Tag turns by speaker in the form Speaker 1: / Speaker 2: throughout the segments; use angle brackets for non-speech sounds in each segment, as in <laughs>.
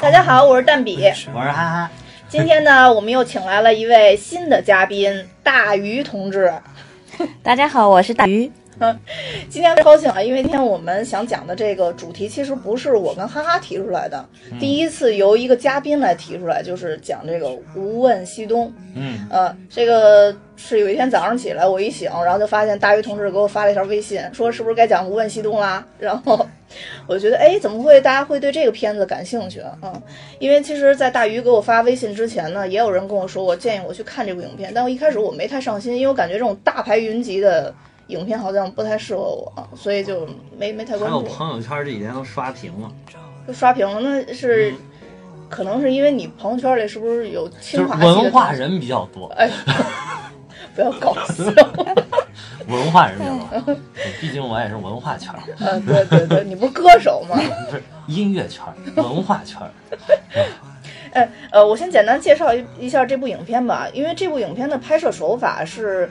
Speaker 1: 大家好，我是蛋比。
Speaker 2: 哎我是哈哈，
Speaker 1: 今天呢，我们又请来了一位新的嘉宾，大鱼同志。
Speaker 3: 大家好，我是大鱼。
Speaker 1: 今天高兴啊，因为今天我们想讲的这个主题其实不是我跟哈哈提出来的，
Speaker 2: 嗯
Speaker 1: 第一次由一个嘉宾来提出来，就是讲这个“无问西东”。
Speaker 2: 嗯，
Speaker 1: 呃，这个是有一天早上起来，我一醒，然后就发现大鱼同志给我发了一条微信，说是不是该讲《无问西东》啦？ <laughs> 然后我觉得，哎，怎么会大家会对这个片子感兴趣？嗯，因为其实，在大鱼给我发微信之前呢，也有人跟我说，我建议我去看这部影片，但我一开始我没太上心，因为我感觉这种大牌云集的影片好像不太适合我，所以就没没太
Speaker 2: 还
Speaker 1: 关
Speaker 2: 有
Speaker 1: 注。
Speaker 2: 朋友圈这几天都刷屏了，
Speaker 1: 就刷屏了，那是、
Speaker 2: 嗯
Speaker 1: 可能是因为你朋友圈里是不是有
Speaker 2: 就是
Speaker 1: 清华系的
Speaker 2: 文化
Speaker 1: 东西
Speaker 2: 人比较多，
Speaker 1: 哎，不要搞笑。
Speaker 2: 文化人比较多，对毕竟我也是文化圈儿、
Speaker 1: 呃，对对对，你不是歌手吗？
Speaker 2: 不是音乐圈儿、文化圈儿。
Speaker 1: 哎，呃，我先简单介绍一一下这部影片吧，因为这部影片的拍摄手法是，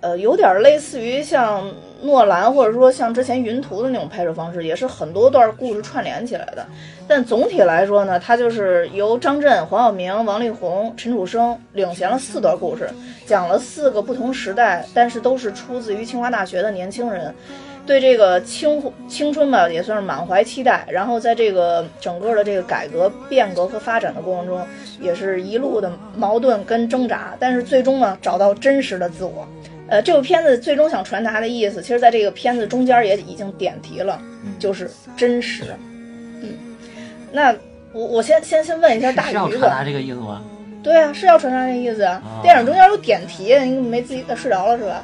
Speaker 1: 呃，有点类似于像诺兰或者说像之前《云图》的那种拍摄方式，也是很多段故事串联起来的。但总体来说呢，它就是由张震、黄晓明、王力宏、陈楚生领衔了四段故事，讲了四个不同时代，但是都是出自于清华大学的年轻人。对这个青青春吧，也算是满怀期待。然后在这个整个的这个改革、变革和发展的过程中，也是一路的矛盾跟挣扎，但是最终呢，找到真实的自我。呃，这部片子最终想传达的意思，其实在这个片子中间也已经点题了，
Speaker 2: 嗯
Speaker 1: 就是真实。嗯，那我我先先先问一下
Speaker 2: 是
Speaker 1: 大
Speaker 2: 是要
Speaker 1: 鱼
Speaker 2: 传
Speaker 1: 吧
Speaker 2: 达。这个意思吗？
Speaker 1: 对啊，是要传达这意思啊
Speaker 2: 啊。
Speaker 1: 电影中间有点题，你没自己呃睡着了是吧？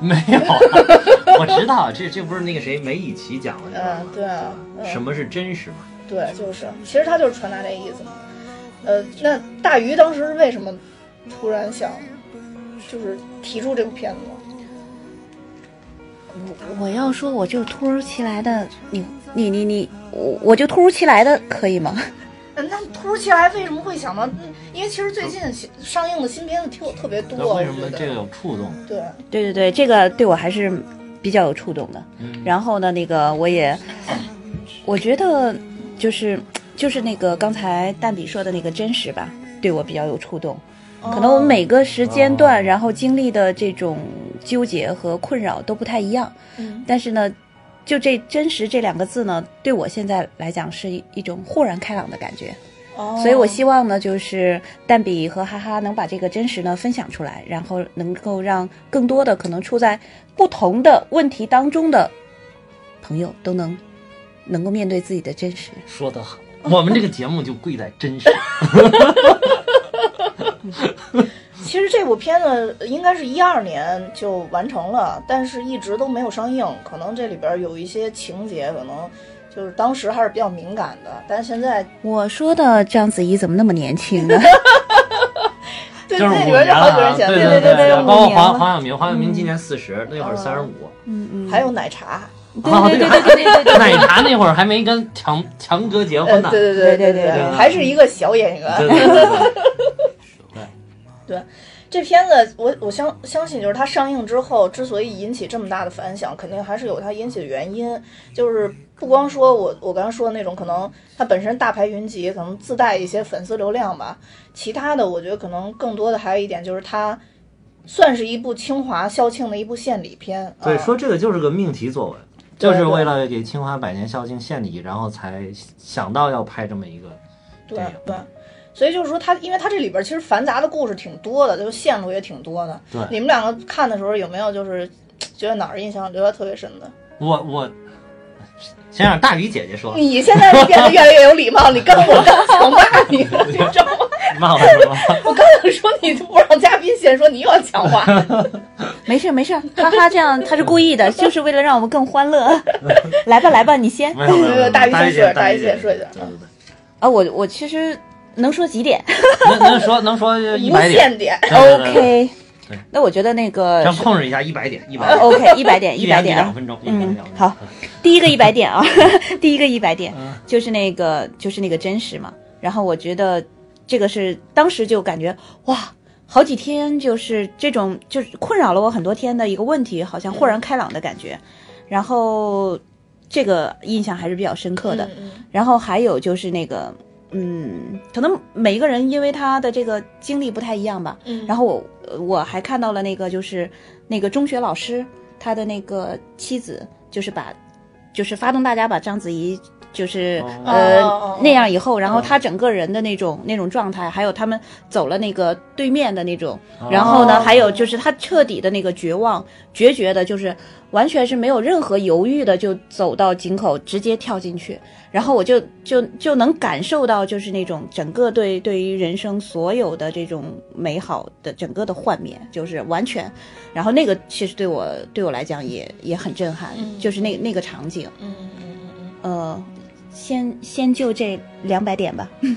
Speaker 2: 没有，啊 <laughs> 我知道，这这不是那个谁梅以奇讲的那个吗
Speaker 1: 嗯，？对啊，嗯、
Speaker 2: 什么是真实嘛？
Speaker 1: 对，就是，其实他就是传达这意思嘛。呃，那大鱼当时是为什么突然想，就是提出这部片子呢？
Speaker 3: 我要说，我就突如其来的，你你你你，我我就突如其来的，可以吗？
Speaker 1: 呃那突如其来为什么会想到？嗯因为其实最近新上映的新片子挺特别多，
Speaker 2: 那
Speaker 1: 我
Speaker 2: 为
Speaker 1: 觉
Speaker 2: 什么
Speaker 1: 得
Speaker 2: 这个有触动？
Speaker 1: 对，
Speaker 3: 对对对，这个对我还是比较有触动的。
Speaker 2: 嗯
Speaker 3: 然后呢，那个我也，我觉得就是就是那个刚才蛋比说的那个真实吧，对我比较有触动。
Speaker 1: 哦
Speaker 3: 可能我们每个时间段，
Speaker 2: 哦
Speaker 3: 然后经历的这种纠结和困扰都不太一样。
Speaker 1: 嗯
Speaker 3: 但是呢，就这“真实”这两个字呢，对我现在来讲是一一种豁然开朗的感觉。
Speaker 1: 哦，
Speaker 3: 所以我希望呢，就是蛋比和哈哈能把这个真实呢分享出来，然后能够让更多的可能处在不同的问题当中的朋友都能能够面对自己的真实。
Speaker 2: 说得好，我们这个节目就贵在真
Speaker 1: <laughs>
Speaker 2: 实。
Speaker 1: 哦其实这部片子应该是一二年就完成了，但是一直都没有上映。可能这里边有一些情节，可能就是当时还是比较敏感的，但是现在
Speaker 3: 我说的张子怡怎么那么年轻呢？
Speaker 1: 对
Speaker 2: 就是
Speaker 1: 那
Speaker 2: 五
Speaker 1: 里
Speaker 2: 年
Speaker 1: 边就
Speaker 2: 了
Speaker 1: 好
Speaker 2: 啊
Speaker 1: 几个人写，
Speaker 2: 对
Speaker 1: 对
Speaker 2: 对
Speaker 1: 对，
Speaker 3: 五年
Speaker 2: 包括
Speaker 3: 了
Speaker 2: 黄黄晓明，黄晓
Speaker 1: 嗯
Speaker 2: 明今年四十，那会儿三十五。
Speaker 3: <laughs> 嗯嗯，
Speaker 1: 还有奶茶，
Speaker 2: 哦
Speaker 3: 对对对对对对对
Speaker 2: 奶茶那会儿还没跟强强哥结婚
Speaker 1: 嗯
Speaker 2: 呢。
Speaker 1: 对对对
Speaker 3: 对对
Speaker 1: 对，
Speaker 2: 哦对嗯
Speaker 1: 还是一个小演员。
Speaker 2: 对对对，
Speaker 1: 这片子我我相相信，就是它上映之后之所以引起这么大的反响，肯定还是有它引起的原因，就是。不光说我我刚才说的那种，可能它本身大牌云集，可能自带一些粉丝流量吧。其他的，我觉得可能更多的还有一点就是它算是一部清华校庆的一部献礼片。
Speaker 2: 对，
Speaker 1: 啊
Speaker 2: 说这个就是个命题作文，
Speaker 1: 对
Speaker 2: 就是为了给清华百年校庆献礼，然后才想到要拍这么一个
Speaker 1: 对
Speaker 2: 电影
Speaker 1: 对，所以就是说它，因为它这里边其实繁杂的故事挺多的，就是线路也挺多的。
Speaker 2: 对
Speaker 1: 你们两个看的时候有没有就是觉得哪儿印象留下特别深
Speaker 2: <laughs>
Speaker 1: 的？
Speaker 2: 我我先让大鱼姐姐 <laughs> 说，
Speaker 1: 你现在变得越来越有礼貌，你刚我刚想骂你了，你知道吗？
Speaker 2: 骂我什么？
Speaker 1: <laughs> 我刚想说你就不让嘉宾先说，你又要讲话。
Speaker 3: 没事没事，哈哈，这样他是故意的，就是为了让我们更欢
Speaker 2: <laughs>
Speaker 3: 乐。来吧来吧，你先。
Speaker 2: 没有没有没有，
Speaker 1: 大鱼
Speaker 2: 鱼
Speaker 1: 先
Speaker 2: 姐
Speaker 1: 睡大鱼
Speaker 2: 姐
Speaker 1: 先睡的
Speaker 2: 对对对，
Speaker 3: 啊，我我其实能说几点
Speaker 2: 能能说能说 <laughs> 一
Speaker 1: 无
Speaker 2: 百点，
Speaker 1: 限点， <laughs>
Speaker 2: 对对对对
Speaker 3: ？OK，
Speaker 2: 对
Speaker 3: 那我觉得那个
Speaker 2: 咱控制一下一百点，一百
Speaker 3: 哦 OK 一
Speaker 2: <laughs>
Speaker 3: 百点
Speaker 2: 一
Speaker 3: 一百
Speaker 2: 点
Speaker 3: 点
Speaker 2: 两
Speaker 3: 啊，
Speaker 2: 分钟，一点
Speaker 3: 嗯
Speaker 2: 两分，钟
Speaker 3: 好，第一个一百点
Speaker 1: <laughs>
Speaker 3: 啊，第一个一百点
Speaker 2: 嗯
Speaker 3: 就是那个就是那个真实嘛。然后我觉得这个是当时就感觉哇，好几天就是这种就是困扰了我很多天的一个问题，好像豁然开朗的感觉。然后这个印象还是比较深刻的。
Speaker 1: 嗯嗯
Speaker 3: 然后还有就是那个嗯，可能每一个人因为他的这个经历不太一样吧。
Speaker 1: 嗯
Speaker 3: 然后我呃我还看到了那个就是那个中学老师他的那个妻子，就是把就是发动大家把章子怡就是、
Speaker 2: 哦
Speaker 3: 呃、
Speaker 1: 哦哦哦
Speaker 3: 那样以后，然后
Speaker 2: 嗯
Speaker 3: 他整个人的那种那种状态，还有他们走了那个对面的那种，然后呢，
Speaker 1: 哦
Speaker 3: 还有就是他彻底的那个绝望、决绝的，就是完全是没有任何犹豫的就走到井口，直接跳进去。然后我就就就能感受到，就是那种整个对对于人生所有的这种美好的整个的幻灭，就是完全。然后那个其实对我对我来讲也也很震撼，
Speaker 1: 嗯
Speaker 3: 就是那那个场景。
Speaker 1: 嗯嗯嗯
Speaker 3: 呃，先先就这两百点吧。
Speaker 1: 嗯，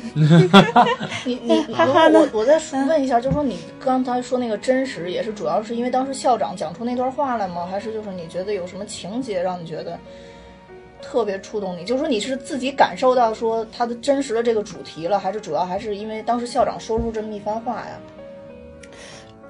Speaker 1: 你你
Speaker 3: 哈哈呢
Speaker 1: 我我再问一下，就是说你刚才说那个真实，也是主要是因为当时校长讲出那段话来吗？还是就是你觉得有什么情节让你觉得特别触动你？就是说你是自己感受到说他的真实的这个主题了，还是主要还是因为当时校长说出这么一番话呀？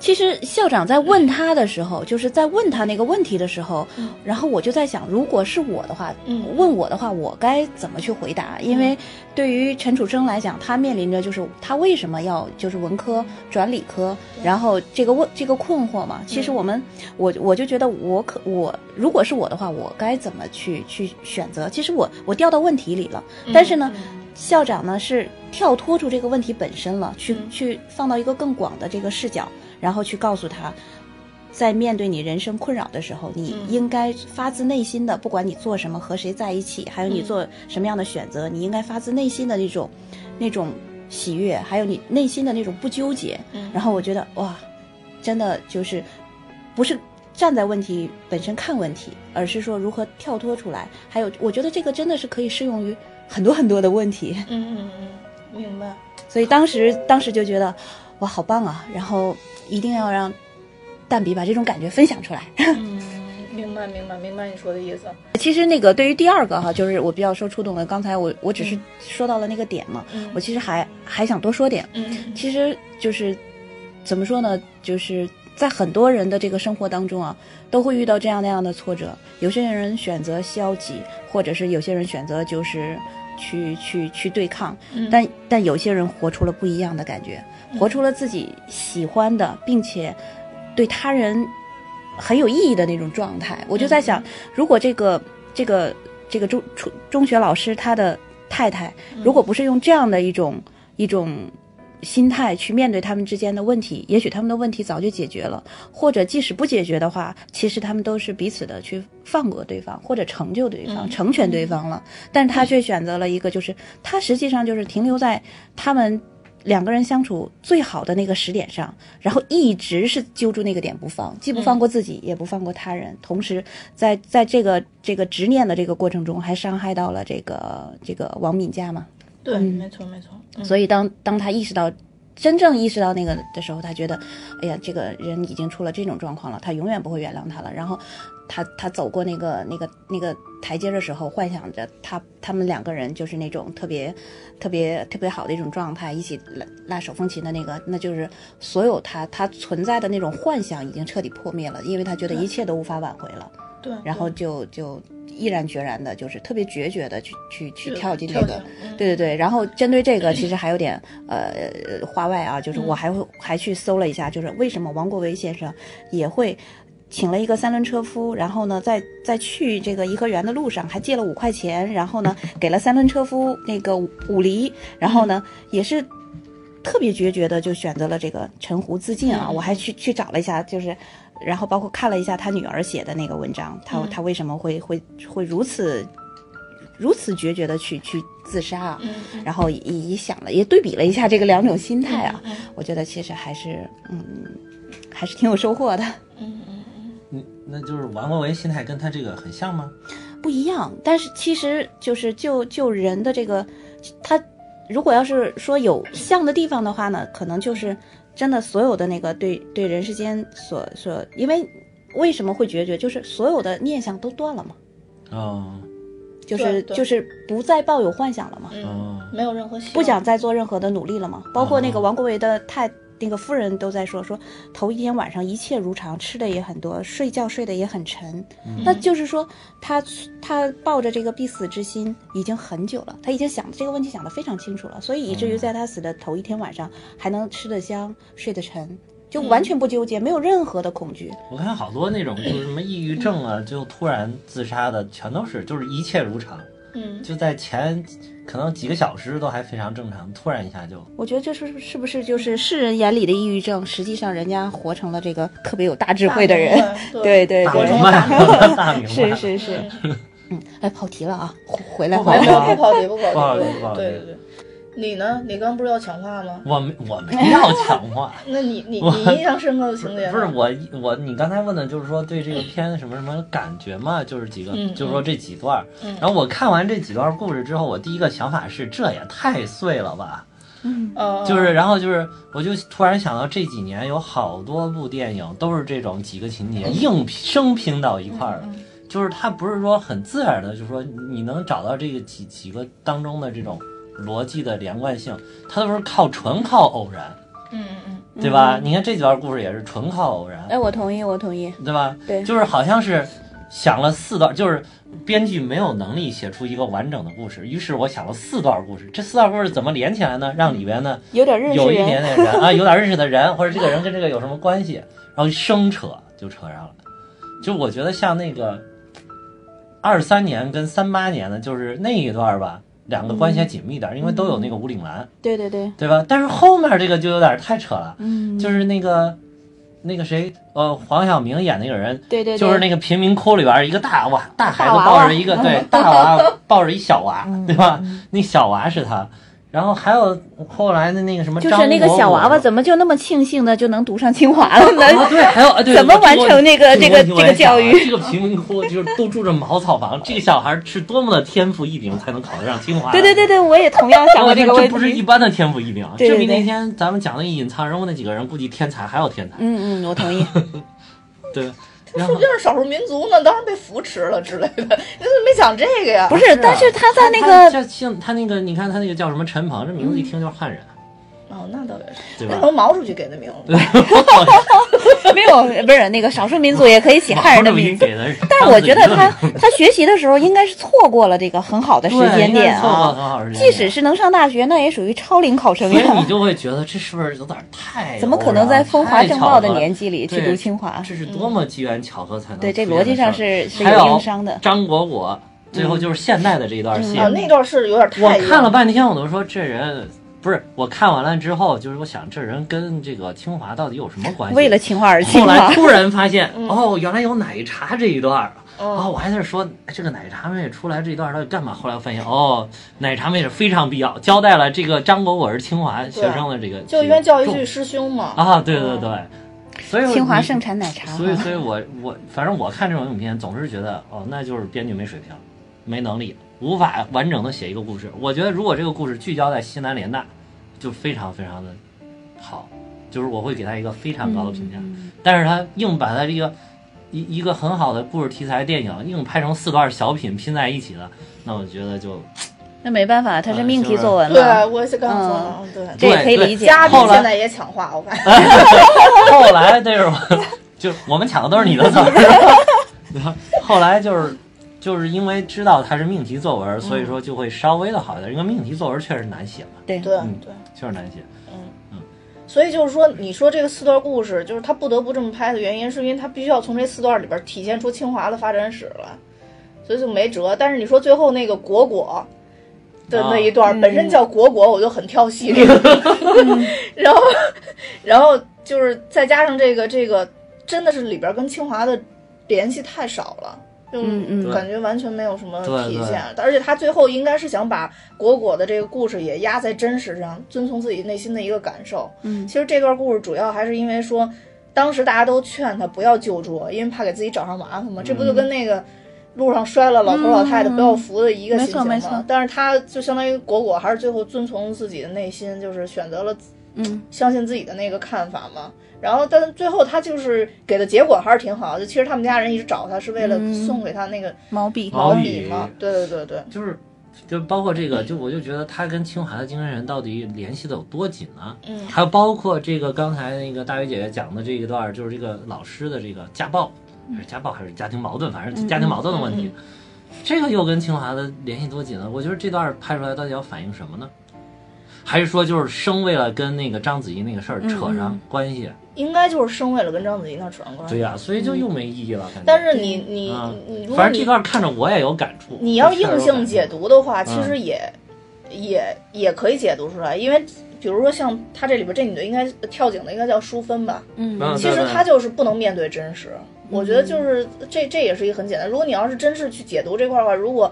Speaker 3: 其实校长在问他的时候，就是在问他那个问题的时候，
Speaker 1: 嗯
Speaker 3: 然后我就在想，如果是我的话，
Speaker 1: 嗯
Speaker 3: 问我的话，我该怎么去回答？因为对于陈楚生来讲，他面临着就是他为什么要就是文科转理科，然后这个问这个困惑
Speaker 1: 嗯
Speaker 3: 嘛。其实我们，我我就觉得我可我如果是我的话，我该怎么去去选择？其实我我掉到问题里了，
Speaker 1: 嗯
Speaker 3: 但是呢，校长呢是跳脱出这个问题本身了，去、
Speaker 1: 嗯
Speaker 3: 去放到一个更广的这个视角，然后去告诉他，在面对你人生困扰的时候，你
Speaker 1: 嗯
Speaker 3: 应该发自内心的，不管你做什么、和谁在一起，还有你
Speaker 1: 嗯
Speaker 3: 做什么样的选择，你应该发自内心的那种那种喜悦，还有你内心的那种不纠结。
Speaker 1: 嗯
Speaker 3: 然后我觉得哇，真的就是不是站在问题本身看问题，而是说如何跳脱出来。还有，我觉得这个真的是可以适用于很多很多的问题。
Speaker 1: 嗯嗯嗯，明 <laughs> 白。
Speaker 3: 所以当时当时就觉得哇，好棒啊！然后一定要让蛋比把这种感觉分享出来。
Speaker 1: 嗯，明白明白明白你说的意思。
Speaker 3: 其实那个对于第二个哈，就是我比较受触动的，刚才我我只是说到了那个点嘛，
Speaker 1: 嗯
Speaker 3: 我其实还还想多说点，
Speaker 1: 嗯
Speaker 3: 其实就是怎么说呢，就是在很多人的这个生活当中啊，都会遇到这样那样的挫折。有些人选择消极，或者是有些人选择就是去去去对抗，
Speaker 1: 嗯
Speaker 3: 但但有些人活出了不一样的感觉，活出了自己喜欢的，并且对他人很有意义的那种状态。我就在想，如果这个这个这个中初中学老师他的太太，如果不是用这样的一种一种心态去面对他们之间的问题，也许他们的问题早就解决了，或者即使不解决的话，其实他们都是彼此的去放过对方，或者成就对方、
Speaker 1: 嗯
Speaker 3: 成全对方了。但是他却选择了一个，就是他实际上就是停留在他们。两个人相处最好的那个时点上，然后一直是揪住那个点不放，既不放过自己，也不放过他人，同时在在这个这个执念的这个过程中，还伤害到了这个这个王敏佳嘛。
Speaker 1: 对，没错没错。嗯
Speaker 3: 所以当当他意识到，真正意识到那个的时候，他觉得，哎呀，这个人已经出了这种状况了，他永远不会原谅他了。然后他他走过那个那个那个台阶的时候，幻想着他他们两个人就是那种特别特别特别好的一种状态，一起拉拉手风琴的那个，那就是所有他他存在的那种幻想已经彻底破灭了，因为他觉得一切都无法挽回了，
Speaker 1: 对，
Speaker 3: 然后就就毅然决然的，就是特别决绝的去去去跳进那个。
Speaker 1: 嗯
Speaker 3: 对对对，然后针对这个，其实还有点呃话外啊，就是我还会还去搜了一下，就是为什么王国维先生也会请了一个三轮车夫，然后呢，在在去这个颐和园的路上还借了五块钱，然后呢，给了三轮车夫那个五五厘，然后呢，也是。特别决绝的就选择了这个沉湖自尽啊！
Speaker 1: 嗯
Speaker 3: 我还去去找了一下，就是，然后包括看了一下他女儿写的那个文章，他
Speaker 1: 嗯
Speaker 3: 他为什么会会会如此如此决绝的去去自杀啊？
Speaker 1: 嗯嗯
Speaker 3: 然后也也想了，也对比了一下这个两种心态啊，
Speaker 1: 嗯
Speaker 3: 我觉得其实还是嗯，还是挺有收获的。
Speaker 1: 嗯嗯嗯
Speaker 2: 你那就是王国维心态跟他这个很像吗？
Speaker 3: 不一样，但是其实就是就就人的这个，他如果要是说有像的地方的话呢，可能就是真的所有的那个对对人世间所所，因为为什么会决绝，就是所有的念想都断了嘛，
Speaker 2: 哦
Speaker 3: 就是
Speaker 1: 对对
Speaker 3: 就是不再抱有幻想了嘛。
Speaker 1: 嗯，
Speaker 2: 哦，
Speaker 1: 没有任何希望
Speaker 3: 不想再做任何的努力了嘛。包括那个
Speaker 2: 哦
Speaker 3: 王国维的太那个夫人都在说，说头一天晚上一切如常，吃的也很多，睡觉睡得也很沉。那就是说，他他抱着这个必死之心已经很久了，他已经想这个问题想得非常清楚了，所以以至于在他死的头一天晚上还能吃得香，睡得沉，就完全不纠结，没有任何的恐惧。
Speaker 2: 我看好多那种就是什么抑郁症啊，就突然自杀的，全都是就是一切如常，
Speaker 1: 嗯，
Speaker 2: 就在前可能几个小时都还非常正常，突然一下就
Speaker 3: 我觉得这是是不是就是世人眼里的抑郁症，实际上人家活成了这个特别有大智慧的人。
Speaker 1: <laughs> 对
Speaker 3: 对对
Speaker 2: 大
Speaker 1: 我
Speaker 2: 明
Speaker 1: 中
Speaker 3: 对，
Speaker 2: 白了，大明白
Speaker 3: <laughs> 是
Speaker 2: 了，
Speaker 3: 是是，嗯，哎，跑题了啊，回回来
Speaker 2: 不
Speaker 3: 回来
Speaker 2: 跑。
Speaker 1: 不不跑题，不
Speaker 2: 不好
Speaker 1: 跑
Speaker 2: 意
Speaker 1: 题
Speaker 2: 思不好，意思
Speaker 1: 对对对。你呢？你刚不是要抢话吗？
Speaker 2: 我没我没要强化。
Speaker 1: 那你你
Speaker 2: 我
Speaker 1: 你印象深刻的情节呢
Speaker 2: 不是我我你刚才问的就是说对这个片什么什么感觉嘛，就是几个，
Speaker 1: 嗯
Speaker 2: 就是说这几段儿。
Speaker 1: 嗯
Speaker 2: 然后我看完这几段故事之后，我第一个想法是这也太碎了吧，
Speaker 3: 嗯
Speaker 1: 哦
Speaker 2: 就是然后就是我就突然想到这几年有好多部电影都是这种几个情
Speaker 3: 嗯
Speaker 2: 节硬拼生拼到一块儿了。就是它不是说很自然的，就是说你能找到这个几几个当中的这种逻辑的连贯性，它都是靠纯靠偶然，
Speaker 1: 嗯嗯
Speaker 2: 对吧？你看这几段故事也是纯靠偶然，
Speaker 3: 哎，我同意，我同意。
Speaker 2: 对吧？
Speaker 3: 对
Speaker 2: 就是好像是想了四段，就是编剧没有能力写出一个完整的故事，于是我想了四段故事，这四段故事怎么连起来呢？让里边呢
Speaker 3: 有点认识
Speaker 2: 有一
Speaker 3: 人
Speaker 2: 点，点人啊，有点认识的人，或者这个人跟这个有什么关系，然后生扯就扯上了。就我觉得像那个二三年跟三八年的，就是那一段儿吧，两个关系还
Speaker 3: 嗯
Speaker 2: 紧密点儿，因为都有那个吴岭澜，
Speaker 3: 对对对，
Speaker 2: 对吧？但是后面这个就有点太扯了，
Speaker 3: 嗯，
Speaker 2: 就是那个那个谁，呃，黄晓明演那个人，
Speaker 3: 对对对，
Speaker 2: 就是那个贫民窟里边儿一个大娃，大孩子
Speaker 3: 大娃娃嗯
Speaker 2: 抱着一个
Speaker 3: <laughs>
Speaker 2: 对大娃抱着一小娃，对吧？那小娃是他，然后还有后来的那个什么
Speaker 3: 就
Speaker 2: 张国
Speaker 3: 是
Speaker 2: 伟，
Speaker 3: 那个小娃娃怎么就那么庆幸的就能读上清华了
Speaker 2: 啊
Speaker 3: 呢？
Speaker 2: 对，还有啊对，
Speaker 3: 怎么
Speaker 2: 我
Speaker 3: 完成那个
Speaker 2: 这个
Speaker 3: 这个
Speaker 2: 问题我也
Speaker 3: 这个教
Speaker 2: 想啊
Speaker 3: 育
Speaker 2: 这个贫民窟就是都住着茅草房，这个小孩是多么的天赋异禀才能考得上清华？
Speaker 3: 对对对对，我也同样想
Speaker 2: 我
Speaker 3: 过这个
Speaker 2: 啊 <laughs> 这
Speaker 3: 问
Speaker 2: 不是一
Speaker 3: 题。
Speaker 2: 般的天赋异禀啊，
Speaker 3: 对对
Speaker 2: 这比
Speaker 3: 对
Speaker 2: 那天咱们讲的隐藏人物那几个人，估计天才还要天才。
Speaker 3: 嗯嗯，我
Speaker 2: <laughs>
Speaker 3: 同意。 <laughs>
Speaker 2: 对，
Speaker 1: 嗯，
Speaker 2: 然
Speaker 1: 说
Speaker 2: 后
Speaker 1: 不定是少数民族呢，当然被扶持了之类的。你怎 <laughs> 么没讲这个呀？
Speaker 3: 不
Speaker 1: 是，
Speaker 3: 是，但是他在那
Speaker 2: 他
Speaker 3: 个
Speaker 2: 这姓他那个，你看他那个叫什么陈鹏，这名字一听就是汉人，啊
Speaker 1: 哦，那倒也是，
Speaker 2: 对
Speaker 1: 那
Speaker 2: 吧？
Speaker 1: 能毛出去给的名字。
Speaker 3: 没有，不是那个少数民族也可以起汉人的名字。
Speaker 2: 嗯给的人，
Speaker 3: 但我觉得他
Speaker 2: 当时
Speaker 3: 他学习的时候应该是错过了这个很好的时
Speaker 2: 对
Speaker 3: 间
Speaker 2: 应该
Speaker 3: 点
Speaker 2: 错过
Speaker 3: 啊
Speaker 2: 很。好的时间
Speaker 3: 即
Speaker 2: 点
Speaker 3: 使是能上大学，那也属于超龄考生
Speaker 2: 所以
Speaker 3: 呀
Speaker 2: 你。就会觉得这是不是有点太
Speaker 3: <laughs> 怎么可能在风华正茂的年纪里
Speaker 2: 太
Speaker 3: 去
Speaker 2: 巧了
Speaker 3: 读清华
Speaker 2: 对？这是多么机缘巧合才能
Speaker 3: 对，这
Speaker 2: 出现
Speaker 3: 逻
Speaker 2: 的
Speaker 3: 辑上
Speaker 2: 事儿
Speaker 3: 是是
Speaker 2: 还
Speaker 3: 有
Speaker 2: 有
Speaker 3: 硬伤的。嗯
Speaker 2: 张果果最后就是现代的这一段戏，
Speaker 1: 啊，那段是有点太
Speaker 2: 我看了半天，我都说这人不是。我看完了之后，就是我想这人跟这个清华到底有什么关系？
Speaker 3: 为了清华而清
Speaker 2: 啊后
Speaker 3: 华
Speaker 2: 来，突然发现，哦，原来有奶茶这一段儿。
Speaker 1: 嗯
Speaker 2: 啊、我还在说哎这个奶茶妹出来这一段儿到底干嘛？后来我发现，哦，奶茶妹是非常必要，交代了这个张果果是清华学生的这个，
Speaker 1: 啊就因为教育嗯
Speaker 2: 这
Speaker 1: 局
Speaker 2: 个
Speaker 1: 师兄嘛。
Speaker 2: 啊，对对对，所以我
Speaker 3: 清华
Speaker 2: 你
Speaker 3: 盛产奶茶。
Speaker 2: 所以，所以我我反正我看这种影片，总是觉得哦，那就是编剧没水平，没能力，无法完整的写一个故事。我觉得如果这个故事聚焦在西南联大，就非常非常的好，就是我会给他一个非常高的
Speaker 3: 嗯
Speaker 2: 评价。但是他硬把他这个一一个很好的故事题材电影，硬拍成四段小品拼在一起的，那我觉得就
Speaker 3: 那没办法，它是
Speaker 2: 嗯
Speaker 3: 命题
Speaker 2: 就是
Speaker 3: 作文
Speaker 1: 对啊
Speaker 3: 嘛，，
Speaker 1: 我也是刚刚说的嗯，对。
Speaker 3: 这也
Speaker 2: 对
Speaker 3: 可以
Speaker 2: 对
Speaker 3: 理解。
Speaker 1: 嘉宾
Speaker 2: 后来
Speaker 1: 现在也抢话，我发现。
Speaker 2: <laughs> 后来对是吧？就我们抢的都是你的词儿。后来就是就是因为知道它是命题作文，所以说就会稍微的好一点，因为命题作文确实难写嘛，
Speaker 3: 对，
Speaker 1: 对
Speaker 2: 嗯
Speaker 1: 对，
Speaker 2: 确实难写。
Speaker 1: 所以就是说，你说这个四段故事，就是他不得不这么拍的原因，是因为他必须要从这四段里边体现出清华的发展史来，所以就没辙。但是你说最后那个果果的那一段，
Speaker 3: 啊
Speaker 1: 本身叫果果，我就很挑戏这个，然后然后就是再加上这个这个，真的是里边跟清华的联系太少了。就
Speaker 3: 嗯嗯
Speaker 1: 感觉完全没有什么
Speaker 2: 对
Speaker 1: 体
Speaker 2: 对
Speaker 1: 现，而且他最后应该是想把果果的这个故事也压在真实上，遵从自己内心的一个感受。
Speaker 3: 嗯
Speaker 1: 其实这段故事主要还是因为说，当时大家都劝他不要救助，因为怕给自己找上麻烦嘛。这不就跟那个路上摔了老头老太太
Speaker 3: 嗯
Speaker 1: 不要扶的一个
Speaker 3: 没
Speaker 1: 心
Speaker 3: 错
Speaker 1: 情
Speaker 3: 没
Speaker 1: 嘛
Speaker 3: 错。
Speaker 1: 但是他就相当于果果还是最后遵从自己的内心，就是选择了
Speaker 3: 嗯，
Speaker 1: 相信自己的那个看法嘛。然后，但最后他就是给的结果还是挺好的。就其实他们家人一直找他是为了
Speaker 3: 嗯
Speaker 1: 送给他那个
Speaker 3: 毛笔
Speaker 2: 毛
Speaker 1: 毛
Speaker 2: 笔
Speaker 1: 笔嘛。对对对对，
Speaker 2: 就是就包括这个，就我就觉得他跟清华的精神人到底联系的有多紧呢？
Speaker 1: 嗯
Speaker 2: 还有包括这个刚才那个大伟姐姐讲的这一段儿，就是这个老师的这个家暴，还是家暴还是家庭矛盾，反正家庭矛盾的
Speaker 1: 嗯
Speaker 2: 问题，这个又跟清华的联系多紧呢？我觉得这段儿拍出来到底要反映什么呢？还是说就是生为了跟那个章子怡那个事儿扯
Speaker 1: 嗯
Speaker 2: 上关系？
Speaker 1: 应该就是生为了跟章子怡那扯上关系。
Speaker 2: 对呀、所以就又没意义了。感觉
Speaker 1: 但是你你
Speaker 2: 嗯
Speaker 1: 你，如果
Speaker 2: 反正这
Speaker 1: 你
Speaker 2: 段看着我也有感触。
Speaker 1: 你要
Speaker 2: 这事儿
Speaker 1: 硬
Speaker 2: 有感触
Speaker 1: 性解读的话，其
Speaker 2: 嗯
Speaker 1: 实也、也也可以解读出来，因为比如说像她这里边这女的应该跳井的应该叫淑芬吧，
Speaker 2: 嗯
Speaker 3: 嗯，
Speaker 1: 其实
Speaker 2: 对
Speaker 1: 她就是不能面对真实。我觉得就是这这也是一个很简单。如果你要是真是去解读这块儿的话，如果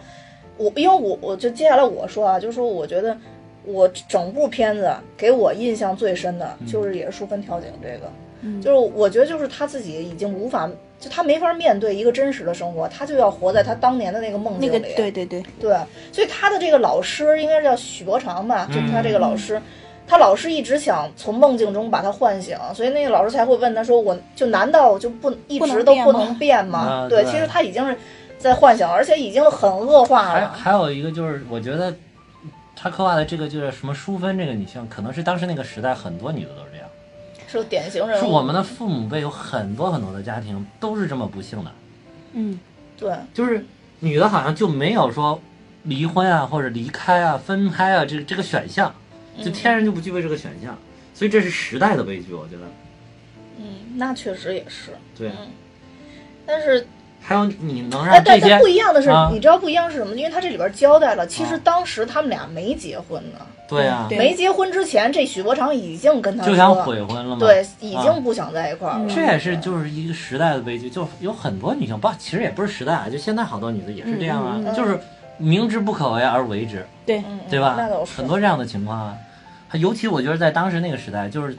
Speaker 1: 我因为我我就接下来我说啊，就是说我觉得我整部片子给我印象最深的就是也是淑芬跳井这个，
Speaker 3: 嗯
Speaker 1: 就是我觉得就是她自己已经无法。就她没法面对一个真实的生活，她就要活在她当年的那个梦
Speaker 3: 那
Speaker 1: 境里。
Speaker 3: 个对对对，
Speaker 1: 对，所以他的这个老师应该是叫许伯常吧，就是他这个老
Speaker 2: 嗯
Speaker 1: 师，他老师一直想从梦境中把他唤醒，所以那个老师才会问他说：“我就难道我就不一直都不能变吗？”
Speaker 2: 啊
Speaker 1: 对，
Speaker 2: 对
Speaker 1: 其实他已经是在幻想，而且已经很恶化
Speaker 2: 还
Speaker 1: 了。
Speaker 2: 还有一个就是，我觉得他刻画的这个就是什么淑芬这个女性，可能是当时那个时代很多女的都是这样，
Speaker 1: 是典型人
Speaker 2: 是
Speaker 1: 物，
Speaker 2: 我们的父母辈有很多很多的家庭都是这么不幸的，
Speaker 3: 嗯
Speaker 1: 对
Speaker 2: 就是女的好像就没有说离婚啊或者离开啊分开啊这个这个选项，
Speaker 1: 嗯
Speaker 2: 就天然就不具备这个选项，所以这是时代的悲剧，我觉得。
Speaker 1: 嗯，那确实也是。
Speaker 2: 对，啊
Speaker 1: 嗯但是，
Speaker 2: 还有你能
Speaker 1: 哎，
Speaker 2: 让这
Speaker 1: 但
Speaker 2: 些
Speaker 1: 但不一样的是，
Speaker 2: 啊
Speaker 1: 你知道不一样是什么？因为他这里边交代了，其实
Speaker 2: 啊
Speaker 1: 当时他们俩没结婚呢，
Speaker 2: 对啊，
Speaker 3: 对
Speaker 1: 没结婚之前，这许伯常已经跟他
Speaker 2: 就想
Speaker 1: 说
Speaker 2: 悔婚了嘛。
Speaker 1: 对，已
Speaker 2: 啊
Speaker 1: 经不想在一块儿了。
Speaker 2: 这也是就是一个时代的悲剧，就有很多女性，不，其实也不是时代啊，就现在好多女的也是这样啊，
Speaker 3: 嗯
Speaker 1: 嗯嗯
Speaker 2: 就是明知不可为而为之，
Speaker 3: 对，
Speaker 1: 嗯嗯
Speaker 2: 对吧？
Speaker 1: 那倒是
Speaker 2: 很多这样的情况啊，还尤其我觉得在当时那个时代，就是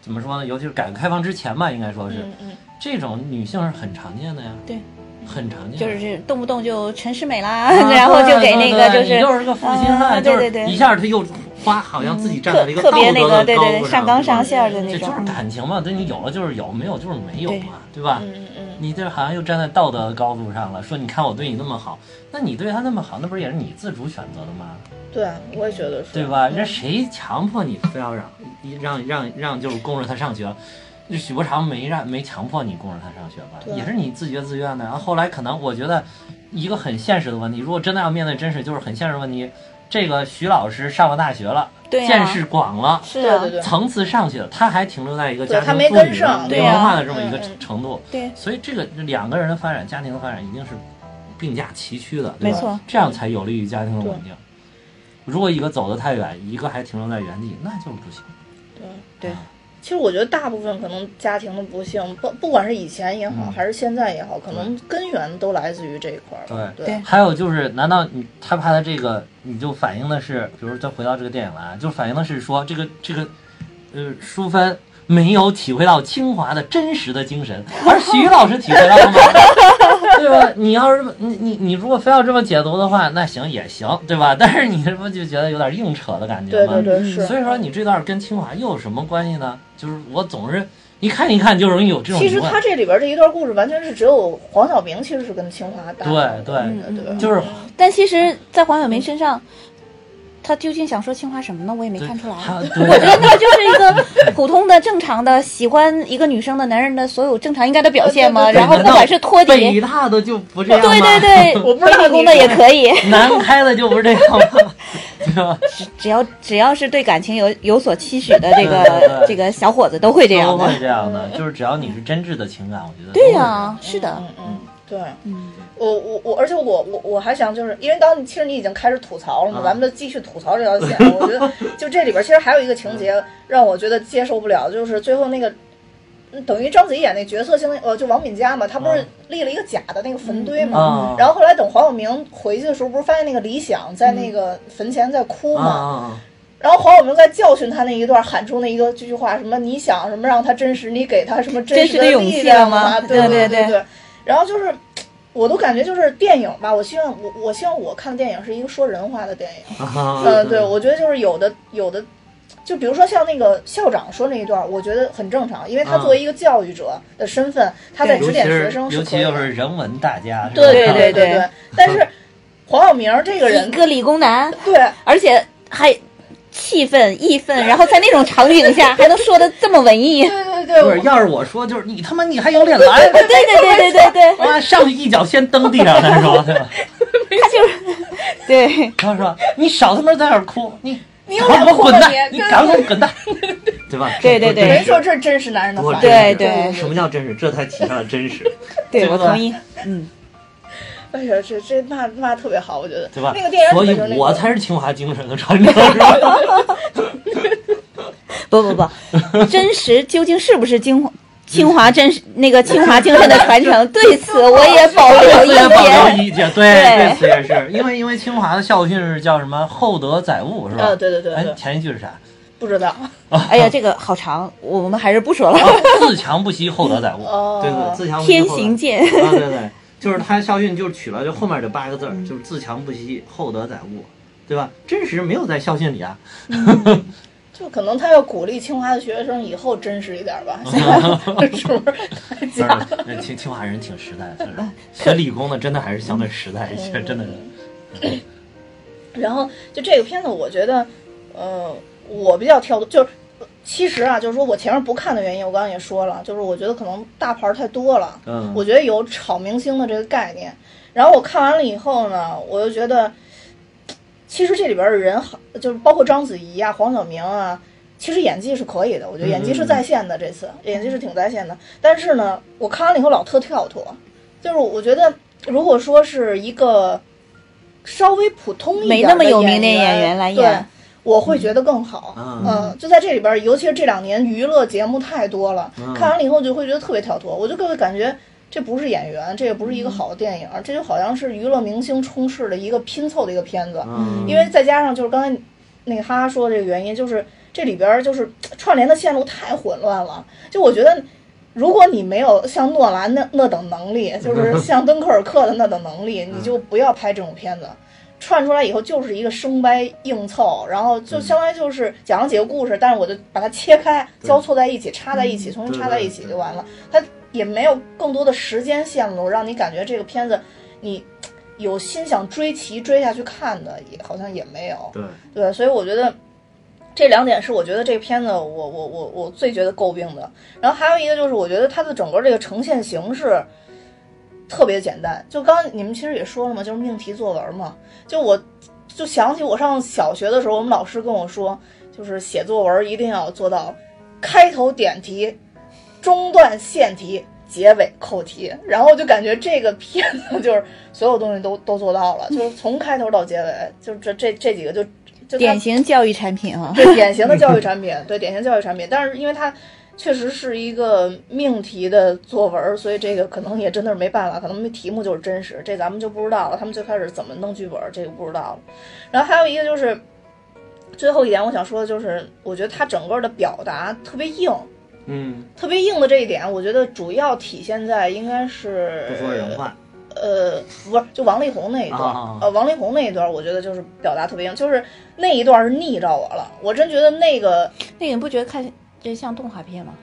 Speaker 2: 怎么说呢？尤其是改革开放之前吧，应该说是、
Speaker 1: 嗯嗯，
Speaker 2: 这种女性是很常见的呀，
Speaker 3: 对，
Speaker 2: 很常见的。
Speaker 3: 就是动不动就陈世美啦，
Speaker 2: 啊
Speaker 3: <laughs> 然后
Speaker 2: 对
Speaker 3: 就给那 <laughs> 个
Speaker 2: 对
Speaker 3: 就
Speaker 2: 对
Speaker 3: 是
Speaker 2: 你就是个负心
Speaker 3: 啊
Speaker 2: 汉，
Speaker 3: 对
Speaker 2: 就是
Speaker 3: 对对
Speaker 2: 一下他又花，好像自己站在了一个
Speaker 3: 特
Speaker 2: 道
Speaker 3: 特别那
Speaker 2: 德
Speaker 3: 个
Speaker 2: 的
Speaker 3: 对对
Speaker 2: 高度
Speaker 3: 对上纲上线儿的那
Speaker 2: 啊这就
Speaker 3: 种
Speaker 2: 是，感情嘛，对你有了就是有，没有就是没有嘛，对吧？
Speaker 1: 嗯嗯
Speaker 2: 你这好像又站在道德的高度上了，说你看我对你那么好，那你对他那么好，那不是也是你自主选择的吗？
Speaker 1: 嗯，对，我也觉得是，
Speaker 2: 对吧？人
Speaker 1: 嗯
Speaker 2: 家谁强迫你非要让让让让就是供着他上学？就许伯常没让没强迫你供着他上学吧，
Speaker 1: 对
Speaker 2: 也是你自觉自愿的。然后后来可能我觉得一个很现实的问题，如果真的要面对真实，就是很现实的问题。这个徐老师上了大学了，
Speaker 3: 对啊
Speaker 2: 见识广了，
Speaker 3: 是
Speaker 1: 对
Speaker 3: 啊，
Speaker 1: 对对，
Speaker 2: 层次上去了，他还停留在一个
Speaker 1: 对
Speaker 2: 家
Speaker 1: 他
Speaker 2: 庭
Speaker 1: 没
Speaker 2: 妇
Speaker 1: 跟
Speaker 2: 女
Speaker 1: 上
Speaker 2: 没
Speaker 3: 对
Speaker 2: 文
Speaker 3: 啊
Speaker 2: 化的这么一个
Speaker 1: 嗯嗯
Speaker 2: 程度。
Speaker 3: 对
Speaker 2: 所以这个两个人的发展、家庭的发展一定是并驾齐驱的，对吧
Speaker 3: 没错，
Speaker 2: 这样才有利于家庭的稳定。如果一个走得太远，一个还停留在原地，那就不行。
Speaker 3: 对
Speaker 1: 嗯其实我觉得大部分可能家庭的不幸，不不管是以前也好，
Speaker 2: 嗯
Speaker 1: 还是现在也好，可能根源都来自于这一块儿吧。
Speaker 2: 对
Speaker 1: 对
Speaker 3: 对
Speaker 2: 还有就是，难道你他拍的这个，你就反映的是，比如再回到这个电影来，就反映的是说这个这个，呃，淑芬没有体会到清华的真实的精神， <laughs> 而徐老师体会到了吗？ <laughs> 对吧？你要是你你你如果非要这么解读的话，那行也行，对吧？但是你这不就觉得有点硬扯的感觉
Speaker 1: 对
Speaker 2: 吗？
Speaker 1: 对对，
Speaker 3: 嗯
Speaker 1: 是。
Speaker 2: 所以说你这段跟清华又有什么关系呢？就是我总是一看一看就容易有这种
Speaker 1: 其
Speaker 2: 疑
Speaker 1: 实
Speaker 2: 问，
Speaker 1: 他这里边这一段故事，完全是只有黄晓明其实是跟清华搭档的，
Speaker 2: 对对
Speaker 1: 对对吧，
Speaker 2: 就是
Speaker 3: 但其实，
Speaker 2: 嗯
Speaker 3: 在黄晓明身上，他究竟想说清华什么呢？我也没
Speaker 2: 对
Speaker 3: 看出来。啊
Speaker 2: 他
Speaker 3: 我觉
Speaker 2: 对
Speaker 3: 得他 <laughs> 就是一个普通的、正常的喜欢一个女生的男人的所有正常应该的表现嘛。
Speaker 1: 对对对
Speaker 3: 然后不管是脱节，
Speaker 2: 北
Speaker 3: 对
Speaker 2: 大的就不这样吗？
Speaker 3: 对对，
Speaker 1: 我不知道
Speaker 3: 北理工的
Speaker 1: 你
Speaker 3: 也可以，
Speaker 2: <laughs> 南开的就不是这样吗？对吧？
Speaker 3: 只要只要是对感情有有所期许的这
Speaker 2: 对对
Speaker 3: 个
Speaker 2: 对
Speaker 3: 这个小伙子都会这样
Speaker 2: 都
Speaker 3: 的
Speaker 2: 会。这样的，就是只要你是真挚的情感，我觉得
Speaker 3: 对呀、
Speaker 2: 呀、啊，
Speaker 3: 是的，
Speaker 1: 嗯嗯，对。
Speaker 3: 嗯，
Speaker 1: 我我我，而且我我我还想，就是因为刚其实你已经开始吐槽了嘛，
Speaker 2: 啊
Speaker 1: 咱们就继续吐槽这条线。我觉得就这里边其实还有一个情节让我觉得接受不了，就是最后那个。嗯等于章子怡演那角色，相当于呃，就王敏佳嘛，她不是
Speaker 2: 嗯
Speaker 1: 立了一个假的那个坟堆嘛，
Speaker 2: 啊
Speaker 1: 然后后来等黄晓明回去的时候，不是发现那个李想在那个坟前在哭
Speaker 2: 啊
Speaker 1: 嘛，
Speaker 2: 啊啊
Speaker 1: 然后黄晓明在教训他那一段，喊出那一个句句话，什么你想什么让他真实，你给他什么
Speaker 3: 真
Speaker 1: 实
Speaker 3: 实的勇
Speaker 1: 力
Speaker 3: 气
Speaker 1: 量
Speaker 3: 了吗
Speaker 1: 啊对
Speaker 3: 对
Speaker 1: 对
Speaker 3: 对对
Speaker 1: 对。然后就是，我都感觉就是电影吧，我希望我我希望我看的电影是一个说人话的电影。
Speaker 2: 啊
Speaker 1: 嗯，对，我觉得就是有的有的，就比如说像那个校长说那一段，我觉得很正常，因为他
Speaker 2: 嗯
Speaker 1: 作为一个教育者的身份，他在指
Speaker 3: 对
Speaker 2: 尤其
Speaker 1: 点学
Speaker 2: 是
Speaker 1: 生
Speaker 2: 尤
Speaker 1: 可
Speaker 2: 其
Speaker 1: 以
Speaker 2: 又
Speaker 1: 的。
Speaker 2: 是人文大家，是吧
Speaker 1: 对
Speaker 3: 对
Speaker 1: 对
Speaker 3: 对
Speaker 1: 对
Speaker 3: 对
Speaker 1: 但是黄晓明这个人
Speaker 3: 一，个理工男，
Speaker 1: 对，
Speaker 3: 而且还气愤、义愤，然后在那种场景下还能说的这么文艺，
Speaker 1: 对对对，
Speaker 2: 不是，
Speaker 1: 我
Speaker 2: 要是我说，就是你他妈你还有脸来？
Speaker 3: 对对对对对对，
Speaker 2: 啊，上去一脚先蹬地上，他说，对吧？
Speaker 3: 他就是对，
Speaker 2: 然后说你少他妈在那儿哭，你
Speaker 1: 你有
Speaker 2: 赶
Speaker 1: 脸
Speaker 2: 快
Speaker 1: 哭
Speaker 2: 滚
Speaker 1: 吗
Speaker 2: 蛋，
Speaker 1: 你？
Speaker 2: 你
Speaker 1: 对
Speaker 2: 赶快滚蛋，对吧？
Speaker 3: 对对对
Speaker 1: 人说这是真实男人的
Speaker 2: 多
Speaker 1: 话，
Speaker 2: 真
Speaker 3: 对
Speaker 2: 实
Speaker 3: 对
Speaker 2: 什么叫真实？这才体现了真实，
Speaker 3: 对
Speaker 2: 对吧
Speaker 3: 我同意，嗯，
Speaker 1: 哎呀，这这骂骂特别好，我觉得，
Speaker 2: 对吧
Speaker 1: 那个电？影
Speaker 2: 所
Speaker 1: 里
Speaker 2: 以
Speaker 1: 面就是那
Speaker 2: 我
Speaker 1: 个
Speaker 2: 才是清华精神的传承，是
Speaker 1: <laughs>
Speaker 2: 吧？
Speaker 3: 不不不，真实究竟是不是清华清华真实那个清华精神的传承？对此我也保
Speaker 2: <laughs>
Speaker 3: 留
Speaker 2: 对，
Speaker 3: 意
Speaker 2: 保留
Speaker 3: 见。
Speaker 2: 意见，
Speaker 3: 对
Speaker 2: 对，对此也是，因为因为清华的校训是叫什么？厚德载物，是吧？
Speaker 1: 呃对对对
Speaker 2: 哎
Speaker 1: 对，
Speaker 2: 前一句是啥？
Speaker 1: 不知道，
Speaker 3: 哎呀，这个好长，我们还是不说了。
Speaker 2: 哦自强不息，厚德载物。
Speaker 1: 哦，
Speaker 2: 对对，自强不息
Speaker 3: 天
Speaker 2: 厚德
Speaker 3: 行健，
Speaker 2: 啊，对对，就是他校训就是取了这后面这八个字儿，就是自强不息，厚德载物，对吧？真实没有在校训里
Speaker 1: <laughs>
Speaker 2: 啊，
Speaker 1: 就可能他要鼓励清华的学生以后真实一点吧，现在
Speaker 2: <laughs>
Speaker 1: 是不是太假了？
Speaker 2: 那呃清清华人挺实在的，
Speaker 1: 哎
Speaker 2: 是学理工的真的还是相对实在一
Speaker 1: 嗯
Speaker 2: 些，真的是。
Speaker 1: 然后就这个片子，我觉得，呃，我比较挑，就是其实啊，就是说我前面不看的原因，我刚刚也说了，就是我觉得可能大牌儿太多了，
Speaker 2: 嗯
Speaker 1: 我觉得有炒明星的这个概念。然后我看完了以后呢，我就觉得，其实这里边儿的人好，就是包括章子怡啊、黄晓明啊，其实演技是可以的，我觉得演技是在线的，这次
Speaker 3: 嗯
Speaker 1: 演技是挺在线的。但是呢，我看完了以后老特跳脱，就是我觉得如果说是一个稍微普通一
Speaker 3: 没
Speaker 1: 点
Speaker 3: 那
Speaker 1: 儿
Speaker 3: 么
Speaker 1: 的
Speaker 3: 有名的演
Speaker 1: 演
Speaker 3: 员来
Speaker 1: 对
Speaker 3: 演，
Speaker 1: 我会觉得更好。
Speaker 2: 嗯
Speaker 1: 就在这里边儿，尤其是这两年娱乐节目太多了，
Speaker 2: 嗯
Speaker 1: 看完了以后就会觉得特别跳脱，我就各位感觉。这不是演员，这也不是
Speaker 2: 嗯
Speaker 1: 一个好的电影，这就好像是娱乐明星充斥的一个拼凑的一个片子。
Speaker 2: 嗯，
Speaker 1: 因为再加上就是刚才那个哈哈说的这个原因，就是这里边儿就是呃串联的线路太混乱了。就我觉得，如果你没有像诺兰那那等能力，就是像敦刻尔克的那等能力，你就不要拍这种片子。串出来以后就是一个生掰硬凑，然后就相当于就是讲了几个故事，但是我就把它切开交错在一起，插在一起，重新插在一起就完了。它也没有更多的时间线路，让你感觉这个片子你有心想追齐追下去看的，也好像也没有。
Speaker 2: 对，
Speaker 1: 对，所以我觉得这两点是我觉得这个片子我我我我最觉得诟病的。然后还有一个就是，我觉得它的整个这个呈现形式特别简单。就刚刚你们其实也说了嘛，就是命题作文嘛。就我就想起我上小学的时候，我们老师跟我说，就是写作文一定要做到开头点题，中段现题。结尾扣题，然后就感觉这个片子就是所有东西都都做到了，就是从开头到结尾，就这这这几个就就它
Speaker 3: 典型教育产品啊。
Speaker 1: 对，典型的教育产品，对，典型教育产品。但是因为它确实是一个命题的作文儿，所以这个可能也真的是没办法，可能题目就是真实，这咱们就不知道了。他们最开始怎么弄剧本儿，这个不知道了。然后还有一个就是最后一点，我想说的就是，我觉得它整个的表达特别硬。
Speaker 2: 嗯，
Speaker 1: 特别硬的这一点，我觉得主要体现在应该是
Speaker 2: 不说人话，
Speaker 1: 呃，不是，就王力宏那一段，
Speaker 2: 啊
Speaker 1: 呃，王力宏那一段，我觉得就是表达特别硬，就是那一段是腻着我了，我真觉得那个
Speaker 3: 那个你不觉得看这像动画片吗？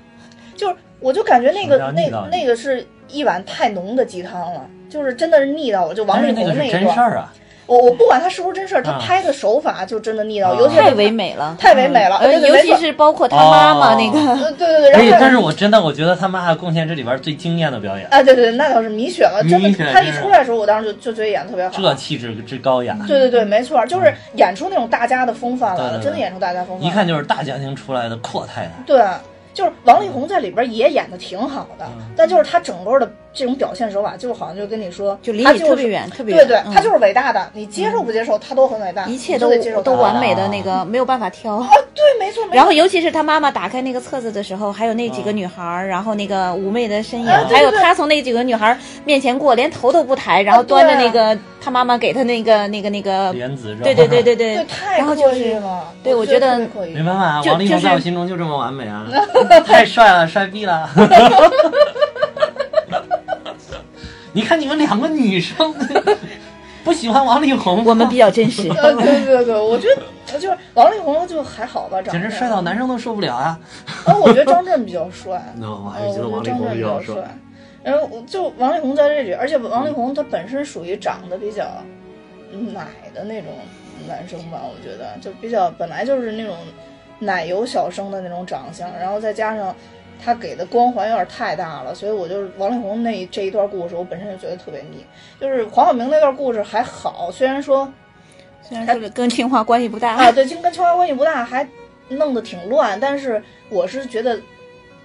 Speaker 1: 就是，我就感觉那个
Speaker 2: 什么叫
Speaker 1: 那
Speaker 2: 腻到你
Speaker 1: 那个是一碗太浓的鸡汤了，就是真的是腻到我，就王
Speaker 2: 但
Speaker 1: 力
Speaker 2: 是
Speaker 1: 宏
Speaker 2: 那个哎是
Speaker 1: 一
Speaker 2: 真事
Speaker 1: 段，
Speaker 2: 儿啊，
Speaker 1: 我我不管他是不是真事儿，他
Speaker 2: 啊
Speaker 1: 拍的手法就真的腻到，
Speaker 2: 啊
Speaker 1: 尤其
Speaker 3: 太
Speaker 1: 是
Speaker 3: 唯美了，
Speaker 1: 太唯美了
Speaker 3: 呃
Speaker 1: 对对
Speaker 3: 尤
Speaker 1: 没
Speaker 3: 其
Speaker 1: 错
Speaker 3: 是包括他妈妈
Speaker 2: 哦
Speaker 3: 那个，
Speaker 1: 呃，对对对，然
Speaker 2: 而且
Speaker 1: 后还有
Speaker 2: 哎但是我真的我觉得他妈贡献这里边最惊艳的表演，
Speaker 1: 啊，对对对，那倒是米雪嘛，真的
Speaker 2: 米雪
Speaker 1: 他一
Speaker 2: 是
Speaker 1: 出来的时候，我当时就就觉得演的特别好，
Speaker 2: 这气质之高雅，
Speaker 1: 对对对，没错，就是演出那种大家的风范来了，
Speaker 2: 对对对
Speaker 1: 真的演出大家风范，
Speaker 2: 一看就是大家庭出来的阔太太。
Speaker 1: 对，啊就是王力宏在里边也演的挺好的，
Speaker 2: 嗯
Speaker 1: 但就是他整个的这种表现手法，就好像就跟你说，
Speaker 3: 就离
Speaker 1: 他
Speaker 3: 你
Speaker 1: 就是
Speaker 3: 特别远，特别
Speaker 1: 对
Speaker 3: 远。
Speaker 1: 对，
Speaker 3: 嗯
Speaker 1: 他就是伟大的，你接受不接受，他都很伟大，
Speaker 3: 一切
Speaker 1: 你就
Speaker 3: 都
Speaker 1: 得接受他
Speaker 3: 都完美的
Speaker 2: 啊
Speaker 3: 那个，没有办法挑。
Speaker 1: 对，没错，没错
Speaker 3: <laughs> 然后，尤其是他妈妈打开那个册子的时候，还有那几个
Speaker 2: 啊
Speaker 3: 女孩儿，然后那个妩媚的身影，
Speaker 2: 啊对
Speaker 3: 还有
Speaker 1: 对
Speaker 3: 他从那几个女孩儿面前过，连头都不抬，然后
Speaker 1: 啊对
Speaker 3: 端着那个他妈妈给他那个那个那个，
Speaker 2: 莲子肉，
Speaker 3: 对对对对
Speaker 1: 对
Speaker 3: 对，
Speaker 1: 太
Speaker 3: 然后
Speaker 1: 刻
Speaker 3: 就
Speaker 1: 意
Speaker 3: 是
Speaker 1: 了，
Speaker 3: 对我觉
Speaker 1: 觉
Speaker 3: 得
Speaker 1: 特别刻意
Speaker 2: 没。办法啊，
Speaker 3: 就
Speaker 2: 王力宏
Speaker 3: 就是
Speaker 2: 在我心中就这么完美啊，太帅了，帅毙了！ <laughs> 你看你们两个女生不喜欢王力宏，
Speaker 3: 我们比较
Speaker 1: <laughs>
Speaker 3: 真实。 <laughs>
Speaker 1: 呃，对对对，我觉得呃就是王力宏就还好吧，长
Speaker 2: 简
Speaker 1: 得
Speaker 2: 直帅到男生都受不了啊！
Speaker 1: 然呃后我觉得张震比较帅，
Speaker 2: <laughs>
Speaker 1: 呃
Speaker 2: 那我
Speaker 1: 我
Speaker 2: 还是觉得王力
Speaker 1: 张
Speaker 2: 宏
Speaker 1: 震
Speaker 2: 比
Speaker 1: 比
Speaker 2: 较
Speaker 1: 较
Speaker 2: 帅。
Speaker 1: 帅。然后我就王力宏在这里，而且王力宏他本身属于长得比较奶的那种男生吧，我觉得就比较本来就是那种奶油小生的那种长相，然后再加上他给的光环有点太大了，所以我就是王力宏那这一段故事，我本身就觉得特别腻。就是黄晓明那段故事还好，虽然说
Speaker 3: 虽然说跟清华关系不大
Speaker 1: 啊，对，就跟清华关系不大，还弄得挺乱，但是我是觉得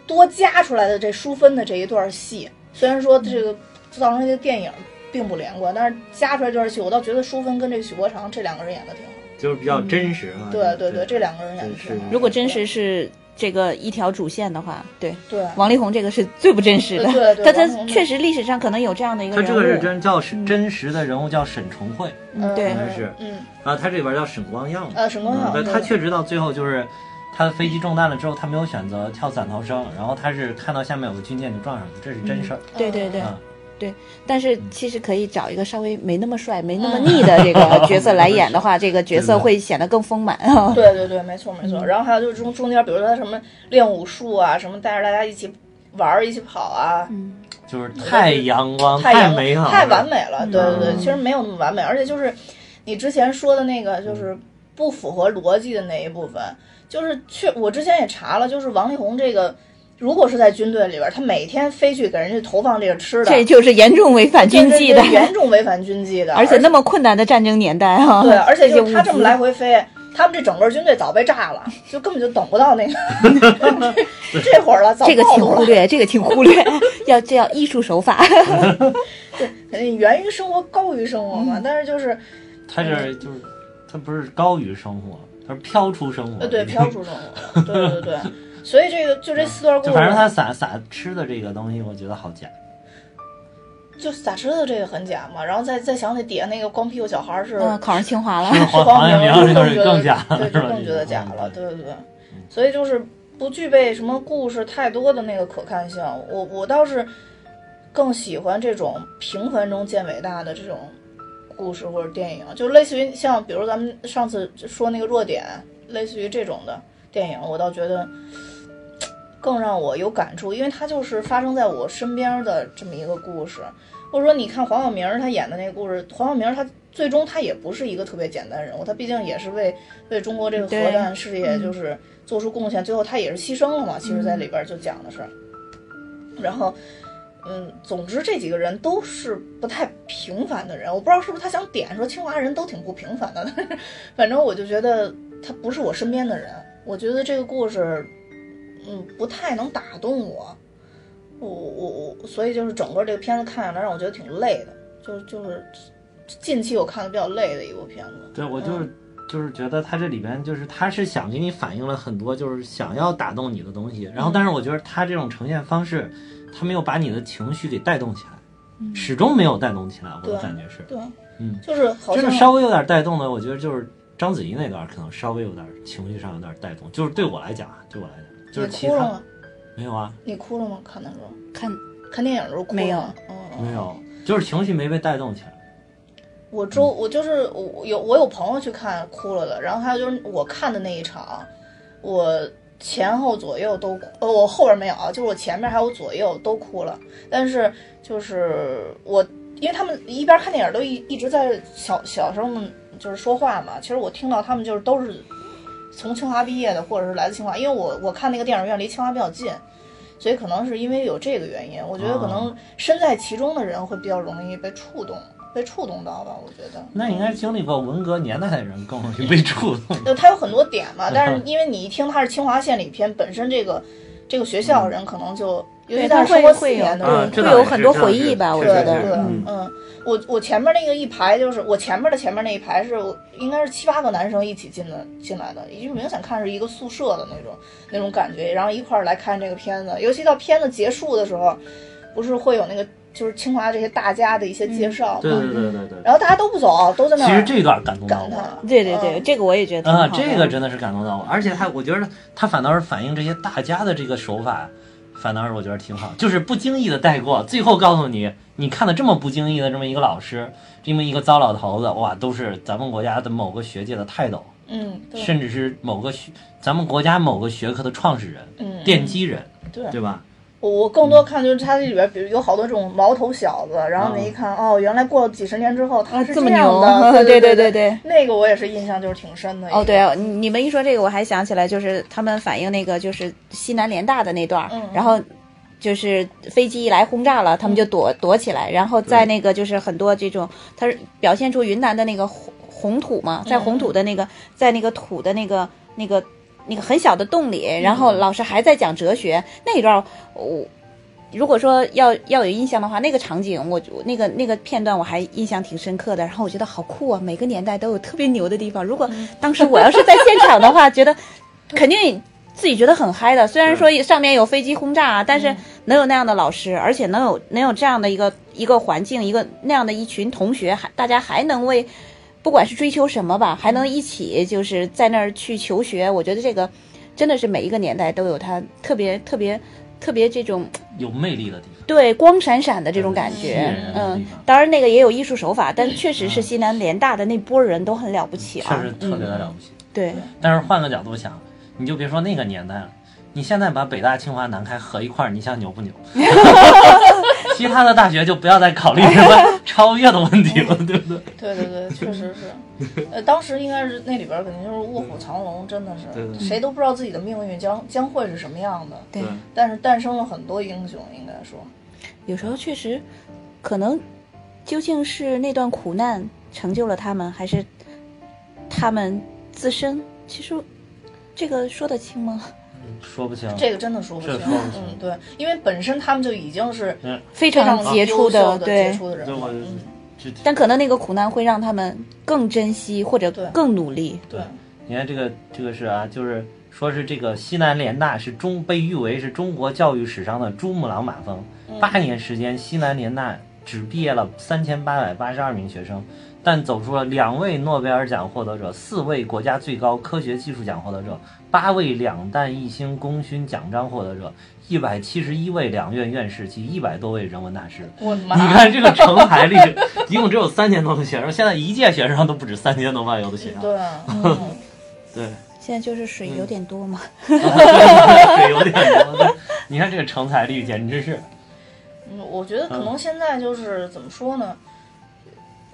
Speaker 1: 多加出来的这淑芬的这一段戏，虽然说这个造成这个电影并不连贯，但是加出来这段戏，我倒觉得淑芬跟这许国强这两个人演的挺好。
Speaker 2: 就是比较真实嘛。
Speaker 1: 嗯对对
Speaker 2: 嗯对，
Speaker 1: 对，这两个人演的
Speaker 2: 是嗯
Speaker 1: 挺好。
Speaker 3: 如果真实是嗯这个一条主线的话，对，
Speaker 1: 对，
Speaker 3: 王力宏这个是最不真实的。
Speaker 1: 呃对对
Speaker 3: 但
Speaker 1: 王力
Speaker 3: 他
Speaker 1: 宏
Speaker 3: 确实历史上可能有这样的一个
Speaker 2: 他
Speaker 3: 人物。
Speaker 2: 这个是真叫是真实的人物叫沈重惠，
Speaker 3: 嗯，对
Speaker 2: 应，该是
Speaker 1: 嗯
Speaker 2: 啊，他这里边叫沈光耀嘛。
Speaker 1: 呃，沈光
Speaker 2: 嗯
Speaker 1: 耀，
Speaker 2: 对，
Speaker 1: 对
Speaker 2: 他确实到最后就是，他飞机中弹了之后，他没有选择跳伞逃生，然后他是看到下面有个军舰就撞上去，这是真事儿。
Speaker 3: 对对对
Speaker 2: 嗯
Speaker 3: 对。但是
Speaker 1: 嗯
Speaker 3: 其实可以找一个稍微没那么帅、没那么腻的
Speaker 1: <laughs>
Speaker 3: 这个角色来演的话，这个角色会显得更丰满 <laughs> 啊。
Speaker 1: 对对对，没错没
Speaker 2: 嗯
Speaker 1: 错。然后还有就是中中间，比如说他什么练武术啊，什么带着大家一起玩儿、一起跑啊，
Speaker 2: 就是太阳光、
Speaker 1: 太
Speaker 2: 美好、
Speaker 1: 太完。美了。对对对，
Speaker 3: 嗯
Speaker 1: 其实没有那么完美，而且就是你之前说的那个，就是
Speaker 3: 嗯
Speaker 1: 不符合逻辑的那一部分，就是确我之前也查了，就是王力宏这个，如果是在军队里边儿，他每天飞去给人家投放这个吃的，
Speaker 3: 这就是严重违反军纪的
Speaker 1: 这，是严重违反军纪的，
Speaker 3: <laughs> 而且那么困难的战争年代啊。 <laughs>
Speaker 1: 对，而且
Speaker 3: 这些
Speaker 1: 就是他
Speaker 3: 物
Speaker 1: 这么
Speaker 3: 资
Speaker 1: 来回飞，他们这整个军队早被炸了，就根本就等不到
Speaker 3: <laughs>
Speaker 1: 那个 <laughs> 这这会儿了，早
Speaker 3: 这个
Speaker 1: 暴
Speaker 3: 请
Speaker 1: 露
Speaker 3: 忽
Speaker 1: 了。
Speaker 3: 略，这个请忽略， <laughs> 要这叫艺术手法。
Speaker 1: 肯定呃源于生活高于生活嘛，
Speaker 3: 嗯
Speaker 1: 但是就是
Speaker 2: 他这就是，他不是高于生活，他是飘出生活。
Speaker 1: 呃对飘出生活了，对对对，所以这个就这四段
Speaker 2: 嗯
Speaker 1: 故
Speaker 2: 就
Speaker 1: 事，
Speaker 2: 反正他撒撒吃的这个东西，我觉得好假。
Speaker 1: 就撒吃的这个很假嘛，然后再再想起底下那个光屁股小孩儿是
Speaker 3: <laughs> 嗯，考上清华了。
Speaker 2: 是黄
Speaker 1: 啊黄
Speaker 2: 晓明这个是更假了，
Speaker 1: 对，
Speaker 2: 是
Speaker 1: 就
Speaker 2: 吧？嗯
Speaker 1: 更觉得假了，
Speaker 2: 这
Speaker 1: 对对对，所以就是不具备什么故事太多的那个可看性。我我倒是更喜欢这种平凡中见伟大的这种故事或者电影，就类似于像比如咱们上次说那个弱点，类似于这种的电影，我倒觉得。更让我有感触，因为它就是发生在我身边的这么一个故事，或者说你看黄晓明儿他演的那个故事，黄晓明儿他最终他也不是一个特别简单人物，他毕竟也是为为中国这个核
Speaker 3: 对
Speaker 1: 弹事业就是做出贡献，最后他也是牺牲了嘛。其实，在里边儿就讲的是，然后。嗯，总之这几个人都是不太平凡的人，我不知道是不是他想点说清华人都挺不平凡的，但是反正我就觉得他不是我身边的人，我觉得这个故事，嗯，不太能打动我，我我我，所以就是整个这个片子看下来让我觉得挺累的，就就是近期我看的比较累的一部片子。
Speaker 2: 对我
Speaker 1: 嗯
Speaker 2: 就是就是觉得他这里边就是他是想给你反映了很多就是想要打动你的东西，
Speaker 1: 嗯
Speaker 2: 然后但是我觉得他这种呈现方式，他没有把你的情绪给带动起来，始终没有带动起来，我的
Speaker 1: 嗯对
Speaker 2: 感觉是，
Speaker 1: 对，
Speaker 2: 嗯，
Speaker 1: 就是好
Speaker 2: 就是
Speaker 1: 像
Speaker 2: 稍微有点带动的，我觉得就是章子怡那段可能稍微有点情绪上有点带动，就是对我来讲啊，对我来讲就是
Speaker 1: 你
Speaker 2: 其
Speaker 1: 哭了
Speaker 2: 他
Speaker 1: 吗？
Speaker 2: 没有啊，
Speaker 1: 你哭了吗？看的时候，
Speaker 3: 看，
Speaker 1: 看电影的时候哭了吗
Speaker 3: 没有
Speaker 1: 嗯，嗯
Speaker 2: 没有，就是情绪没被带动起来。
Speaker 1: 我周我就是我有我有朋友去看哭了的，然后还有就是我看的那一场，我前后左右都哭，呃，我后边没有啊，就是我前面还有左右都哭了，但是就是我，因为他们一边看电影都一一直在小小声的，就是说话嘛，其实我听到他们就是都是从清华毕业的，或者是来自清华，因为我我看那个电影院离清华比较近。所以可能是因为有这个原因，我觉得可能身在其中的人会比较容易被触动，被触动到吧。我觉得，
Speaker 2: 那应该经历过文革年代的人更容易被触动。
Speaker 1: 就它有很多点嘛，
Speaker 2: 嗯
Speaker 1: 但是因为你一听它是清华县里片，本身这个这个学校人可能就，尤其
Speaker 3: 对
Speaker 1: 在
Speaker 3: 他
Speaker 1: 生
Speaker 3: 会
Speaker 1: 活四
Speaker 3: 会有嗯
Speaker 1: 年的
Speaker 2: 嗯啊
Speaker 3: <laughs>
Speaker 1: 人
Speaker 2: 这
Speaker 3: 会
Speaker 2: 倒
Speaker 3: 有
Speaker 2: 也
Speaker 3: 很
Speaker 2: 是
Speaker 3: 多
Speaker 2: 这倒
Speaker 3: 回
Speaker 2: 是
Speaker 3: 忆吧，
Speaker 2: 确
Speaker 3: 我
Speaker 2: 实
Speaker 1: 对
Speaker 3: 觉
Speaker 2: 是
Speaker 3: 得
Speaker 1: 对，
Speaker 3: 嗯
Speaker 1: 嗯，我我前面那个一排就是我前面的前面那一排是我应该是七八个男生一起进的进来的，也就明显看是一个宿舍的那种那种感觉，然后一块儿来看这个片子，尤其到片子结束的时候，不是会有那个就是清华这些大家的一些
Speaker 3: 嗯
Speaker 1: 介绍嘛，
Speaker 2: 对对对对对。
Speaker 1: 然后大家都不走，都在那
Speaker 2: 其实
Speaker 1: 儿
Speaker 2: 这段感动到
Speaker 1: 感
Speaker 2: 我了。
Speaker 1: 叹，
Speaker 3: 对对对，
Speaker 1: 嗯
Speaker 3: 这个我也觉得挺
Speaker 2: 啊、
Speaker 3: 好的
Speaker 2: 这个真的是感动到我，而且他，我觉得他反倒是反映这些大家的这个手法，反倒是我觉得挺好，就是不经意的带过，最后告诉你，你看的这么不经意的这么一个老师，这么一个糟老头子，哇，都是咱们国家的某个学界的泰斗，
Speaker 1: 嗯，对，
Speaker 2: 甚至是某个学，咱们国家某个学科的创始人、
Speaker 1: 嗯，
Speaker 2: 奠基人，
Speaker 1: 对
Speaker 2: 对吧？
Speaker 1: 我更多看就是它这里边，比如有好多这种毛头小子，然
Speaker 2: 嗯
Speaker 1: 后你一看，哦，原来过了几十年之后他
Speaker 3: 啊
Speaker 1: 是
Speaker 3: 这么
Speaker 1: 样
Speaker 3: 牛
Speaker 1: 的，
Speaker 3: 对 <laughs>
Speaker 1: 对
Speaker 3: 对对
Speaker 1: 对，那个我也是印象就是挺深的。
Speaker 3: 哦，对、啊，你你们一说这个，我还想起来，就是他们反映那个就是西南联大的那段儿，
Speaker 1: 嗯
Speaker 3: 然后就是飞机一来轰炸了，他们就躲、躲起来，然后在那个就是很多这种，它是表现出云南的那个红红土嘛，在红土的
Speaker 1: 嗯
Speaker 3: 那个、在那个土的那个那个那个很小的洞里，
Speaker 1: 嗯
Speaker 3: 然后老师还在讲哲学那一段儿，我。如果说要要有印象的话，那个场景我我那个那个片段我还印象挺深刻的，然后我觉得好酷啊！每个年代都有特别牛的地方。如果当时我要是在现场的话，觉得肯定自己觉得很嗨的。虽然说上面有飞机轰炸啊，但是能有那样的老师，而且能有能有这样的一个一个环境，一个那样的一群同学，还大家还能为不管是追求什么吧，还能一起就是在那儿去求学。我觉得这个真的是每一个年代都有它特别特别特别这种。
Speaker 2: 有魅力的地
Speaker 1: 嗯
Speaker 2: 方。
Speaker 3: 对，光闪闪的这种感
Speaker 2: 吸
Speaker 3: 觉
Speaker 2: 引人，的地
Speaker 3: 嗯
Speaker 2: 方，
Speaker 3: 当然那个也有艺术手法，但确实是西南联大的那波人都很了不起啊，
Speaker 2: 确实特别的了不起。
Speaker 3: 对，
Speaker 2: 但是换个角度想，你就别说那个年代了，你现在把北大、清华、南开合一块儿，你想牛 <laughs> 不牛？其他的大学就不要再考虑什么 <laughs> 超越的问题了，对不对？
Speaker 1: 对对对，确
Speaker 2: <laughs>
Speaker 1: 实是。呃，当时应该是那里边肯定就是卧虎藏龙，真的
Speaker 2: 对对
Speaker 1: 是
Speaker 2: 对
Speaker 1: 谁都不知道自己的命运将将会是什么样的。
Speaker 3: 对
Speaker 1: 但是诞生了很多英雄，应该说，
Speaker 3: 有时候确实，可能究竟是那段苦难成就了他们，还是他们自身？其实这个说得清吗？
Speaker 2: 说不清。
Speaker 1: 这个真的说不清
Speaker 2: 这说不。清
Speaker 1: 嗯，对，因为本身他们就已经是
Speaker 2: 嗯，
Speaker 1: 非
Speaker 3: 非
Speaker 1: 常
Speaker 3: 常杰出
Speaker 1: 优秀的、杰
Speaker 3: 对。
Speaker 1: 出的人
Speaker 2: 对我
Speaker 1: 了。嗯，
Speaker 2: 这
Speaker 3: 但可能那个苦难会让他们更珍惜或者
Speaker 1: 对
Speaker 3: 更努力。
Speaker 2: 对，你看这个这个是啊，就是说是这个西南联大是中被誉为是中国教育史上的珠穆朗玛峰，八年时间，西南联大只毕业了三千八百八十二名学生，但走出了两位诺贝尔奖获得者、四位国家最高科学技术奖获得者、八位两弹一星功勋奖章获得者、一百七十一位两院院士及一百多位人文大师。
Speaker 1: 我的妈！
Speaker 2: 你看这个成才历史， <laughs> 一共只有三千多个学生，现在一届学生都不止三千多万有的学生。
Speaker 1: 对，
Speaker 2: <laughs>
Speaker 1: 嗯
Speaker 2: 对，
Speaker 3: 现在就是水有点多嘛，
Speaker 2: <laughs> 对，有点多。对你看这个成才率，简直是
Speaker 1: 嗯，我觉得可能现在就是怎么说呢，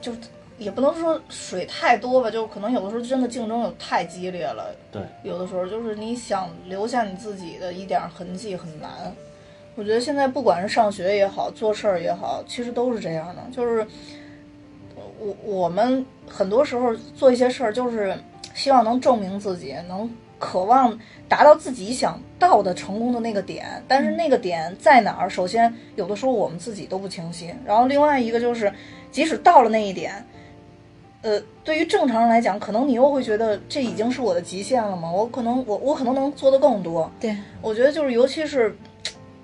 Speaker 1: 就也不能说水太多吧，就可能有的时候真的竞争有太激烈了。
Speaker 2: 对，
Speaker 1: 有的时候就是你想留下你自己的一点儿痕迹很难。我觉得现在不管是上学也好，做事儿也好，其实都是这样的。就是我我们很多时候做一些事儿，就是希望能证明自己，能渴望达到自己想到的成功的那个点。但是那个点在哪儿，首先有的时候我们自己都不清晰。然后另外一个就是，即使到了那一点，呃，对于正常人来讲，可能你又会觉得这已经是我的极限了嘛？我可能我我可能能做的更多。
Speaker 3: 对，
Speaker 1: 我觉得就是，尤其是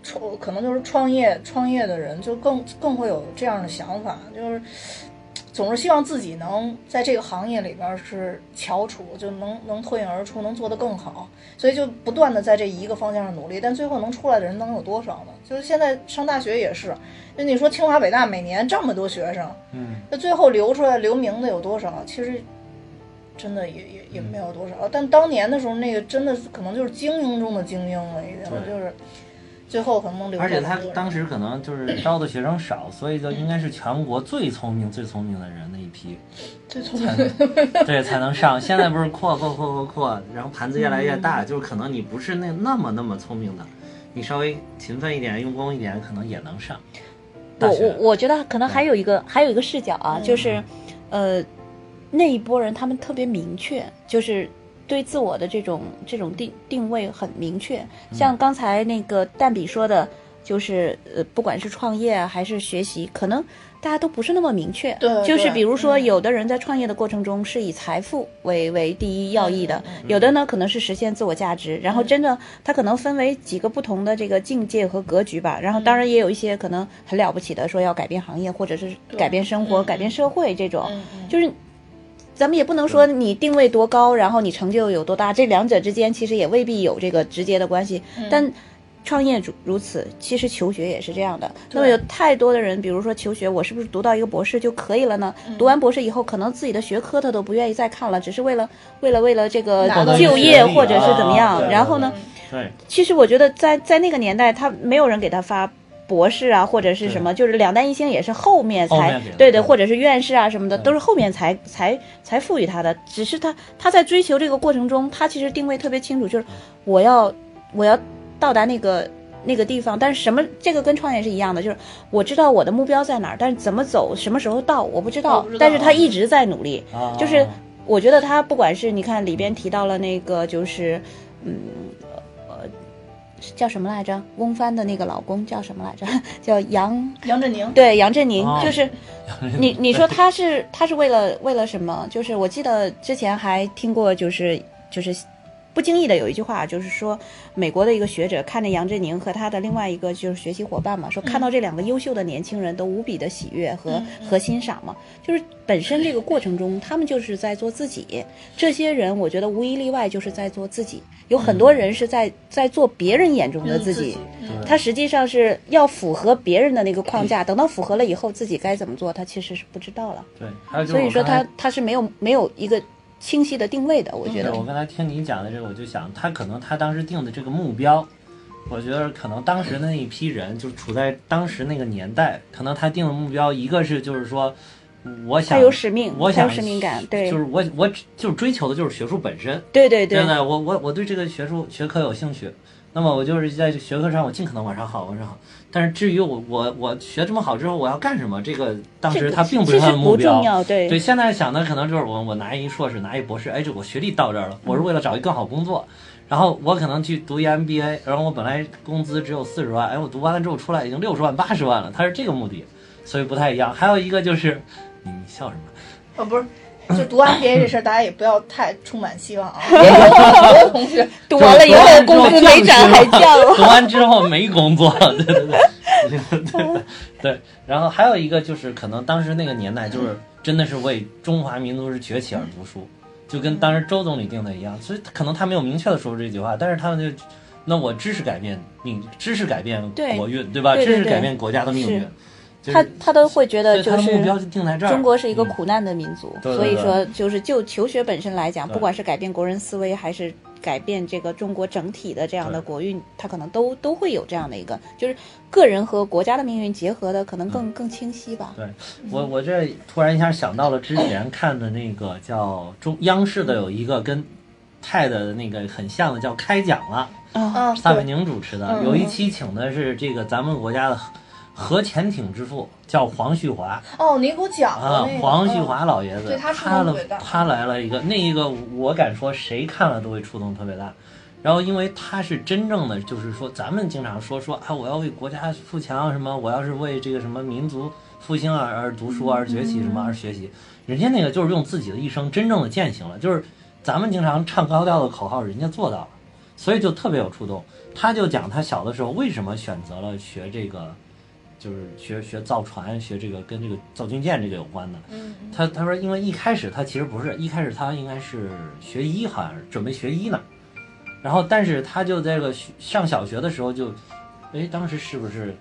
Speaker 1: 创，可能就是创业创业的人，就更更会有这样的想法，就是总是希望自己能在这个行业里边儿是翘楚，就能能脱颖而出，能做得更好，所以就不断的在这一个方向上努力，但最后能出来的人能有多少呢？就是现在上大学也是，就你说清华北大每年这么多学生，
Speaker 2: 嗯，
Speaker 1: 那最后留出来留名的有多少？啊其实真的也也也
Speaker 2: 嗯
Speaker 1: 没有多少。啊但当年的时候，那个真的是可能就是精英中的精英了，已经
Speaker 2: 对
Speaker 1: 就是最后可能能留下
Speaker 2: 而
Speaker 1: 来
Speaker 2: 且
Speaker 1: 多少。
Speaker 2: 他当时可能就是招的学生少，所以就应该是全国最聪明、最聪明的人那一批，
Speaker 1: 最聪明，
Speaker 2: <laughs> 对，才能上。现在不是扩扩扩扩扩，然后盘子越来越大，就是可能你不是那那么那么聪明的，你稍微勤奋一点、用功一点，可能也能上。
Speaker 3: 我
Speaker 2: 大
Speaker 3: 我
Speaker 2: 学
Speaker 3: 我觉得可能
Speaker 1: 嗯
Speaker 3: 还有一个、还有一个视角啊，就是，呃，那一波人他们特别明确，就是对自我的这种这种定定位很明确。
Speaker 1: 嗯
Speaker 3: 像刚才那个蛋比说的，就是呃，不管是创业啊还是学习，可能大家都不是那么明确。
Speaker 1: 对
Speaker 3: 就是
Speaker 1: 对
Speaker 3: 比如说，
Speaker 1: 嗯
Speaker 3: 有的人在创业的过程中是以财富为为第一要
Speaker 1: 嗯
Speaker 3: 义的，有的呢可能是实现自我价值，然后真的他可能分为几个不同的这个境界和格局吧。然后
Speaker 1: 嗯
Speaker 3: 当然也有一些可能很了不起的，说要改变行业或者是改变生活、
Speaker 1: 嗯
Speaker 3: 改变社会这种，
Speaker 1: 嗯嗯
Speaker 3: 就是。咱们也不能说你定位多高，然后你成就有多大，这两者之间其实也未必有这个直接的关系。但创业如如此，其实求学也是这样的。那么有太多的人，比如说求学，我是不是读到一个博士就可以了呢？读完博士以后，可能自己的学科他都不愿意再看了，只是为了为了为了这个
Speaker 1: 拿到
Speaker 3: 就
Speaker 1: 一个
Speaker 3: 业
Speaker 2: 学历
Speaker 3: 或者是怎么
Speaker 2: 啊
Speaker 3: 样。
Speaker 2: 对
Speaker 3: 然后呢
Speaker 1: 嗯，
Speaker 2: 对，
Speaker 3: 其实我觉得在在那个年代，他没有人给他发博士啊，或者是什么，就是两弹一星也是后面
Speaker 2: 后
Speaker 3: 才
Speaker 2: 面给的
Speaker 3: 对对，
Speaker 2: 对
Speaker 3: 或者是院士啊什么的，
Speaker 2: 对
Speaker 3: 都是后面才才才赋予他的。只是他他在追求这个过程中，他其实定位特别清楚，就是我要我要到达那个那个地方，但是什么这个跟创业是一样的，就是我知道我的目标在哪儿，但是怎么走，什么时候到我不知道，
Speaker 2: 我不知道
Speaker 3: 但是他一直在努力，
Speaker 2: 啊，
Speaker 3: 就是我觉得他不管是你看里边提到了那个就是，嗯，呃，是叫什么来着？翁帆的那个老公叫什么来着？ <laughs> 叫杨，
Speaker 1: 杨振宁，
Speaker 3: 对，杨振宁，
Speaker 2: 哦
Speaker 3: 就是你你说他是他是为了为了什么？就是我记得之前还听过，就是就是不经意的有一句话，就是说美国的一个学者看着杨振宁和他的另外一个就是学习伙伴嘛，说看到这两个优秀的年轻人都无比的喜悦和、
Speaker 1: 嗯嗯
Speaker 3: 和欣赏嘛，就是本身这个过程中他们就是在做自己。这些人我觉得无一例外就是在做自己，有很多人是在、在做别人眼中的自己。
Speaker 1: 嗯
Speaker 3: 他实际上是要符合别人的那个框架，等到符合了以后，自己该怎么做，他其实是不知道了。
Speaker 2: 对，还
Speaker 1: 嗯
Speaker 2: 有就是
Speaker 3: 所以
Speaker 2: 我
Speaker 3: 说
Speaker 2: 刚才
Speaker 3: 他他是没有没有一个清晰的定位的，我觉
Speaker 2: 对，
Speaker 3: 得。
Speaker 1: 嗯
Speaker 2: 我刚才听你讲的这个，我就想，他可能他当时定的这个目标，我觉得可能当时的那一批人，就是处在当时那个年代，可能他定的目标，一个是就是说，我想
Speaker 3: 他有使命，
Speaker 2: 我
Speaker 3: 他有
Speaker 2: 想
Speaker 3: 使命感，对
Speaker 2: 就是我我就是追求的就是学术本身，
Speaker 3: 对对对
Speaker 2: 真的，我我我对这个学术学科有兴趣，那么我就是在学科上我尽可能往上好，往上好。但是至于我我我学这么好之后我要干什么，这个当
Speaker 3: 这
Speaker 2: 时
Speaker 3: 个
Speaker 2: 他并不
Speaker 3: 其
Speaker 2: 啊是他
Speaker 3: 实
Speaker 2: 的目
Speaker 3: 不
Speaker 2: 标
Speaker 3: 重。要，对
Speaker 2: 对，现在想的可能就是我我拿一硕士，拿一博士，哎，这我学历到这儿了，我是为了找一更好工作，然后我可能去读一 MBA，然后我本来工资只有四十万，哎，我读完了之后出来已经六十万、八十万了，他是这个目的，所以不太一样。还有一个就是，你你笑什么？
Speaker 1: 哦，不是。就读 MBA 这事儿，大家也不要太充满
Speaker 2: <laughs>
Speaker 1: 希望啊！也有很多同学，
Speaker 2: 就
Speaker 3: 读
Speaker 2: 是
Speaker 3: 完了以后
Speaker 2: 读
Speaker 3: 工
Speaker 2: 完之后
Speaker 3: 资没涨还降，
Speaker 2: 读完之后没工作，对对对，对对。然后还有一个就是，可能当时那个年代就是真的是为中华民族是崛起而读书，就跟当时周总理定的一样。所以可能他没有明确的说出这句话，但是他们就，那我知识改变命，知识改变
Speaker 3: 对
Speaker 2: 国运，对吧？
Speaker 3: 对对
Speaker 2: 知识
Speaker 3: 对
Speaker 2: 改变国家的命运
Speaker 3: 是。
Speaker 2: 就是
Speaker 3: 他他都会
Speaker 2: 所
Speaker 3: 觉得
Speaker 2: 以
Speaker 3: 就
Speaker 2: 他的目
Speaker 3: 是
Speaker 2: 标就定在这儿。
Speaker 3: 中国是一个
Speaker 2: 嗯
Speaker 3: 苦难的民族，
Speaker 2: 对对
Speaker 3: 所以
Speaker 2: 对
Speaker 3: 说就是就求学本身来讲，
Speaker 2: 对
Speaker 3: 不管是改变国人思维，还是改变这个中国整体的这样的
Speaker 2: 对
Speaker 3: 国运，它可能都都会有这样的一个，就是个人和国家的命运结合的，可能
Speaker 2: 嗯
Speaker 3: 更、更清晰吧。
Speaker 2: 我我这突然一下想到了之前看的那个叫中央视的有一个跟 TED 的那个很像的叫《开讲了
Speaker 3: 啊，
Speaker 1: 啊，》，
Speaker 2: 撒贝
Speaker 1: 对，
Speaker 2: 宁主持的，
Speaker 1: 嗯
Speaker 2: 有一期请的是这个咱们国家的核核潜艇之父，叫黄旭华
Speaker 1: 哦，你给我讲
Speaker 2: 啊
Speaker 1: 过那，个
Speaker 2: 黄旭
Speaker 1: 嗯
Speaker 2: 华老爷子
Speaker 1: 对，他触
Speaker 2: 他
Speaker 1: 动
Speaker 2: 了
Speaker 1: 特别大
Speaker 2: 他来了一个那一个，我敢说谁看了都会触动特别大。然后，因为他是真正的，就是说，咱们经常说说啊，我要为国家富强什么，我要是为这个什么民族复兴而而读书而崛起
Speaker 1: 嗯
Speaker 2: 什么而学习，人家那个就是用自己的一生真正的践行了，就是咱们经常唱高调的口号，人家做到了，所以就特别有触动。他就讲他小的时候为什么选择了学这个，就是学学造船，学这个跟这个造军舰这个有关的。
Speaker 1: 嗯，
Speaker 2: 他他说，因为一开始他其实不是，一开始他应该是学医，好像是准备学医呢。然后，但是他就在这个学上小学的时候就，哎，当时是不是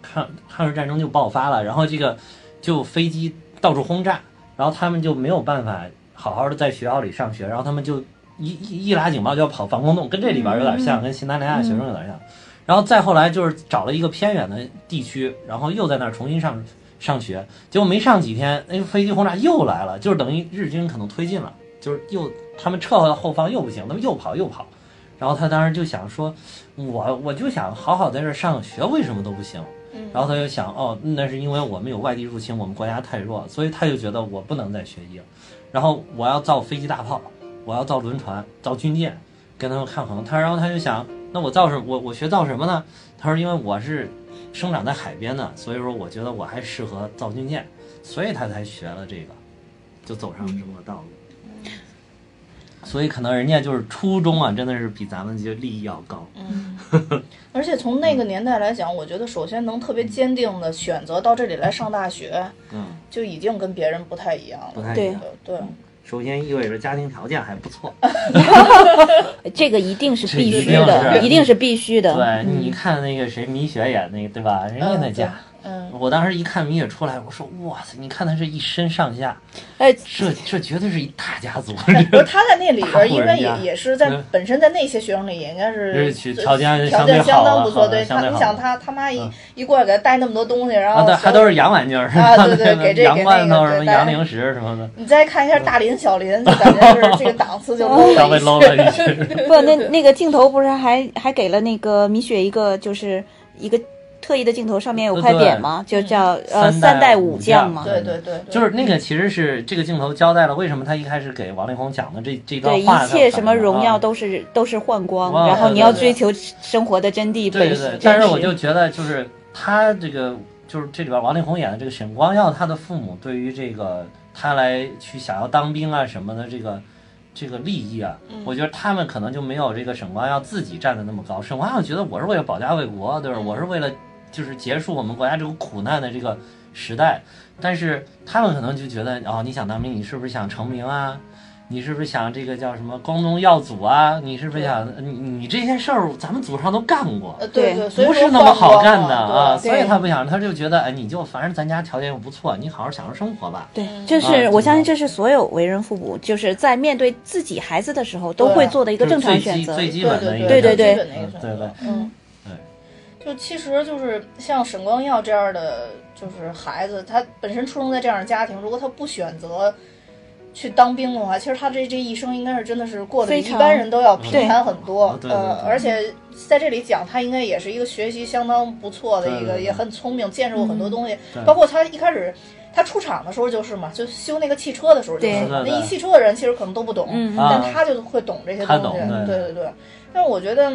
Speaker 2: 抗抗日战争就爆发了？然后这个就飞机到处轰炸，然后他们就没有办法好好的在学校里上学，然后他们就一一一拉警报就要跑防空洞，跟这里边有点像，跟西南联亚学生有点像。然后再后来就是找了一个偏远的地区，然后又在那儿重新上上学，结果没上几天，那、飞机轰炸又来了，就是等于日军可能推进了，就是又他们撤到后方又不行，他们又跑又跑。然后他当时就想说，我我就想好好在这儿上个学，为什么都不行？
Speaker 1: 嗯
Speaker 2: 然后他就想，哦，那是因为我们有外敌入侵，我们国家太弱，所以他就觉得我不能再学医了，然后我要造飞机大炮，我要造轮船，造军舰，跟他们抗衡。他然后他就想，那我造什我我学造什么呢？他说，因为我是生长在海边的，所以说我觉得我还适合造军舰，所以他才学了这个，就走上了这么个道路。所以可能人家就是初衷啊，真的是比咱们就利益要高。
Speaker 1: 嗯而且从那个年代来讲，我觉得首先能特别坚定的选择到这里来上大学，
Speaker 2: 嗯，
Speaker 1: 就已经跟别人不太一样了。
Speaker 2: 不太一
Speaker 3: 对
Speaker 2: 样。
Speaker 1: 对，
Speaker 2: 首先意味着家庭条件还不 <laughs> 错。
Speaker 3: 这个一定是必须
Speaker 2: 这一定
Speaker 3: 的，
Speaker 2: 是
Speaker 3: 一定是必须的。
Speaker 1: 嗯
Speaker 2: 对，你看那个谁，米雪演那个，对吧？人家那家，
Speaker 1: 嗯，
Speaker 2: 我当时一看米野出来，我说哇塞，你看他这一身上下，
Speaker 3: 哎，
Speaker 2: 这这绝对是一大家
Speaker 1: <laughs>
Speaker 2: 族。 <laughs>
Speaker 1: 不是他在那里边儿，应该也
Speaker 2: 大户人家
Speaker 1: 也是在
Speaker 2: 嗯
Speaker 1: 本身在那些学生里也应该
Speaker 2: 就是是
Speaker 1: 最
Speaker 2: 条件
Speaker 1: 条
Speaker 2: 相
Speaker 1: 件
Speaker 2: 对
Speaker 1: 相
Speaker 2: 好
Speaker 1: 当
Speaker 2: 啊
Speaker 1: 不错。
Speaker 2: 好
Speaker 1: 对
Speaker 2: 相
Speaker 1: 他，
Speaker 2: 对
Speaker 1: 你
Speaker 2: 好
Speaker 1: 想他他妈一
Speaker 2: 嗯
Speaker 1: 一过来给他带那么多东西，然
Speaker 2: 啊，
Speaker 1: 后
Speaker 2: 对，
Speaker 1: 小
Speaker 2: 还都是洋玩具儿，
Speaker 1: 啊对对给这
Speaker 2: 洋
Speaker 1: 给
Speaker 2: 罐
Speaker 1: 那
Speaker 2: 头
Speaker 1: 个
Speaker 2: 什么
Speaker 1: 对
Speaker 2: 洋
Speaker 1: 大家
Speaker 2: 零食什么的，
Speaker 1: 你再看一下大林小林，
Speaker 2: <laughs>
Speaker 1: 就感觉就是这个档次就
Speaker 2: 嗯
Speaker 1: low
Speaker 2: 稍微
Speaker 1: 了
Speaker 2: low 了一些。
Speaker 3: 不，那那个镜头不是还还给了那个米雪一个就是一个特意的镜头，上面有块匾吗？
Speaker 1: 嗯
Speaker 3: 就叫呃
Speaker 2: 三代
Speaker 3: 三代
Speaker 2: 武
Speaker 3: 武
Speaker 2: 将
Speaker 3: 将嘛。
Speaker 1: <laughs> 对对对，对
Speaker 2: 就是那个，其实是这个镜头交代了为什么他一开始给王力宏讲的啊这这段
Speaker 3: 对，
Speaker 2: 话，
Speaker 3: 一切什么荣耀
Speaker 2: 都。
Speaker 3: 都是都是幻光，
Speaker 2: 哇
Speaker 3: 然后你
Speaker 1: 对
Speaker 3: 要
Speaker 1: 对
Speaker 3: 追求生活的真谛
Speaker 2: 对
Speaker 3: 本
Speaker 2: 对
Speaker 3: 身
Speaker 2: 对，。但是我
Speaker 3: 真实
Speaker 2: 就觉得，就是他这个，就是这里边王力宏演的这个沈光耀，他的父母对于这个他来去想要当兵啊什么的这个这个利益啊，我觉得他们可能就没有这个沈光耀自己站的那么高。沈光耀觉得我是为了保家卫国，对吧？我是为了就是结束我们国家这个苦难的这个时代，但是他们可能就觉得，哦，你想当兵，你是不是想成名啊？你是不是想这个叫什么光宗耀祖啊？你是不是想你你这些事儿，咱们祖上都干过，
Speaker 1: 呃对对，所以
Speaker 2: 不
Speaker 1: 说
Speaker 2: 是那么
Speaker 1: 换
Speaker 2: 好
Speaker 1: 光
Speaker 2: 干
Speaker 1: 嘛
Speaker 2: 的
Speaker 1: 对
Speaker 2: 啊，
Speaker 1: 对
Speaker 2: 所以他不想，他就觉得，哎，你就反正咱家条件又不错，你好好享受生活吧。
Speaker 3: 对，这
Speaker 2: 啊
Speaker 3: 是我
Speaker 2: 对
Speaker 3: 相信，
Speaker 2: 的
Speaker 3: 这是所有为人父母就是在面对自己孩子的时候都
Speaker 1: 对啊
Speaker 3: 会做的一个
Speaker 2: 就是
Speaker 3: 正常
Speaker 2: 最
Speaker 3: 选
Speaker 2: 基
Speaker 3: 择。
Speaker 2: 最基
Speaker 1: 对
Speaker 2: 本的一个
Speaker 1: 对
Speaker 3: 对对
Speaker 1: 最基本的一个选择
Speaker 2: 对对
Speaker 1: 嗯，
Speaker 2: 对。
Speaker 1: 就其实就是像沈光耀这样的，就是孩子，他本身出生在这样的家庭，如果他不选择去当兵的话，其实他这这一生应该是真的是过得
Speaker 3: 非
Speaker 1: 比一
Speaker 3: 常
Speaker 1: 般人都要平凡很多。
Speaker 2: 对对对
Speaker 1: 呃，
Speaker 2: 对
Speaker 1: 而且在这里讲，他应该也是一个学习相当不错的一
Speaker 2: 对对
Speaker 1: 个，
Speaker 2: 对
Speaker 1: 也很聪明，见识过很
Speaker 3: 嗯
Speaker 1: 多东西
Speaker 2: 对，
Speaker 1: 包括他一开始。他出场的时候就是嘛，就修那个汽车的时候就是
Speaker 3: 对
Speaker 2: 对
Speaker 1: 那
Speaker 2: 对
Speaker 1: 一汽车的人其实可能都不懂，
Speaker 3: 嗯
Speaker 2: 啊
Speaker 1: 但他就会懂这些东
Speaker 2: 他懂
Speaker 1: 西。
Speaker 2: 对
Speaker 1: 对对对。但是我觉得，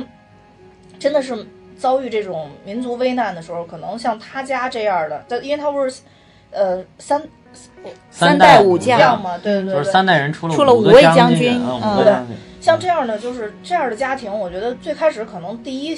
Speaker 1: 真的是遭遇这种民族危难的时候，可能像他家这样的，但因为他不是，呃，三
Speaker 3: 三
Speaker 2: 代
Speaker 3: 代武
Speaker 1: 这
Speaker 3: 将
Speaker 1: 样嘛，对对
Speaker 2: 就
Speaker 1: 对
Speaker 2: 是三代人出了
Speaker 3: 出了
Speaker 2: 五
Speaker 3: 五
Speaker 2: 个
Speaker 3: 位
Speaker 2: 将
Speaker 3: 将
Speaker 2: 军
Speaker 3: 军
Speaker 2: 啊，
Speaker 3: 嗯
Speaker 2: 五个将军，
Speaker 1: 像这样的就是这样的家庭，我觉得最开始可能第一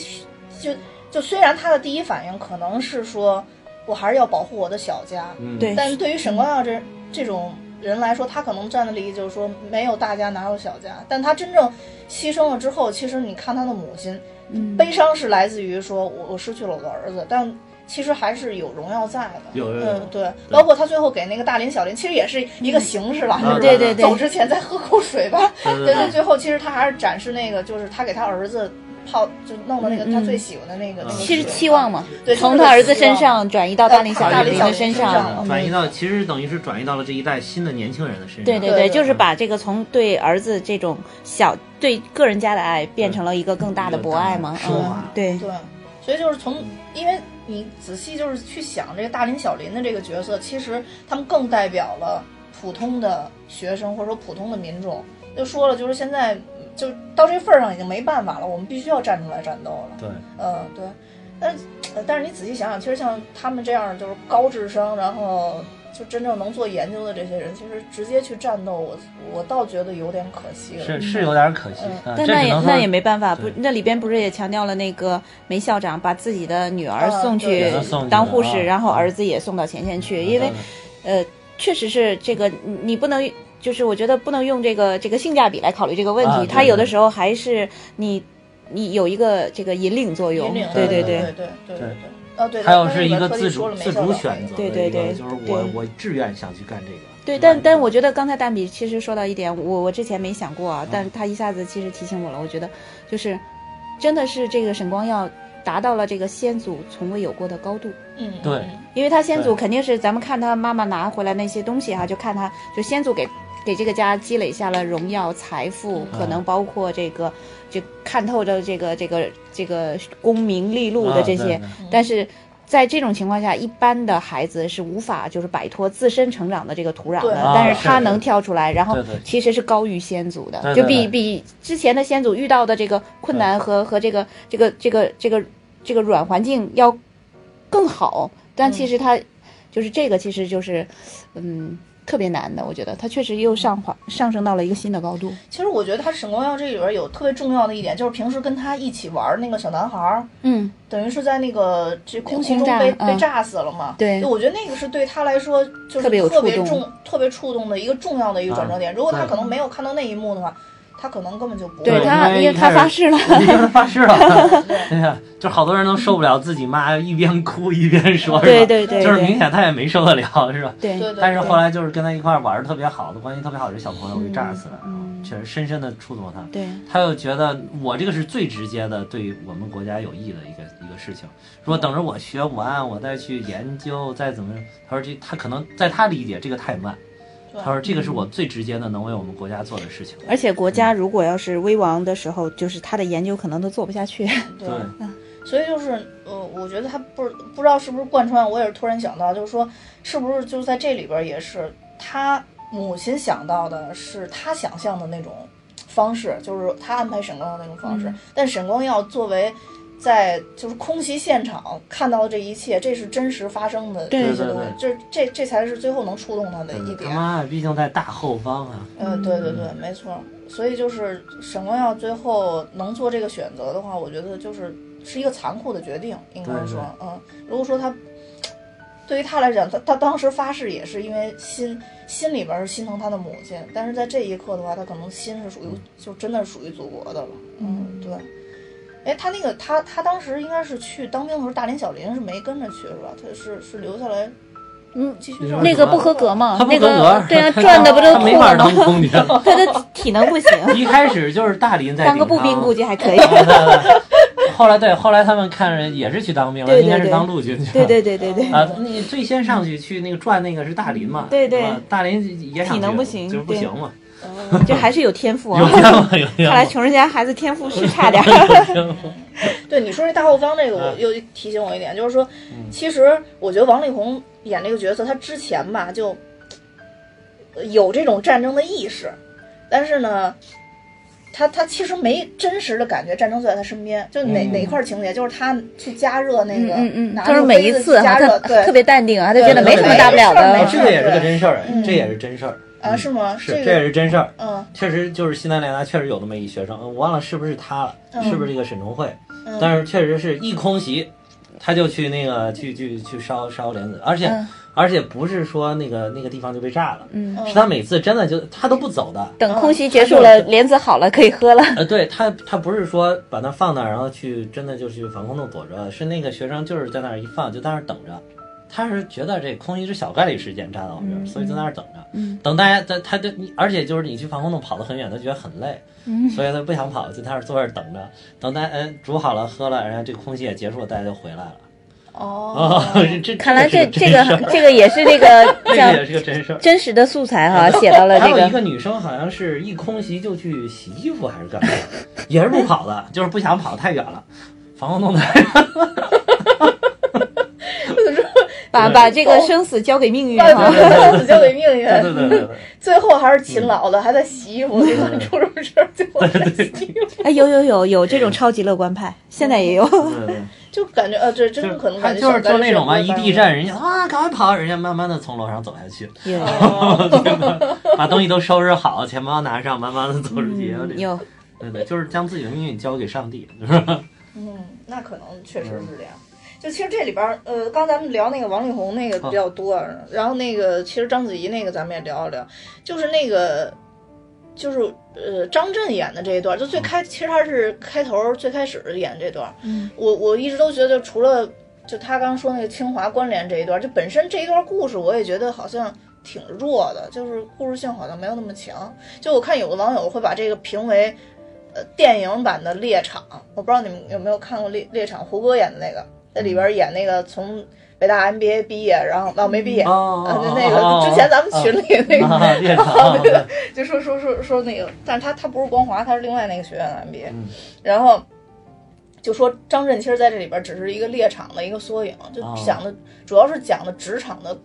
Speaker 1: 就就虽然他的第一反应可能是说，我还是要保护我的小家，
Speaker 2: 嗯
Speaker 3: 对
Speaker 1: 但是对于沈光耀这这种人来说，他可能站的利益就是说没有大家哪有小家，但他真正牺牲了之后，其实你看他的母亲，
Speaker 3: 嗯
Speaker 1: 悲伤是来自于说我我失去了我的儿子，但其实还是有荣耀在的。
Speaker 2: 有有有
Speaker 1: 嗯，对，包括他最后给那个大林小林，其实也是一个形式吧，就是
Speaker 3: 嗯啊对对对
Speaker 1: 走之前再喝口水吧。
Speaker 2: 对对
Speaker 1: 对对，
Speaker 2: 对
Speaker 1: 最后其实他还是展示那个，就是他给他儿子泡，就弄的那个
Speaker 3: 嗯嗯
Speaker 1: 他最喜欢的那个。那个
Speaker 3: 其实
Speaker 1: 水
Speaker 3: 期望嘛，
Speaker 1: 对
Speaker 3: 从
Speaker 1: 就是
Speaker 3: 他儿子
Speaker 1: 希望
Speaker 3: 身上转移到大龄小
Speaker 1: 大
Speaker 3: 林
Speaker 1: 龄
Speaker 3: 的
Speaker 1: 小
Speaker 3: 身
Speaker 1: 林身上
Speaker 3: 上，
Speaker 1: 嗯
Speaker 2: 转移到其实等于是转移到了这一代新的年轻人的身上。
Speaker 3: 对对
Speaker 1: 对对
Speaker 3: 就是把这个从对儿子这种小对个人家的爱变成了一个更大的博爱嘛，
Speaker 2: 升华
Speaker 3: 嗯，对，
Speaker 1: 对，所以就是
Speaker 2: 嗯
Speaker 1: 从，因为你仔细就是去想这个大林小林的这个角色，其实他们更代表了普通的学生或者说普通的民众。就说了，就是现在嗯就到这份儿上已经没办法了，我们必须要站出来战斗了。
Speaker 2: 对，
Speaker 1: 嗯，对。但是呃但是你仔细想想，其实像他们这样就是高智商，然后就真正能做研究的这些人，其实直接去战斗，我我倒觉得有点可惜了。
Speaker 2: 是是有点可惜，啊
Speaker 3: 嗯但
Speaker 2: 这
Speaker 3: 那
Speaker 2: 只
Speaker 3: 也
Speaker 2: 能说
Speaker 3: 那也没办法，不
Speaker 2: 对，
Speaker 3: 那里边不是也强调了那个梅校长把自己的女儿
Speaker 1: 啊
Speaker 3: 送
Speaker 1: 对
Speaker 3: 去
Speaker 1: 给她
Speaker 2: 送去
Speaker 3: 当
Speaker 2: 了
Speaker 3: 护
Speaker 2: 啊
Speaker 3: 士，然后儿子也送到前线
Speaker 2: 嗯
Speaker 3: 去，因为呃，确实是这个，你你不能就是我觉得不能用这个这个性价比来考虑这个问
Speaker 2: 啊
Speaker 3: 题，它
Speaker 2: 对
Speaker 3: 有
Speaker 2: 对
Speaker 3: 的时候还是你你有一个这个引领作用，
Speaker 1: 引领
Speaker 3: 对
Speaker 1: 对
Speaker 3: 对
Speaker 1: 对对对对。啊，对，
Speaker 2: 还有
Speaker 1: 刚才
Speaker 2: 是
Speaker 1: 你
Speaker 2: 一
Speaker 1: 们
Speaker 2: 个
Speaker 1: 特地
Speaker 2: 自
Speaker 1: 说
Speaker 2: 主
Speaker 1: 了梅
Speaker 2: 自
Speaker 1: 校
Speaker 2: 主
Speaker 1: 长
Speaker 2: 选择的
Speaker 3: 对
Speaker 2: 一个，
Speaker 3: 对对
Speaker 2: 就是我
Speaker 3: 对
Speaker 2: 我志愿想去干这个。
Speaker 3: 对，
Speaker 2: 吧
Speaker 3: 但但我觉得刚才蛋比其实说到一点，我我之前没想过啊，但
Speaker 2: 嗯
Speaker 3: 他一下子其实提醒我了，我觉得就是真的是这个沈光耀达到了这个先祖从未有过的高度。
Speaker 1: 嗯，
Speaker 2: 对
Speaker 1: 嗯
Speaker 3: 因为他先祖
Speaker 2: 对
Speaker 3: 肯定是咱们看他妈妈拿回来那些东西哈、就看他就先祖给给这个家积累下了荣耀、财富，
Speaker 1: 嗯
Speaker 3: 可能包括这个这看透的这个这个这个功名利禄的
Speaker 2: 啊
Speaker 3: 这
Speaker 2: 对
Speaker 3: 些，
Speaker 2: 对
Speaker 3: 但是。在这种情况下，一般的孩子是无法就是摆脱自身成长的这个土壤
Speaker 1: 对
Speaker 3: 的
Speaker 1: 啊，
Speaker 3: 但是他
Speaker 2: 是
Speaker 3: 能跳出来，然后
Speaker 2: 对对
Speaker 3: 其实是高于先祖的，
Speaker 2: 对
Speaker 3: 就
Speaker 2: 对
Speaker 3: 比
Speaker 2: 对嗯
Speaker 3: 比之前的先祖遇到的这个困难和和这个这个这个这个这个软环境要更好，但其实他就是这个，其实就是嗯特别难的，我觉得他确实又上滑上升到了一个新的高度。
Speaker 1: 其实我觉得他沈光耀这里边有特别重要的一点，就是平时跟他一起玩儿那个小男孩儿，
Speaker 3: 嗯，
Speaker 1: 等于是在那个这空袭中
Speaker 3: 轰炸
Speaker 1: 被、
Speaker 3: 嗯
Speaker 1: 被炸死了嘛。
Speaker 3: 对
Speaker 1: 我觉得那个是对他来说就是
Speaker 3: 特别有
Speaker 1: 特别
Speaker 3: 触动
Speaker 2: 啊
Speaker 1: 重、特别触动的一个重要的一个转折点。如果他可能没有看到那一幕的话，他可能根本就不
Speaker 2: 对
Speaker 1: 会。
Speaker 3: 他，
Speaker 2: 因为
Speaker 3: 因为
Speaker 2: 一
Speaker 3: 他
Speaker 2: 开
Speaker 3: 发
Speaker 2: 始
Speaker 3: 誓了，
Speaker 2: <laughs> 你就是发誓了， <laughs> 哎呀，就好多人都受不了自己妈一边哭一边说，
Speaker 3: 对
Speaker 2: 是吧？
Speaker 3: 对对，
Speaker 2: 就是明显他也没受得了，是吧？
Speaker 3: 对
Speaker 1: 对对
Speaker 2: 但是
Speaker 1: 对
Speaker 2: 后来就是跟他一块儿玩儿特别好的，关系特别好的小朋友，我就炸死了，
Speaker 3: 嗯
Speaker 2: 确实深深的触动他。
Speaker 3: 对
Speaker 2: 他又觉得我这个是最直接的，对我们国家有益的一个一个事情。如果等着我学完，我再去研究，再怎么样，他说这他可能在他理解这个太慢。
Speaker 1: 对
Speaker 2: 他说这个是我最直接的能为我们国家做的事情。
Speaker 3: 嗯而且国家如果要是危亡的时候，就是他的研究可能都做不下去。
Speaker 1: 对
Speaker 2: 对，
Speaker 1: 所以就是，呃，我觉得他不不知道是不是贯穿，我也是突然想到，就是说，是不是就在这里边也是他母亲想到的是他想象的那种方式，就是他安排沈光耀那种方
Speaker 2: 嗯
Speaker 1: 式，但沈光耀作为。在就是空袭现场看到的这一切，这是真实发生的这
Speaker 3: 对
Speaker 1: 些东西，这这这才是最后能触动他的一
Speaker 2: 对他
Speaker 1: 点。
Speaker 2: 妈毕竟在大后方啊，
Speaker 1: <laughs> 嗯，对对对，没错。所以就是沈光耀最后能做这个选择的话，我觉得就是是一个残酷的决定，应该
Speaker 2: 对
Speaker 1: 说
Speaker 2: 对，
Speaker 1: 嗯，如果说他对于他来讲，他他当时发誓也是因为心心里边是心疼他的母亲，但是在这一刻的话，他可能心是属于就真的属于祖国的了，嗯，对。哎，他那个他他当时应该是去当兵的时候，大连小林是没跟着去是吧？他是是留下来
Speaker 3: 嗯，
Speaker 1: 继续
Speaker 2: 你
Speaker 1: 上
Speaker 2: 说
Speaker 3: 那
Speaker 1: 学
Speaker 3: 个
Speaker 1: 的
Speaker 3: 不合格嘛
Speaker 2: 他，不
Speaker 3: 那
Speaker 2: 合格
Speaker 3: 个对 <laughs> 啊，
Speaker 2: 他
Speaker 3: 赚的不
Speaker 2: <laughs>
Speaker 3: 就
Speaker 2: 他没
Speaker 3: 吐
Speaker 2: 法
Speaker 3: 了
Speaker 2: 当
Speaker 3: 吗？
Speaker 2: 空军。
Speaker 3: <laughs> 他的体能 <laughs> 不行，
Speaker 2: 一开始就是大林在
Speaker 3: 当个
Speaker 2: 顶
Speaker 3: 步兵
Speaker 2: 上
Speaker 3: 估计还可以。
Speaker 2: <laughs> 后来对，后来他们看着也是去当兵了，
Speaker 3: 对对
Speaker 2: 应该是
Speaker 3: 对
Speaker 2: 当陆军去了。
Speaker 3: <laughs> 对对对对对，
Speaker 2: 啊，你最先上去去那个转那个是大林嘛？
Speaker 3: 嗯对对
Speaker 2: 吧大林也想
Speaker 3: 体能
Speaker 2: 去
Speaker 3: 不行
Speaker 2: 就是不
Speaker 3: 对
Speaker 2: 行嘛，
Speaker 1: 哦
Speaker 3: 这还是有天赋嗯
Speaker 2: 有
Speaker 3: 啊。
Speaker 2: 天赋，有天
Speaker 3: 看来
Speaker 2: 赋。
Speaker 3: 穷人家孩子天赋是差 <laughs> 点儿。
Speaker 1: 对你说这大后方这个，我
Speaker 2: 嗯
Speaker 1: 又提醒我一点，就是说，其实我觉得王力宏演这个角色，他之前吧就呃有这种战争的意识，但是呢，他他其实没真实的感觉战争就在他身边，就哪、
Speaker 2: 嗯
Speaker 1: 哪一块情节，就是他去加热那
Speaker 3: 嗯
Speaker 1: 个，
Speaker 3: 嗯嗯，
Speaker 1: 拿
Speaker 3: 他
Speaker 1: 那
Speaker 3: 说
Speaker 1: 个
Speaker 3: 每
Speaker 1: 杯
Speaker 3: 一
Speaker 1: 子
Speaker 3: 次
Speaker 1: 去
Speaker 3: 哈，
Speaker 1: 加
Speaker 3: 他
Speaker 1: 热，对，
Speaker 3: 特别淡定啊，他觉
Speaker 1: 对
Speaker 3: 得
Speaker 1: 对
Speaker 3: 没什么大不了
Speaker 1: 没
Speaker 2: 哎
Speaker 1: 事
Speaker 2: 这
Speaker 1: 儿
Speaker 3: 的。
Speaker 2: 个也是个
Speaker 1: 对
Speaker 2: 真事儿，哎
Speaker 1: 嗯
Speaker 2: 这也是真事儿，
Speaker 1: 啊，是吗？
Speaker 2: 是
Speaker 1: 这
Speaker 2: 这也
Speaker 1: 个，
Speaker 2: 是真事儿。
Speaker 1: 嗯
Speaker 2: 确实就是西南联大确实有那么一学生，我忘了是不是他了，
Speaker 1: 嗯
Speaker 2: 是不是这个沈崇慧？
Speaker 1: 嗯，
Speaker 2: 但是确实是一空袭，他就去那个去去去烧烧莲子，而且、
Speaker 3: 嗯
Speaker 2: 而且不是说那个那个地方就被炸了，
Speaker 3: 嗯，
Speaker 2: 是他每次真的就他都不走的，
Speaker 3: 等
Speaker 1: 嗯
Speaker 3: 空袭结束了，莲子好了可以
Speaker 1: <laughs>
Speaker 3: 喝了。
Speaker 2: 呃，对他，他不是说把那放那儿，然后去真的就去防空洞躲着，是那个学生就是在那儿一放，就在那儿等着。他是觉得这空袭是小概率事件炸到我这儿，所以就在那儿等着。
Speaker 3: 嗯
Speaker 2: 等大家，他他就你，而且就是你去防空洞跑得很远，他觉得很累，
Speaker 3: 嗯
Speaker 2: 所以他不想跑，就在那儿坐这儿等着。等大家嗯、煮好了喝了，然后这空袭也结束了，大家就回来了。
Speaker 1: 哦
Speaker 2: 哦， <laughs> 这这
Speaker 3: 看来这
Speaker 2: 这
Speaker 3: 这
Speaker 2: 个
Speaker 3: 个
Speaker 2: 是真事儿
Speaker 3: 这个也是这个
Speaker 2: 这
Speaker 3: 叫
Speaker 2: 个也是个真事儿。
Speaker 3: 真实的素材
Speaker 1: <laughs>
Speaker 3: 哈，写到了
Speaker 2: 还
Speaker 3: 这
Speaker 2: 有一个
Speaker 3: 个。
Speaker 2: 女生好像是一空袭就去洗衣服还是干嘛， <laughs> 也是不跑的， <laughs> 就是不想跑太远了，防空洞太远了
Speaker 3: 把嗯
Speaker 2: 对
Speaker 3: 把这个生死交给命运
Speaker 1: 到底
Speaker 3: 哈，
Speaker 1: 是
Speaker 2: <laughs>
Speaker 1: 生死交给命运，
Speaker 2: 对嗯对
Speaker 1: <laughs>
Speaker 2: 对对
Speaker 1: 最后还是勤劳的，还在洗衣服，就算出什么事儿，最后还在洗衣服。
Speaker 3: <laughs> 哎，有有有有这种超级乐观派，现在也有。
Speaker 2: 对对
Speaker 1: 就感觉呃，这真
Speaker 2: 对，
Speaker 1: 的可能
Speaker 2: 他
Speaker 1: 感觉
Speaker 2: 就是
Speaker 1: 小
Speaker 2: 就
Speaker 1: 白
Speaker 2: 那种嘛，
Speaker 1: 是
Speaker 2: 一地震，人家啊赶快跑，人家慢慢的从楼上走下去， <laughs>
Speaker 3: 有
Speaker 1: 哦
Speaker 2: 把东西都收拾好，钱包拿上，慢慢的走
Speaker 1: 嗯
Speaker 2: 出去。这
Speaker 3: 有，
Speaker 2: 对对，就是将自己的命运交给上帝，是吧？
Speaker 1: 嗯，那可能确实是这样。就其实这里边儿，呃，刚咱们聊那个王力宏那个比
Speaker 2: 哦
Speaker 1: 较多，然后那个其实章子怡那个咱们也聊一聊，就是那个就是呃张震演的这一段，就最
Speaker 2: 嗯
Speaker 1: 开其实他是开头最开始演这段，
Speaker 3: 嗯
Speaker 1: 我我一直都觉得除了就他刚说那个清华关联这一段，就本身这一段故事我也觉得好像挺弱的，就是故事性好像没有那么强。就我看有的网友会把这个评为呃电影版的《猎场》，我不知道你们有没有看过《猎猎场》，胡歌演的那个，在里边演那个从北大 MBA 毕业，然后哦没毕业。
Speaker 2: 哦
Speaker 1: 啊，
Speaker 2: 哦
Speaker 1: 就那个之前咱们群里哦那个，
Speaker 2: <laughs> 啊，
Speaker 1: <laughs>
Speaker 2: 猎场，对
Speaker 1: 就说说说说那个，但是他他不是光华，他是另外那个学院的 MBA，、
Speaker 2: 嗯
Speaker 1: 然后就说张震其实在这里边只是一个猎场的一个缩影，就
Speaker 2: 哦
Speaker 1: 讲的、主要是讲的职场的，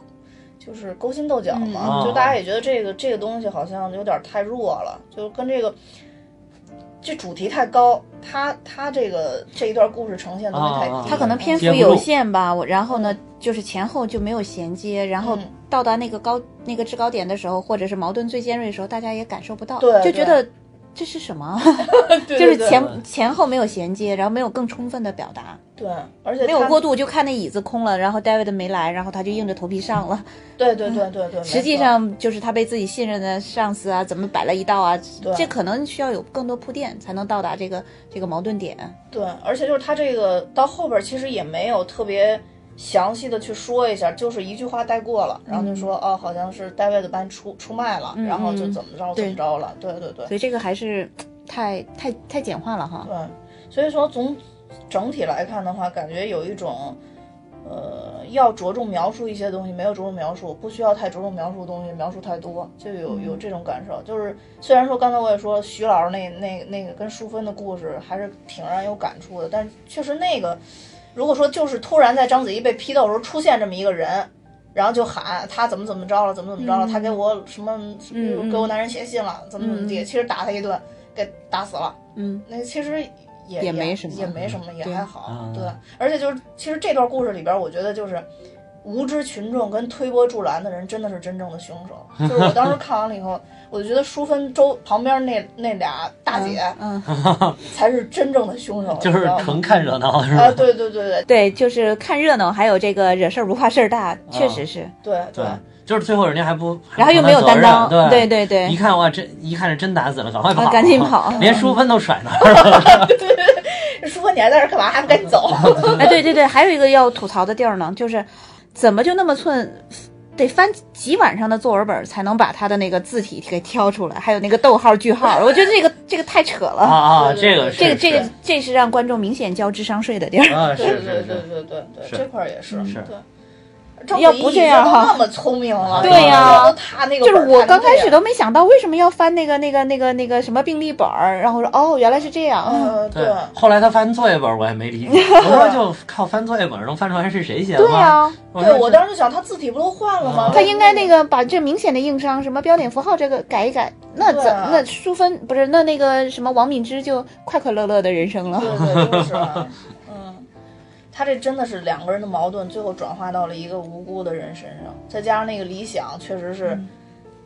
Speaker 1: 就是勾心斗角嘛，
Speaker 2: 嗯
Speaker 1: 就大家也觉得这个这个东西好像有点太弱了，就跟这个。这主题太高，他他这个这一段故事呈现的东西太低
Speaker 2: 哦哦
Speaker 1: 了，
Speaker 2: 哦
Speaker 3: 他可能篇幅有限吧，我然后呢，就是前后就没有衔接，然后
Speaker 1: 嗯
Speaker 3: 到达那个高那个制高点的时候，或者是矛盾最尖锐的时候，大家也感受不到，
Speaker 1: 对
Speaker 3: 就觉得这是什么？
Speaker 1: 对
Speaker 3: 就
Speaker 1: 对
Speaker 3: 是
Speaker 1: 对
Speaker 3: 前前后没有衔接，然后没有更充分的表达，
Speaker 1: 对，而且
Speaker 3: 没有
Speaker 1: 他
Speaker 3: 过渡。就看那椅子空了，然后 David 没来，然后他就硬着头皮上了。
Speaker 1: 对对对对对，
Speaker 3: 嗯实际
Speaker 1: 没错
Speaker 3: 上就是他被自己信任的上司啊，怎么摆了一道啊
Speaker 1: 对，
Speaker 3: 这可能需要有更多铺垫，才能到达这个这个矛盾点。
Speaker 1: 对，而且就是他这个到后边儿其实也没有特别详细的去说一下，就是一句话带过了，然后
Speaker 3: 嗯
Speaker 1: 就说、哦，好像是戴维的班出出卖了，然后就怎么着怎么着了，对对对
Speaker 3: 所以这个还是太太太简化了哈。
Speaker 1: 对，所以说总整体来看的话，感觉有一种。呃，要着重描述一些东西，没有着重描述，不需要太着重描述的东西，描述太多，就有有这种感受。就是虽然说刚才我也说徐老师那那那个跟淑芬的故事还是挺让人有感触的，但是确实那个如果说就是突然在章子怡被批斗的时候出现这么一个人，然后就喊他怎么怎么着了，怎么怎么着了，他给我什么，比如给我男人写信了，怎么怎么地，其实打他一顿，给打死了，
Speaker 3: 嗯，
Speaker 1: 那其实也
Speaker 3: 也没什么
Speaker 1: 也没什么，也
Speaker 3: 对
Speaker 1: 还好
Speaker 2: 啊，
Speaker 1: 对。而且就是其实这段故事里边，我觉得就是。无知群众跟推波助澜的人真的是真正的凶
Speaker 2: <laughs>
Speaker 1: 手。就是我当时看完了以后，我就觉得淑芬周旁边那那俩大姐
Speaker 3: 嗯， <laughs>
Speaker 1: 才是真正的凶手，
Speaker 2: <laughs> 就
Speaker 1: 你
Speaker 2: 是
Speaker 1: 知道吗
Speaker 2: 纯看热闹是吧？
Speaker 1: 啊，哦对对对对
Speaker 3: 对，就是看热闹，还有这个惹事儿不怕事儿大，确实是。
Speaker 1: 对
Speaker 2: 对，就是最后人家还不，
Speaker 3: 然后又没有担当，
Speaker 2: 还不承担责任
Speaker 3: 对对
Speaker 2: 对一
Speaker 3: 对，
Speaker 2: 看哇，真一看是真打死了，赶快跑，
Speaker 3: 啊赶紧跑
Speaker 2: <laughs> 连淑芬都甩
Speaker 3: <laughs>
Speaker 2: 那儿了，
Speaker 1: 叔说你还在这儿干嘛？还不赶紧
Speaker 2: <laughs>
Speaker 1: 走？
Speaker 3: 哎，对对对，还有一个要吐槽的地儿呢，就是怎么就那么寸，得翻几晚上的作文本儿才能把他的那个字体给挑出来，还有那个逗号、句号，我觉得这个这个太扯
Speaker 2: 啊
Speaker 3: 了，
Speaker 2: 啊，这
Speaker 1: 对对
Speaker 2: 个
Speaker 1: 对
Speaker 3: 这
Speaker 2: 是
Speaker 3: 个哦这个这是让观众明显交智商税的地
Speaker 2: <laughs>
Speaker 3: 儿。
Speaker 2: 是啊是
Speaker 1: 对
Speaker 2: 是
Speaker 1: 对
Speaker 2: 是，
Speaker 1: 对对对对，
Speaker 2: 是
Speaker 1: 这块儿也是
Speaker 2: 是啊
Speaker 1: 对。章子
Speaker 3: 要
Speaker 1: 怡
Speaker 3: 不
Speaker 1: 一
Speaker 3: 这
Speaker 1: 直
Speaker 3: 样
Speaker 1: 都
Speaker 3: 哈
Speaker 1: 那么聪明了，
Speaker 2: 对
Speaker 1: 然后
Speaker 3: 呀
Speaker 1: 都踏那个
Speaker 3: 就是
Speaker 1: 本儿
Speaker 3: 我
Speaker 1: 踏
Speaker 3: 刚
Speaker 1: 成
Speaker 3: 开
Speaker 1: 这
Speaker 3: 始
Speaker 1: 样
Speaker 3: 都没想到为什么要翻那个那个那个那个什么病历本儿，然后说哦原来是这样，嗯
Speaker 1: 嗯对
Speaker 2: 后来他翻作业本，我也没理解，
Speaker 3: <laughs>
Speaker 2: 我说就靠翻作业本能翻出来是谁写的
Speaker 3: 对
Speaker 2: 吗？
Speaker 3: 呀、
Speaker 2: 说
Speaker 1: 对，我
Speaker 2: 这
Speaker 1: 当时就想他字体不都换了吗？
Speaker 3: 嗯他应该那个把这明显的硬伤，什么标点符号这个改一改，那
Speaker 1: 对
Speaker 3: 怎
Speaker 1: 啊
Speaker 3: 那淑芬不是那那个什么王敏之就快快乐乐的人生了。
Speaker 1: 对对，就是 <laughs> 啊，嗯，他这真的是两个人的矛盾，最后转化到了一个无辜的人身上，再加上那个理想，确实是
Speaker 3: 嗯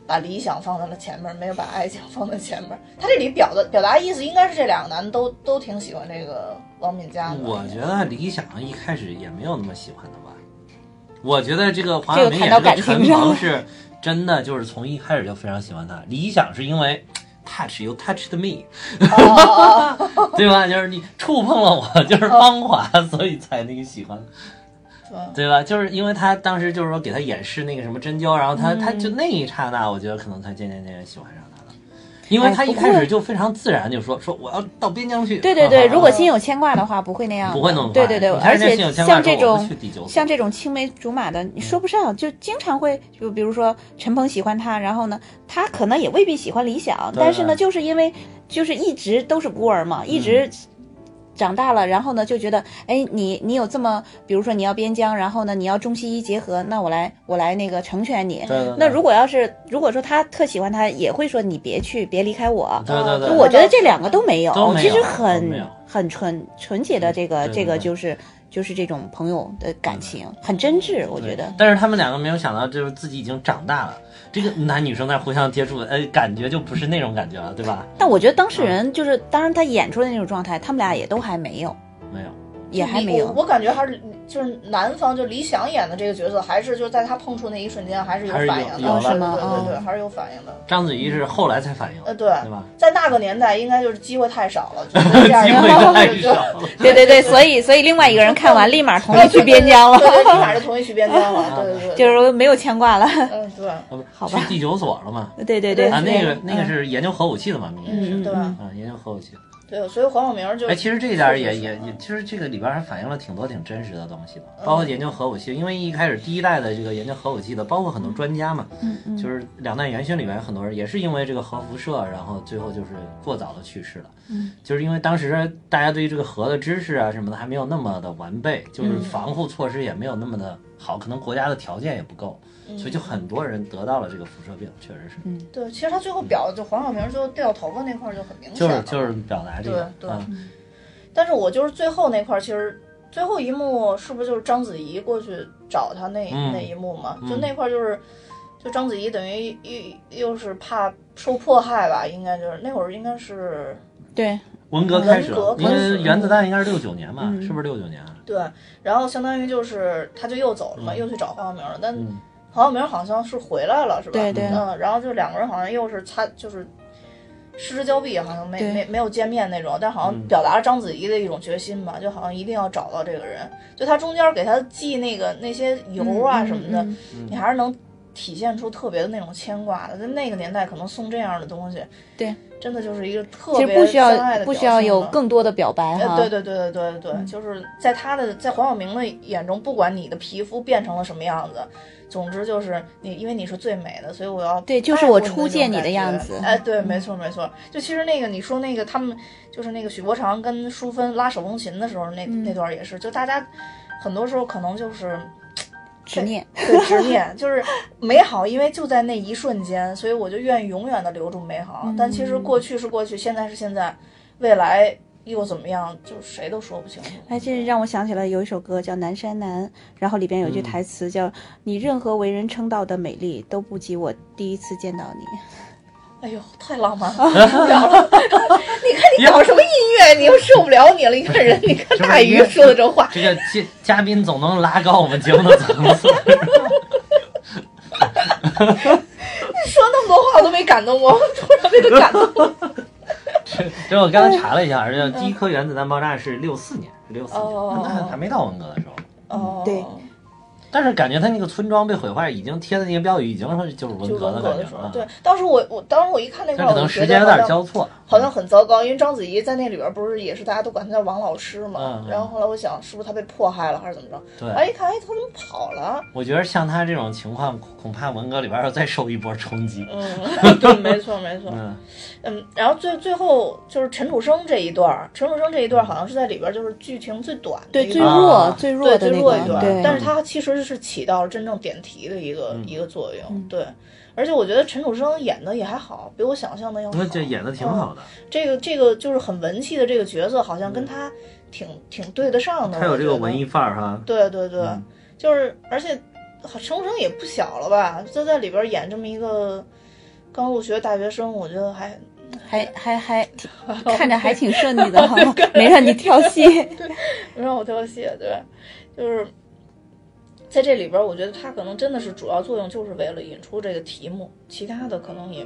Speaker 1: 把理想放在了前面，没有把爱情放在前面。他这里表的表达意思应该是这两个男的都都挺喜欢这个王敏佳的，
Speaker 2: 我觉得理想一开始也没有那么喜欢他吧。我觉得这个黄
Speaker 3: 这
Speaker 2: 晓
Speaker 3: 又
Speaker 2: 明
Speaker 3: 谈
Speaker 2: 演
Speaker 3: 到
Speaker 2: 这个
Speaker 3: 感情
Speaker 2: 陈
Speaker 3: 上
Speaker 2: 鹏
Speaker 3: 了
Speaker 2: 是真的，就是从一开始就非常喜欢他。理想是因为 touch you touched me，
Speaker 1: 哦哦
Speaker 2: <laughs> 对吧？就是你触碰了我， <laughs> 就是
Speaker 3: 哦
Speaker 2: 芳华，所以才那个喜欢，
Speaker 1: 哦
Speaker 2: 对吧？就是因为他当时就是说给他演示那个什么针灸，然后
Speaker 3: 嗯
Speaker 2: 他、他就那一刹那，我觉得可能他渐渐渐渐喜欢上他了，因为
Speaker 3: 哎
Speaker 2: 他一
Speaker 3: 不
Speaker 2: 开
Speaker 3: 过
Speaker 2: 始就非常自然就说说我要到边疆去。
Speaker 3: 对对对，
Speaker 2: 啊
Speaker 3: 如果心有牵挂的话，不会那样的，
Speaker 2: 不会那么
Speaker 3: 对
Speaker 2: 快
Speaker 3: 对对，
Speaker 2: 你看
Speaker 3: 而
Speaker 2: 人家
Speaker 3: 且
Speaker 2: 心有牵挂
Speaker 3: 像这
Speaker 2: 说我
Speaker 3: 种
Speaker 2: 不去第九所
Speaker 3: 像这种青梅竹马的，你说不上，就经常会就比如说陈鹏喜欢他，然后呢，他可能也未必喜欢理想，
Speaker 2: 对
Speaker 3: 但是呢，就是因为就是一直都是孤儿嘛，一直。长大了，然后呢，就觉得，哎，你你有这么，比如说你要边疆，然后呢，你要中西医结合，那我来我来那个成全你。
Speaker 2: 对对对
Speaker 3: 那如果要是如果说他特喜欢他，也会说你别去，别离开我。
Speaker 2: 对对对，
Speaker 3: 就我觉得这两个都没有，
Speaker 2: 都没有
Speaker 3: 其实
Speaker 2: 都没有嗯
Speaker 3: 很很纯纯洁的这个
Speaker 2: 对对
Speaker 3: 这个
Speaker 2: 对嗯
Speaker 3: 就是就是这种朋友的感情，很真挚，我觉得。
Speaker 2: 但是他们两个没有想到，就是自己已经长大了，这个男女生在互相接触，哎，感觉就不是那种感觉了，对吧？
Speaker 3: 但我觉得当事
Speaker 2: 嗯
Speaker 3: 人就是，当然他演出的那种状态，他们俩也都还没有，
Speaker 2: 没有，
Speaker 3: 也还没
Speaker 1: 我
Speaker 3: 有。
Speaker 1: 我感觉还是就是男方就理想演的这个角色，还是就是在他碰触那一瞬间，还是有
Speaker 2: 还是有
Speaker 1: 反应的，
Speaker 2: 有了
Speaker 1: 对对
Speaker 3: 哦
Speaker 1: 对对，还是有反应的。
Speaker 2: 章子怡是后来才反应，
Speaker 1: 呃，对，
Speaker 2: 对吧？
Speaker 1: 在那个年代，应该就是机会太少了，机
Speaker 2: <laughs> 机会太少了，
Speaker 3: <laughs> 对对对，所以所以另外一个人看完立马同意去边疆了
Speaker 1: <laughs> 对，对对立马就同意去边疆了，对对对，
Speaker 3: 就是是没有牵挂了。 <laughs>
Speaker 1: 嗯对，
Speaker 2: 啊
Speaker 3: <laughs> 好
Speaker 2: 不
Speaker 3: 吧
Speaker 2: 去第九所了嘛？
Speaker 3: 对对对，
Speaker 2: 啊，那个
Speaker 3: 嗯
Speaker 2: 那个是研究核武器的嘛，明年是
Speaker 3: 嗯
Speaker 1: 对吧？
Speaker 2: 啊，研究核武器。
Speaker 1: 对，所以黄晓明就
Speaker 2: 哎，其实这点儿也
Speaker 1: 是
Speaker 2: 也也，其实这个里边儿还反映了挺多挺真实的东西的，
Speaker 3: 嗯
Speaker 2: 包括研究核武器，因为一开始第一代的这个研究核武器的，包括
Speaker 3: 嗯
Speaker 2: 很多专家嘛，就是两弹元勋里面很多人也是因为这个核辐射，然后最后就是过早的去世了，
Speaker 3: 嗯
Speaker 2: 就是因为当时大家对于这个核的知识啊什么的还没有那么的完备，
Speaker 3: 嗯
Speaker 2: 就是防护措施也没有那么的好，可能国家的条件也不够，所以就很多人得到了这个辐射病，确实是，
Speaker 1: 嗯对，其实他最后表就黄晓明最后掉头发那块儿就很明显
Speaker 2: 就
Speaker 1: 了
Speaker 2: 是，就是表达这个，
Speaker 1: 对对
Speaker 2: 嗯
Speaker 1: 但是我就是最后那块儿，其实最后一幕是不是就是章子怡过去找他那、
Speaker 2: 嗯
Speaker 1: 那一幕嘛？
Speaker 2: 嗯
Speaker 1: 就那块儿就是。就章子怡等于又又是怕受迫害吧，应该就是那会儿应该是
Speaker 3: 对，
Speaker 2: 文革开始
Speaker 1: 文革，
Speaker 2: 因
Speaker 1: 开始
Speaker 2: 为原子弹应该是六九年吧，
Speaker 3: 嗯
Speaker 2: 是不是六九年啊？
Speaker 1: 对，然后相当于就是他就又走了嘛，
Speaker 2: 嗯
Speaker 1: 又去找黄晓明了，但
Speaker 2: 嗯，
Speaker 1: 黄晓明好像是回来了，是吧？
Speaker 3: 对对
Speaker 1: 嗯，然后就两个人好像又是擦，就是失之交臂，好像没
Speaker 3: 对
Speaker 1: 没没有见面那种，但好
Speaker 2: 嗯
Speaker 1: 像表达了章子怡的一种决心吧，就好像一定要找到这个人。就他中间给他寄那个那些油啊
Speaker 3: 嗯
Speaker 1: 什么的，
Speaker 3: 嗯嗯
Speaker 1: 你还是能体现出特别的那种牵挂的。在那个年代，可能送这样的东西，
Speaker 3: 对，
Speaker 1: 真的就是一个特
Speaker 3: 其
Speaker 1: 别
Speaker 3: 实不需
Speaker 1: 相爱
Speaker 3: 要
Speaker 1: 的
Speaker 3: 不
Speaker 1: 表
Speaker 3: 需要
Speaker 1: 现
Speaker 3: 有
Speaker 1: 了
Speaker 3: 更多的表白哈，嗯
Speaker 1: 呃，对对对对对对，就是在他的在黄晓明的眼中，不管你的皮肤变成了什么样子，总之就是你，因为你是最美的，所以我要
Speaker 3: 对就是
Speaker 1: 爱护
Speaker 3: 我
Speaker 1: 你的
Speaker 3: 初
Speaker 1: 那种
Speaker 3: 见你
Speaker 1: 感
Speaker 3: 的
Speaker 1: 觉
Speaker 3: 样子嗯
Speaker 1: 哎，对，没错没错。就其实那个你说那个他们就是那个许伯常跟淑芬拉手风琴的时候，那、
Speaker 3: 嗯
Speaker 1: 那段也是，就大家很多时候可能就是
Speaker 3: 执念。
Speaker 1: 对执念，就是美好，因为就在那一瞬间，所以我就愿意永远的留住美好。但其实过去是过去，现在是现在，未来又怎么样，就谁都说不清楚。
Speaker 3: 哎，这让我想起来有一首歌叫《南山南》，然后里边有一句台词叫“你任何为人称道的美丽都不及我第一次见到你
Speaker 1: 哎呦，太浪漫了，受不了了！ <laughs> 你看你搞什么音乐，你又受不了你了。你看人，你看大鱼说的这话，
Speaker 2: 这个嘉嘉宾总能拉高我们节目的层次。 <laughs>
Speaker 1: 说那么多话我都没感动我，突然被他感动
Speaker 2: <laughs>
Speaker 1: 了。
Speaker 2: 这我刚才查了一下，而且第一颗原子弹爆炸是六四年，六四年，
Speaker 1: 嗯哦
Speaker 2: 那还没到文革的时候。
Speaker 1: 哦，
Speaker 3: 对
Speaker 2: 但是感觉他那个村庄被毁坏，已经贴的那些标语已经是就是文
Speaker 1: 就
Speaker 2: 革
Speaker 1: 文革
Speaker 2: 感
Speaker 1: 的
Speaker 2: 觉
Speaker 1: 时
Speaker 2: 了啊
Speaker 1: 候，。对，当时我我当时我一看那块
Speaker 2: 但
Speaker 1: 儿，
Speaker 2: 可
Speaker 1: 我
Speaker 2: 能
Speaker 1: 就觉
Speaker 2: 时间有
Speaker 1: 得好
Speaker 2: 点
Speaker 1: 像
Speaker 2: 交错。
Speaker 1: 好像很糟糕，因为章子怡在那里边不是也是大家都管她叫王老师嘛。
Speaker 2: 嗯嗯
Speaker 1: 然后后来我想，是不是她被迫害了还是怎么着？
Speaker 2: 嗯对，
Speaker 1: 哎，一看，哎，她怎么跑了？
Speaker 2: 我觉得像他这种情况，恐恐怕文革里边要再受一波冲击。
Speaker 1: 嗯，
Speaker 2: <laughs>
Speaker 1: 对，没错没错。
Speaker 2: 嗯，
Speaker 1: 嗯，然后最最后就是陈楚生这一段儿，陈楚生这一段儿好像是在里边儿就是剧情最短”，的
Speaker 3: 对，
Speaker 1: 一
Speaker 3: 最
Speaker 1: 段儿
Speaker 3: 弱、
Speaker 2: 啊
Speaker 3: 最弱
Speaker 1: 对
Speaker 3: 的
Speaker 1: 最
Speaker 3: 那
Speaker 1: 弱一
Speaker 3: 个，
Speaker 1: 段
Speaker 3: 对
Speaker 1: 儿，，但是它其实是起到了真正点题的一个、
Speaker 2: 嗯
Speaker 1: 一个作用，对。而且我觉得陈楚生演的也还好，比我想象的要好。
Speaker 2: 那这演的挺好的，
Speaker 1: 嗯这个这个就是很文气的这个角色，好像跟他挺、挺对得上的。
Speaker 2: 嗯他有这个
Speaker 1: 我觉得
Speaker 2: 文艺。范儿哈。
Speaker 1: 对对对，
Speaker 2: 嗯
Speaker 1: 就是而且陈楚生也不小了吧？就在里边儿演这么一个刚入学大学生，我觉得还
Speaker 3: 还还还 <laughs> 挺看着还挺顺利 <laughs> 的哈，没让你跳戏。
Speaker 1: 没让我挑戏，对，就是在这里边儿，我觉得他可能真的是主要作用就是为了引出这个题目，其他的可能也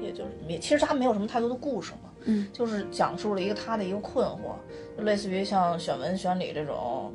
Speaker 1: 也就是也其实他没有什么太多的故事嘛，
Speaker 3: 嗯，
Speaker 1: 就是讲述了一个他的一个困惑，就类似于像选文选理这种。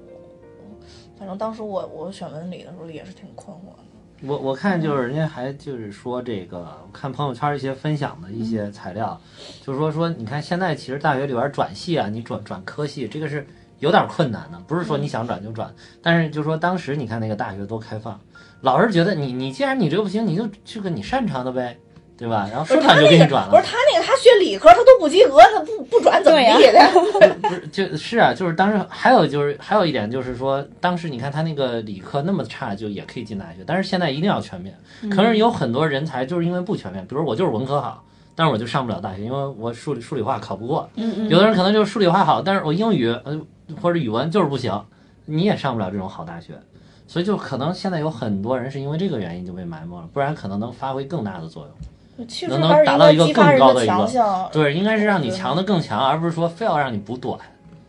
Speaker 1: 反正当时我我选文理的时候也是挺困惑的，
Speaker 2: 我我看就是人家还就是说这个，我看朋友圈一些分享的一些
Speaker 1: 嗯
Speaker 2: 材料，就是说说你看现在其实大学里边转系啊，你转转科系这个是有点困难的，不是
Speaker 1: 嗯
Speaker 2: 说你想转就转，但是就说当时你看那个大学多开放，老是觉得你你既然你这个不行，你就去个你擅长的呗，对吧？然后说
Speaker 1: 不是他
Speaker 2: 转就给
Speaker 1: 那
Speaker 2: 你
Speaker 1: 个
Speaker 2: 转，
Speaker 1: 不
Speaker 2: 了
Speaker 1: 是，他那个，他学理科他都不及格，他不不转怎么
Speaker 3: 对呀
Speaker 1: 地的？
Speaker 2: 不是就是啊，就是当时还有就是还有一点就是说，当时你看他那个理科那么差，就也可以进大学，但是现在一定要全面。可是有很多人才就是因为不全面，比如我就是文科好，但是我就上不了大学，因为我数理数理化考不过。
Speaker 3: <laughs> 嗯
Speaker 2: 有的人可能就是数理化好，但是我英语呃或者语文就是不行，你也上不了这种好大学。所以就可能现在有很多人是因为这个原因就被埋没了，不然可能能发挥更大的作用。
Speaker 3: 嗯
Speaker 1: 其实
Speaker 2: 能能
Speaker 1: 还是
Speaker 2: 达
Speaker 1: 应
Speaker 2: 到
Speaker 1: 该
Speaker 2: 一个
Speaker 1: 激发
Speaker 2: 更
Speaker 1: 人
Speaker 2: 高的一个
Speaker 1: 强项，
Speaker 2: 对，应该是让你强的更强，而不是说非要让你补短。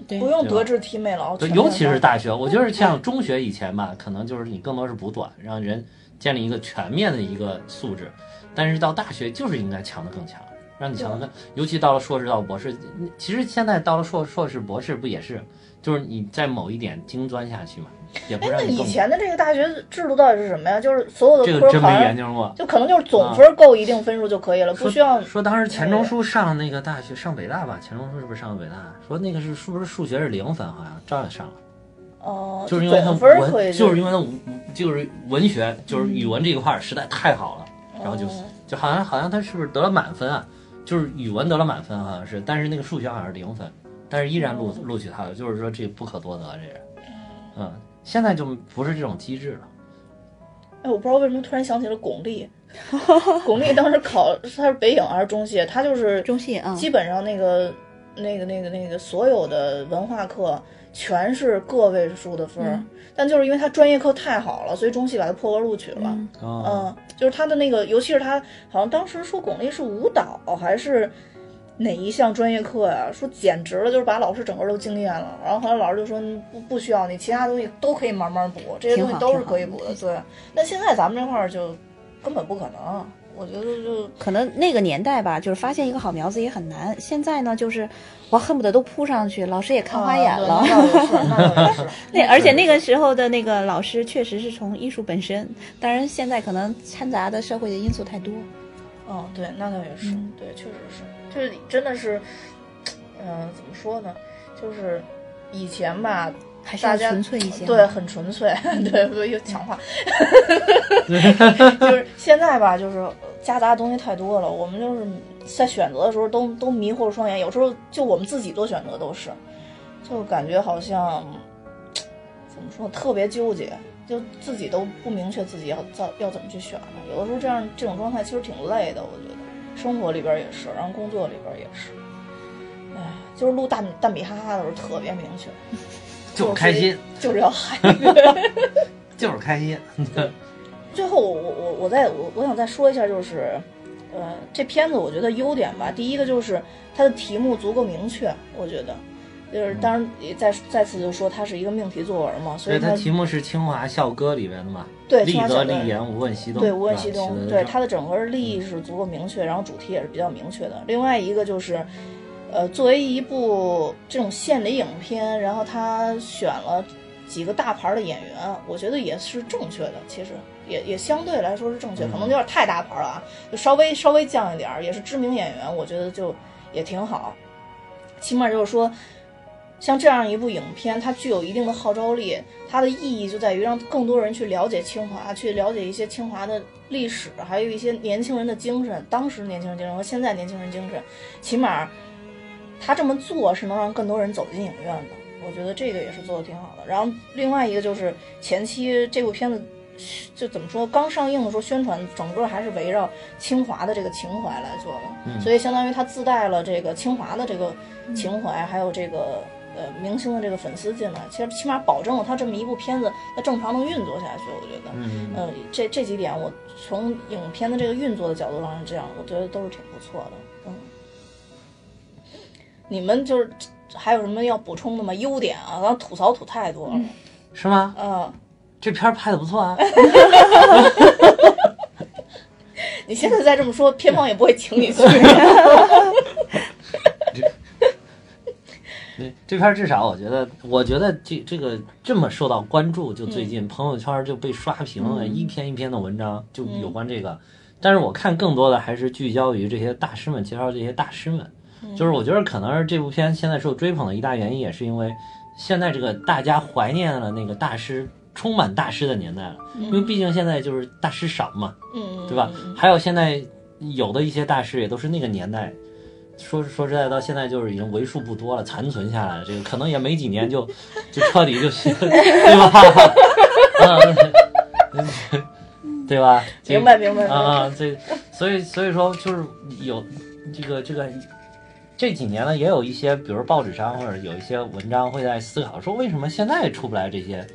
Speaker 3: 对
Speaker 1: 不用
Speaker 2: 对吧
Speaker 1: 德智体美劳
Speaker 2: 对，
Speaker 1: 全
Speaker 2: 尤
Speaker 1: 面
Speaker 2: 其
Speaker 1: 发
Speaker 2: 是
Speaker 1: 展
Speaker 2: 大学，我觉
Speaker 1: 嗯
Speaker 2: 得像中学以前吧，可能就是你更多是补短，让人建立一个全面的一个素质。但是到大学就是应该强的更强，让你强的更，尤其到了硕士到博士，你其实现在到了硕硕士博士不也是，就是你在某一点精钻下去嘛，也不
Speaker 1: 哎，
Speaker 2: 让
Speaker 1: 那
Speaker 2: 你
Speaker 1: 以
Speaker 2: 更。
Speaker 1: 前的这个大学制度到底是什么呀？就是所有的
Speaker 2: 这
Speaker 1: 科
Speaker 2: 个真没
Speaker 1: 考
Speaker 2: 研
Speaker 1: 上，
Speaker 2: 究过。
Speaker 1: 就可能就是总分够一定分数就可以了，不
Speaker 2: 说
Speaker 1: 需要。
Speaker 2: 说当时钱钟书上那个大学上北大吧，钱钟书是不是上北大？说那个是是不是数学是零分？好像照样上了。
Speaker 1: 哦，
Speaker 2: 就是因为他
Speaker 1: 总分儿
Speaker 2: 文，
Speaker 1: 可以，
Speaker 2: 就是因为他文，就是文学，就是语文这一块儿实在太好了，然后就
Speaker 1: 哦
Speaker 2: 就好像好像他是不是得了满分啊？就是语文得了满分，好像是，但是那个数学好像是零分，但是依然
Speaker 1: 哦
Speaker 2: 录录取他了，就是说这不可多得，这人，嗯，现在就不是这种机制了。
Speaker 1: 哎，我不知道为什么突然想起了巩
Speaker 2: <laughs>
Speaker 1: 俐，巩俐当时考她是北影还是中戏，她就是
Speaker 3: <laughs> 中戏啊，
Speaker 1: 基本上那个那个那个那个所有的文化课全是个位数的分儿，但就是因为他专业课太好了，所以中戏把他破格录取了。
Speaker 3: 嗯
Speaker 2: 哦，
Speaker 1: 嗯，就是他的那个，尤其是他好像当时说巩俐是舞蹈还是哪一项专业课呀、说简直了，就是把老师整个都惊艳了。然后后来老师就说你不不需要你，其他东西都可以慢慢补，这些东西都是可以补的。对，那现在咱们这块儿就根本不可能，我觉得就
Speaker 3: 可能那个年代吧，就是发现一个好苗子也很难。现在呢，就是我恨不得都扑上去，老师也看花眼了。 <laughs>
Speaker 1: 啊对那倒也是，那倒
Speaker 3: 那
Speaker 1: 也是。
Speaker 3: 而且那个时候的那个老师确实是从艺术本身，当然现在可能掺杂的社会的因素太多。
Speaker 1: 哦，对，那倒也是，
Speaker 3: 嗯
Speaker 1: 对，确实是，就是真的是，嗯、怎么说呢，就是以前吧，
Speaker 3: 还是
Speaker 1: 大
Speaker 3: 要
Speaker 1: 家
Speaker 3: 纯粹一些
Speaker 1: 对，很纯粹， <laughs> 对，不又抢
Speaker 2: <laughs>
Speaker 1: 话，就是现在吧，就是呃夹杂的东西太多了，我们就是在选择的时候都都迷惑双眼，有时候就我们自己做选择都是，就感觉好像怎么说特别纠结，就自己都不明确自己要怎要怎么去选了。有的时候这样这种状态其实挺累的，我觉得生活里边也是，然后工作里边也是，哎，就是录蛋蛋比哈哈的时候特别明确，
Speaker 2: 就是开心，
Speaker 1: 就是要嗨。
Speaker 2: 就是开心。
Speaker 1: 最后我我我再我我想再说一下，就是，呃，这片子我觉得优点吧，第一个就是它的题目足够明确，我觉得，就是当然也再再次就说它是一个命题作文嘛，所
Speaker 2: 所以
Speaker 1: 以
Speaker 2: 它
Speaker 1: 它
Speaker 2: 题目是清华校歌里边的嘛？
Speaker 1: 对
Speaker 2: 立
Speaker 1: 清华
Speaker 2: 德
Speaker 1: 校歌
Speaker 2: 立言，无问西东。
Speaker 1: 对无问
Speaker 2: 是吧
Speaker 1: 西
Speaker 2: 写
Speaker 1: 东，
Speaker 2: 得
Speaker 1: 对
Speaker 2: 正
Speaker 1: 它的整个立意是足够明确，然后主题也是比较明确的。另外一个就是。呃，作为一部这种献礼影片，然后他选了几个大牌的演员，我觉得也是正确的，其实也也相对来说是正确，
Speaker 2: 嗯
Speaker 1: 可能有点太大牌了啊，就稍微稍微降一点儿，也是知名演员，我觉得就也挺好，起码就是说。像这样一部影片，它具有一定的号召力，它的意义就在于让更多人去了解清华，去了解一些清华的历史，还有一些年轻人的精神，当时年轻人精神和现在年轻人精神，起码他这么做是能让更多人走进影院的，我觉得这个也是做的挺好的。然后另外一个就是前期这部片子就怎么说，刚上映的时候宣传整个还是围绕清华的这个情怀来做的，
Speaker 2: 嗯
Speaker 1: 所以相当于它自带了这个清华的这个情怀，还有这个。呃，明星的这个粉丝进来，其实起码保证了它这么一部片子，它正常能运作下去。我觉得，
Speaker 2: 嗯，
Speaker 1: 呃，这这几点我从影片的这个运作的角度上是这样，我觉得都是挺不错的。嗯，你们就是还有什么要补充的吗？优点啊，咱吐槽吐太多了。
Speaker 2: 是吗？
Speaker 1: 嗯、
Speaker 2: 这片儿拍的不错啊。
Speaker 1: 你现在再这么说，片方也不会请你去。
Speaker 2: 对，这片儿至少我觉得，我觉得这这个这么受到关注，就最近朋友圈儿就被刷屏了，一篇一篇的文章就有关这个。但是我看更多的还是聚焦于这些大师们介绍这些大师们，就是我觉得可能是这部片现在受追捧的一大原因，也是因为现在这个大家怀念了那个大师，充满大师的年代了，因为毕竟现在就是大师少嘛，<laughs>
Speaker 1: 嗯，
Speaker 2: 对吧？还有现在有的一些大师也都是那个年代，说说实在，到现在就是已经为数不多了，残存下来的这个可能也没几年就 <laughs> 就彻底就对吧？ <laughs> 嗯， <laughs> 对吧？这
Speaker 1: 明白明白明白。
Speaker 2: 啊，这所以所以说就是有这个这个这几年呢，也有一些，比如报纸上或者有一些文章会在思考说，为什么现在出不来这些，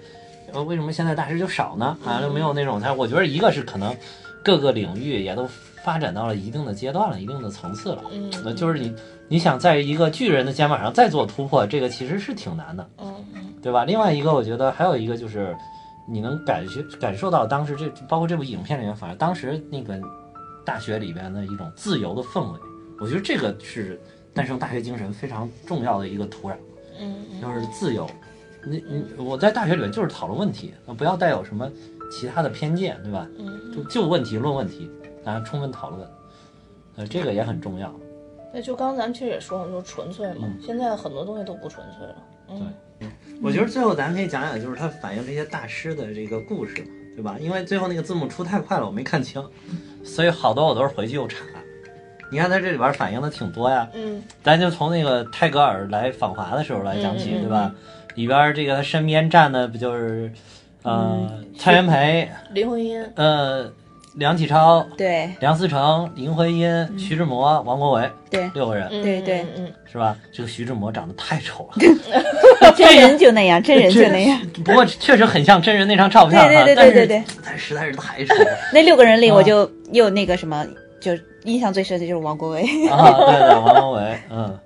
Speaker 2: 呃，为什么现在大师就少呢？啊，就没有那种他，我觉得一个是可能各个领域也都发展到了一定的阶段了，一定的层次了，
Speaker 1: 嗯，
Speaker 2: 呃，就是你你想在一个巨人的肩膀上再做突破，这个其实是挺难的。
Speaker 1: 嗯嗯
Speaker 2: 对吧？另外一个，我觉得还有一个就是，你能感觉感受到当时这包括这部影片里面，反正当时那个大学里边的一种自由的氛围，我觉得这个是诞生大学精神非常重要的一个土壤，
Speaker 1: 嗯嗯
Speaker 2: 就是自由。你你我在大学里面就是讨论问题，不要带有什么其他的偏见，对吧？
Speaker 1: 嗯，
Speaker 2: 就就问题论问题，大家充分讨论，呃，这个也很重要。
Speaker 1: 那就刚才咱们其实也说了，就是纯粹嘛。
Speaker 2: 嗯
Speaker 1: 现在很多东西都不纯粹了。嗯，
Speaker 2: 我觉得最后咱可以讲讲，就是它反映这些大师的这个故事，对吧？因为最后那个字幕出太快了，我没看清，嗯所以好多我都是回去又查。你看它这里边反映的挺多呀，
Speaker 1: 嗯
Speaker 2: 咱就从那个泰戈尔来访华的时候来讲起，
Speaker 1: 嗯嗯嗯
Speaker 2: 对吧？里边这个他嗯身边站的不就是，呃，蔡元培，
Speaker 1: 林徽因，
Speaker 2: 呃，梁启超、
Speaker 3: 对
Speaker 2: 梁思成、林徽因、徐志摩、王国维
Speaker 3: 对，
Speaker 2: 六个人，
Speaker 1: 嗯
Speaker 3: 对对
Speaker 1: 嗯嗯，
Speaker 2: 是吧？这个徐志摩长得太丑了，
Speaker 3: 真人就那样，真人就那样。
Speaker 2: <laughs> 不过确实很像真人那张照片啊，
Speaker 3: <laughs> 对对对
Speaker 2: 但是
Speaker 3: 对嗯对
Speaker 2: 但是实在是太丑了
Speaker 3: <laughs> 那六个人里，
Speaker 2: 啊
Speaker 3: 我就又那个什么，就印象最深的就是王国维。
Speaker 2: <laughs> 啊！对对，王国维，嗯，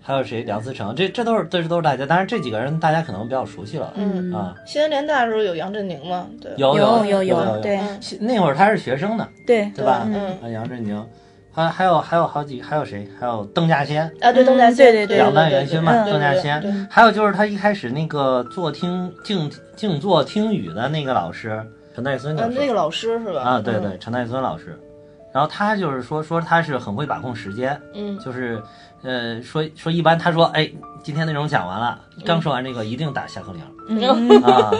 Speaker 2: 还有谁？梁思成，这这都是这都是大家，当然这几个人大家可能比较熟悉了
Speaker 1: 嗯
Speaker 2: 啊。
Speaker 1: 西南联大的时候有杨振宁吗？对，
Speaker 2: 有
Speaker 3: 有
Speaker 2: 有
Speaker 3: 有，
Speaker 2: 有，
Speaker 3: 对
Speaker 1: 嗯
Speaker 2: 那会儿他是学生呢，
Speaker 3: <laughs> 对
Speaker 2: 对吧？
Speaker 1: 嗯
Speaker 2: 啊，杨振宁，还还有还有好几，还有谁？还有邓稼先，
Speaker 1: 啊，对，
Speaker 3: 嗯
Speaker 1: 邓稼
Speaker 3: 对
Speaker 1: 先，
Speaker 3: 对对
Speaker 2: 两弹元勋嘛，
Speaker 3: 对
Speaker 2: 邓稼
Speaker 1: 对对
Speaker 2: 先，还有就是他一开始那个坐听静静坐听雨的那个老师陈岱孙
Speaker 1: 啊，
Speaker 2: 教
Speaker 1: 那
Speaker 2: 授
Speaker 1: 个老师是吧？
Speaker 2: 啊，对
Speaker 1: 嗯
Speaker 2: 对，，陈岱孙老师，然后他就是说说他是很会把控时间，
Speaker 1: 嗯
Speaker 2: 就是呃说说一般他说哎今天内容讲完了，
Speaker 1: 嗯
Speaker 2: 刚说完这个一定打下课铃儿
Speaker 3: <laughs> 嗯
Speaker 2: 啊。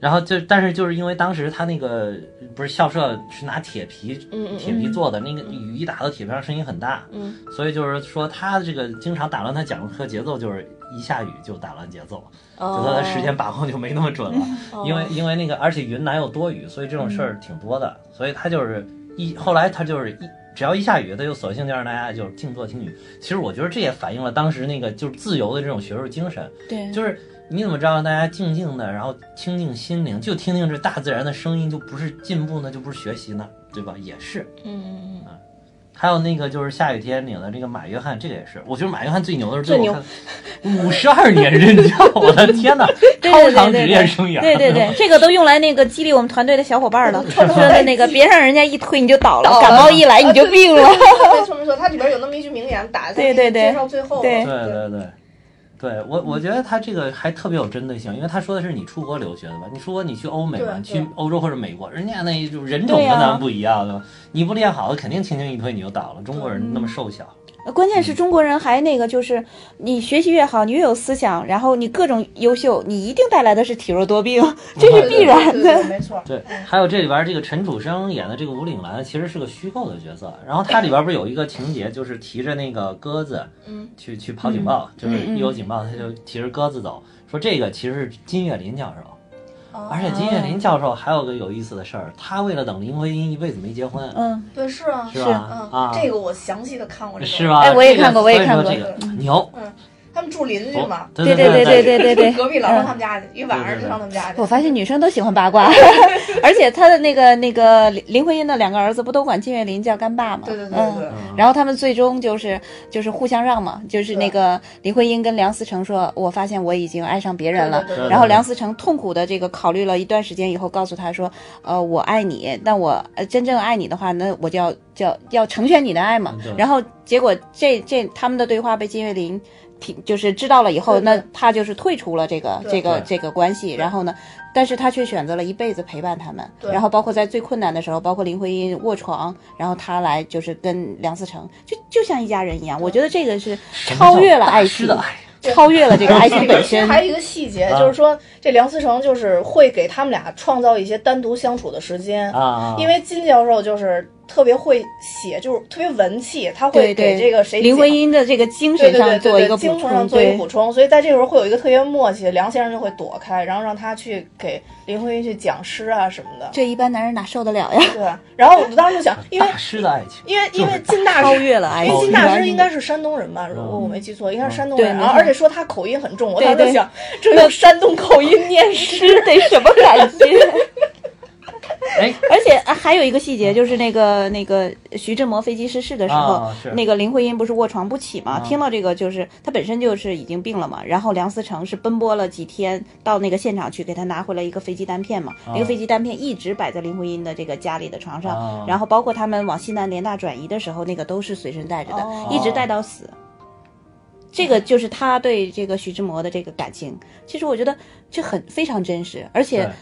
Speaker 2: 然后就，但是就是因为当时他那个不是校舍是拿铁皮
Speaker 1: 嗯嗯
Speaker 2: 铁皮做的，那个雨一打到铁皮上声音很大，
Speaker 1: 嗯，
Speaker 2: 所以就是说，他这个经常打乱他讲课节奏，就是一下雨就打乱节奏，
Speaker 1: 哦
Speaker 2: 就他的时间把控就没那么准了。
Speaker 3: 哦
Speaker 2: 因为因为那个，而且云南又多雨，所以这种事
Speaker 3: 嗯
Speaker 2: 儿挺多的。所以他就是一后来他就是一只要一下雨，他就索性就让大家就是静坐听雨。其实我觉得这也反映了当时那个就是自由的这种学术精神，
Speaker 3: 对，
Speaker 2: 就是。你怎么知道大家静静的，然后清静心灵，就听听这大自然的声音，就不是进步呢，就不是学习呢，对吧？也是，
Speaker 1: <laughs> 嗯
Speaker 2: 还有那个就是下雨天领的这个马约翰，这个也是，我觉得马约翰最牛的是
Speaker 1: 最牛
Speaker 2: 五十二年任教，我的天哪，
Speaker 3: <laughs> 对
Speaker 2: 超
Speaker 3: 对
Speaker 2: 长
Speaker 3: 对
Speaker 2: 职
Speaker 3: 对
Speaker 2: 业生涯，
Speaker 3: 对对 <laughs> 对，这个都用来那个激励我们团队的小伙伴 <laughs> 了。说的那个，别让人家一推你就倒了，
Speaker 1: 倒了
Speaker 3: 感冒一来
Speaker 1: <laughs>
Speaker 3: 你就病了。
Speaker 1: 没错没错，它里边有那么一句名言打在
Speaker 3: 对对对
Speaker 1: 介绍最后，
Speaker 3: 对
Speaker 2: 对对对，对我我觉得他这个还特别有针对性，因为他说的是你出国留学的吧，你出国你去欧美嘛，
Speaker 1: 对
Speaker 2: 你
Speaker 1: 对
Speaker 2: 去欧洲或者美国，人家那种人种跟
Speaker 3: 对呀
Speaker 2: 咱们不一样的，你不练好，肯定轻轻一推你就倒了。中国人那么瘦小，
Speaker 3: 关键是中国人还那个，就是你学习越好，你越有思想，然后你各种优秀，你一定带来的是体弱多 <laughs> 病，这
Speaker 1: 对
Speaker 3: 是必然
Speaker 1: 对对对
Speaker 3: 的。
Speaker 1: 对没错，
Speaker 2: 对，还有这里边这个陈楚生演的这个吴岭澜其实是个虚构的角色，然后它里边不是有一个情节，就是提着那个鸽子
Speaker 1: 嗯
Speaker 2: 去去跑警报，就是一有警报他就提着鸽子走，说这个其实是金岳霖教授，
Speaker 1: 哦
Speaker 2: 而且金岳霖教授还有个有意思的事儿，他为了等林徽因一辈子没结婚，
Speaker 3: 嗯，
Speaker 1: 对是啊
Speaker 2: 是吧？
Speaker 1: 嗯
Speaker 2: 啊，
Speaker 1: 这个我详细的看过这个，
Speaker 2: 是吧？
Speaker 3: 哎我也
Speaker 2: 这个
Speaker 3: 看过我也看过嗯
Speaker 2: 所以说这个牛，哦
Speaker 1: 他们住邻居嘛，
Speaker 2: 对
Speaker 3: 对
Speaker 2: 对
Speaker 3: 对
Speaker 2: 对。
Speaker 3: 对对对。
Speaker 1: <laughs>
Speaker 3: 嗯
Speaker 1: 隔壁老上他们家去，一晚上就上他们家去。
Speaker 3: 我发现女生都喜欢八
Speaker 1: <laughs>
Speaker 3: 卦，而且她的那个那个林林徽因的两个儿子不都管金岳霖叫干爸吗？
Speaker 1: 对对对
Speaker 3: 嗯
Speaker 1: 对，
Speaker 3: 然后他们最终就是就是互相让嘛，就是那个林徽因跟梁思成说，我发现我已经爱上别人了
Speaker 1: 对对
Speaker 2: 对。对
Speaker 3: 然后梁思成痛苦的这个考虑了一段时间以后，告诉他说，呃，我爱你，但我呃真正爱你的话，那我就要就要要成全你的爱嘛
Speaker 2: 嗯对。
Speaker 3: 然后结果这这他们的对话被金岳霖。听就是知道了以后，
Speaker 1: 对对
Speaker 3: 那他就是退出了这个
Speaker 1: 对
Speaker 3: 这个
Speaker 2: 对
Speaker 3: 这个关系，然后呢，但是他却选择了一辈子陪伴他们，
Speaker 1: 对
Speaker 3: 然后包括在最困难的时候，包括林徽因卧床，然后他来就是跟梁思成，就就像一家人一样。我觉得这个是超越了爱
Speaker 2: 是
Speaker 3: 情，
Speaker 2: 的爱，
Speaker 3: 超越了这个爱情本
Speaker 1: 其实 <laughs>
Speaker 3: 身。嗯
Speaker 1: 还有一个细节，
Speaker 2: 啊
Speaker 1: 就是说这梁思成就是会给他们俩创造一些单独相处的时间，
Speaker 2: 啊，
Speaker 1: 因为金教授就是特别会写，就是特别文气，他会
Speaker 3: 对
Speaker 1: 给
Speaker 3: 对，
Speaker 1: 这个谁
Speaker 3: 林徽
Speaker 1: 讲
Speaker 3: 因的这个精
Speaker 1: 对对
Speaker 3: 神
Speaker 1: 对
Speaker 3: 上做
Speaker 1: 对
Speaker 3: 一
Speaker 1: 对，
Speaker 3: 个补
Speaker 1: 精神上
Speaker 3: 充，
Speaker 1: 做一个
Speaker 3: 对
Speaker 1: 补充，所以在这时候会有一个特别默契，梁先生就会躲开，然后让他去给林徽因去讲诗啊什么的。
Speaker 3: 这一般男人哪受得
Speaker 1: <laughs>
Speaker 3: 了呀？
Speaker 1: 对，然后我当时就想，因为
Speaker 2: 大师的爱情，
Speaker 1: 因为因为金大
Speaker 3: 超
Speaker 1: 师
Speaker 3: 越了爱
Speaker 1: 因为金
Speaker 3: 情
Speaker 2: 金。
Speaker 1: 大师应该是山东人吧，如果
Speaker 2: 嗯
Speaker 1: 我没记错，应该是山东
Speaker 3: 对
Speaker 1: 人。
Speaker 3: 没
Speaker 1: 然后
Speaker 3: 错
Speaker 1: 而且说他口音很重，我
Speaker 3: 对
Speaker 1: 当时就
Speaker 3: 对嗯
Speaker 1: 想，这用山东口音念诗，
Speaker 3: 诗得什么感觉？
Speaker 2: 哎，
Speaker 3: <laughs> 而且啊还有一个细节，就是那个那个徐志摩飞机失事的时候，
Speaker 2: 啊是
Speaker 3: 那个林徽因不是卧床不起嘛？
Speaker 2: 啊
Speaker 3: 听到这个就是她本身就是已经病了嘛，然后梁思成是奔波了几天到那个现场去给她拿回来一个飞机单片嘛，
Speaker 2: 啊
Speaker 3: 那个飞机单片一直摆在林徽因的这个家里的床上，
Speaker 2: 啊
Speaker 3: 然后包括他们往西南联大转移的时候，那个都是随身带着的，
Speaker 2: 啊
Speaker 1: 哦
Speaker 3: 一直带到死。这个就是他对这个徐志摩的这个感情，其实我觉得这很非常真实，而且
Speaker 2: 对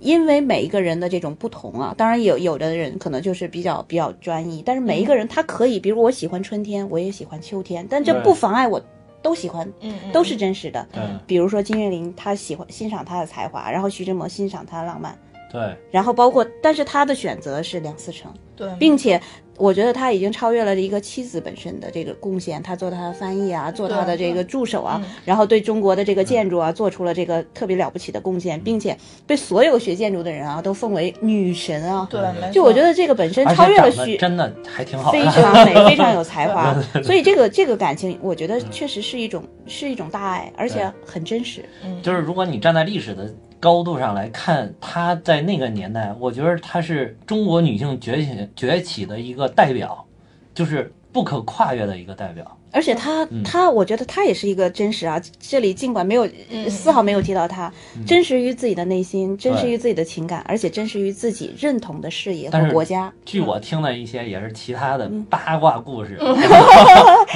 Speaker 3: 因为每一个人的这种不同啊，当然有有的人可能就是比较比较专一，但是每一个人他可以，比如我喜欢春天，我也喜欢秋天，但这
Speaker 2: 对
Speaker 3: 不妨碍我都喜欢，
Speaker 1: 嗯
Speaker 3: 都是真实的。
Speaker 2: 对
Speaker 3: 比如说金岳霖，他喜欢欣赏他的才华，然后徐志摩欣赏他的浪漫，
Speaker 2: 对，
Speaker 3: 然后包括，但是他的选择是梁思成，
Speaker 1: 对，
Speaker 3: 并且我觉得他已经超越了一个妻子本身的这个贡献，他做他的翻译啊，做他的这个助手啊，然后对中国的这个建筑啊做出了这个特别了不起的贡献，并且被所有学建筑的人啊都奉为女神啊。
Speaker 1: 对，没错
Speaker 3: 就我觉得这个本身
Speaker 2: 而且
Speaker 3: 超越了
Speaker 2: 长得
Speaker 3: 许
Speaker 2: 真的还挺好
Speaker 3: 非
Speaker 2: 看。
Speaker 3: 常美，非常有才华，所以这个这个感情，我觉得确实是一种是一种大爱，而且很真实。
Speaker 2: <laughs> 就是如果你站在历史的高度上来看，她在那个年代，我觉得她是中国女性崛起崛起的一个代表，就是不可跨越的一个代表。
Speaker 3: 而且他、
Speaker 2: 嗯
Speaker 3: 他，我觉得他也是一个真实啊。这里尽管没有、丝毫没有提到他，
Speaker 2: 嗯
Speaker 3: 真实于自己的内心，真实于自己的情感，而且真实于自己认同的事业
Speaker 2: 但
Speaker 3: 和
Speaker 2: 是
Speaker 3: 国家。
Speaker 2: 据
Speaker 1: 嗯
Speaker 2: 我听了一些也是其他的八卦故
Speaker 1: <laughs>
Speaker 2: 事， <laughs>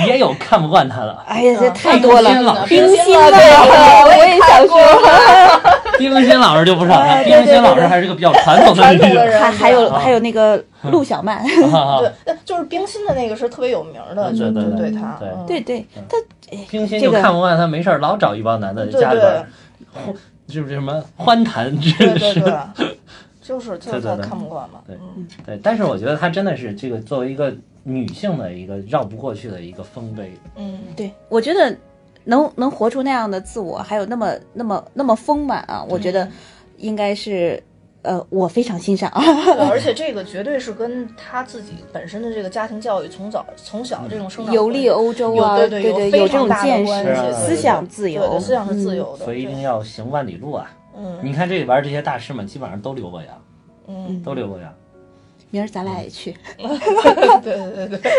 Speaker 2: 也有看不惯她的。
Speaker 3: 哎呀，这
Speaker 1: 嗯
Speaker 3: 太多了
Speaker 2: 冰心老，师
Speaker 3: 冰心
Speaker 1: 冰心
Speaker 3: 了，对
Speaker 1: 老师
Speaker 3: 我也想说，
Speaker 2: 冰心老师就不少了，
Speaker 3: 哎
Speaker 2: 冰
Speaker 3: 对对
Speaker 2: 心老
Speaker 3: 对
Speaker 2: 师
Speaker 3: 对
Speaker 2: 还是个比较传统的
Speaker 1: 传
Speaker 2: 女
Speaker 1: 统的
Speaker 2: 人。
Speaker 1: 人
Speaker 3: 还还有
Speaker 2: 啊
Speaker 3: 还有
Speaker 2: <laughs>
Speaker 3: 那个陆小曼，
Speaker 1: 对，那就是冰心的那个是特别有名的，
Speaker 2: 嗯
Speaker 1: 就
Speaker 2: 啊对
Speaker 1: 就
Speaker 2: 对
Speaker 1: 对
Speaker 2: 对
Speaker 1: 他，
Speaker 2: 对
Speaker 1: 嗯
Speaker 3: <laughs> 对对，他哎
Speaker 2: 冰心
Speaker 3: 这
Speaker 2: 就
Speaker 3: 个
Speaker 2: 看不惯她，没事儿老找一帮男的
Speaker 1: 对
Speaker 2: 家里边
Speaker 1: 对
Speaker 2: 儿，欢是不是什么欢谈之
Speaker 1: 对对
Speaker 2: 是 <laughs>
Speaker 1: 对，就是就是
Speaker 2: 对对
Speaker 1: 他
Speaker 2: 对
Speaker 1: 看不惯嘛，
Speaker 2: 对
Speaker 1: 嗯，
Speaker 2: 对，但是我觉得她真的是这个作为一个女性的一个绕不过去的一个丰碑。
Speaker 1: 嗯，
Speaker 3: 对，我觉得能能活出那样的自我，还有那么那么那么丰满啊，我觉得
Speaker 2: 嗯
Speaker 3: 应该是呃，我非常欣赏啊。
Speaker 1: 对，嗯而且这个绝对是跟他自己本身的这个家庭教育从早从小这种生长
Speaker 3: 游历欧洲啊，
Speaker 1: 有对
Speaker 3: 对
Speaker 1: 对有
Speaker 3: 有
Speaker 1: 非
Speaker 3: 这
Speaker 1: 常
Speaker 3: 种
Speaker 1: 大的
Speaker 3: 见
Speaker 1: 关
Speaker 2: 系
Speaker 3: 识，
Speaker 2: 啊对
Speaker 3: 思想自
Speaker 1: 对
Speaker 3: 由嗯
Speaker 1: 对，思想是自由的，
Speaker 2: 所以一定
Speaker 1: 对
Speaker 2: 要行万里路啊！
Speaker 1: 嗯
Speaker 2: 你看这里边这些大师们，基本上都留过洋，
Speaker 1: 嗯，
Speaker 2: 都留过洋。
Speaker 3: 明儿咱俩也去。
Speaker 1: 对 <laughs> 对对对，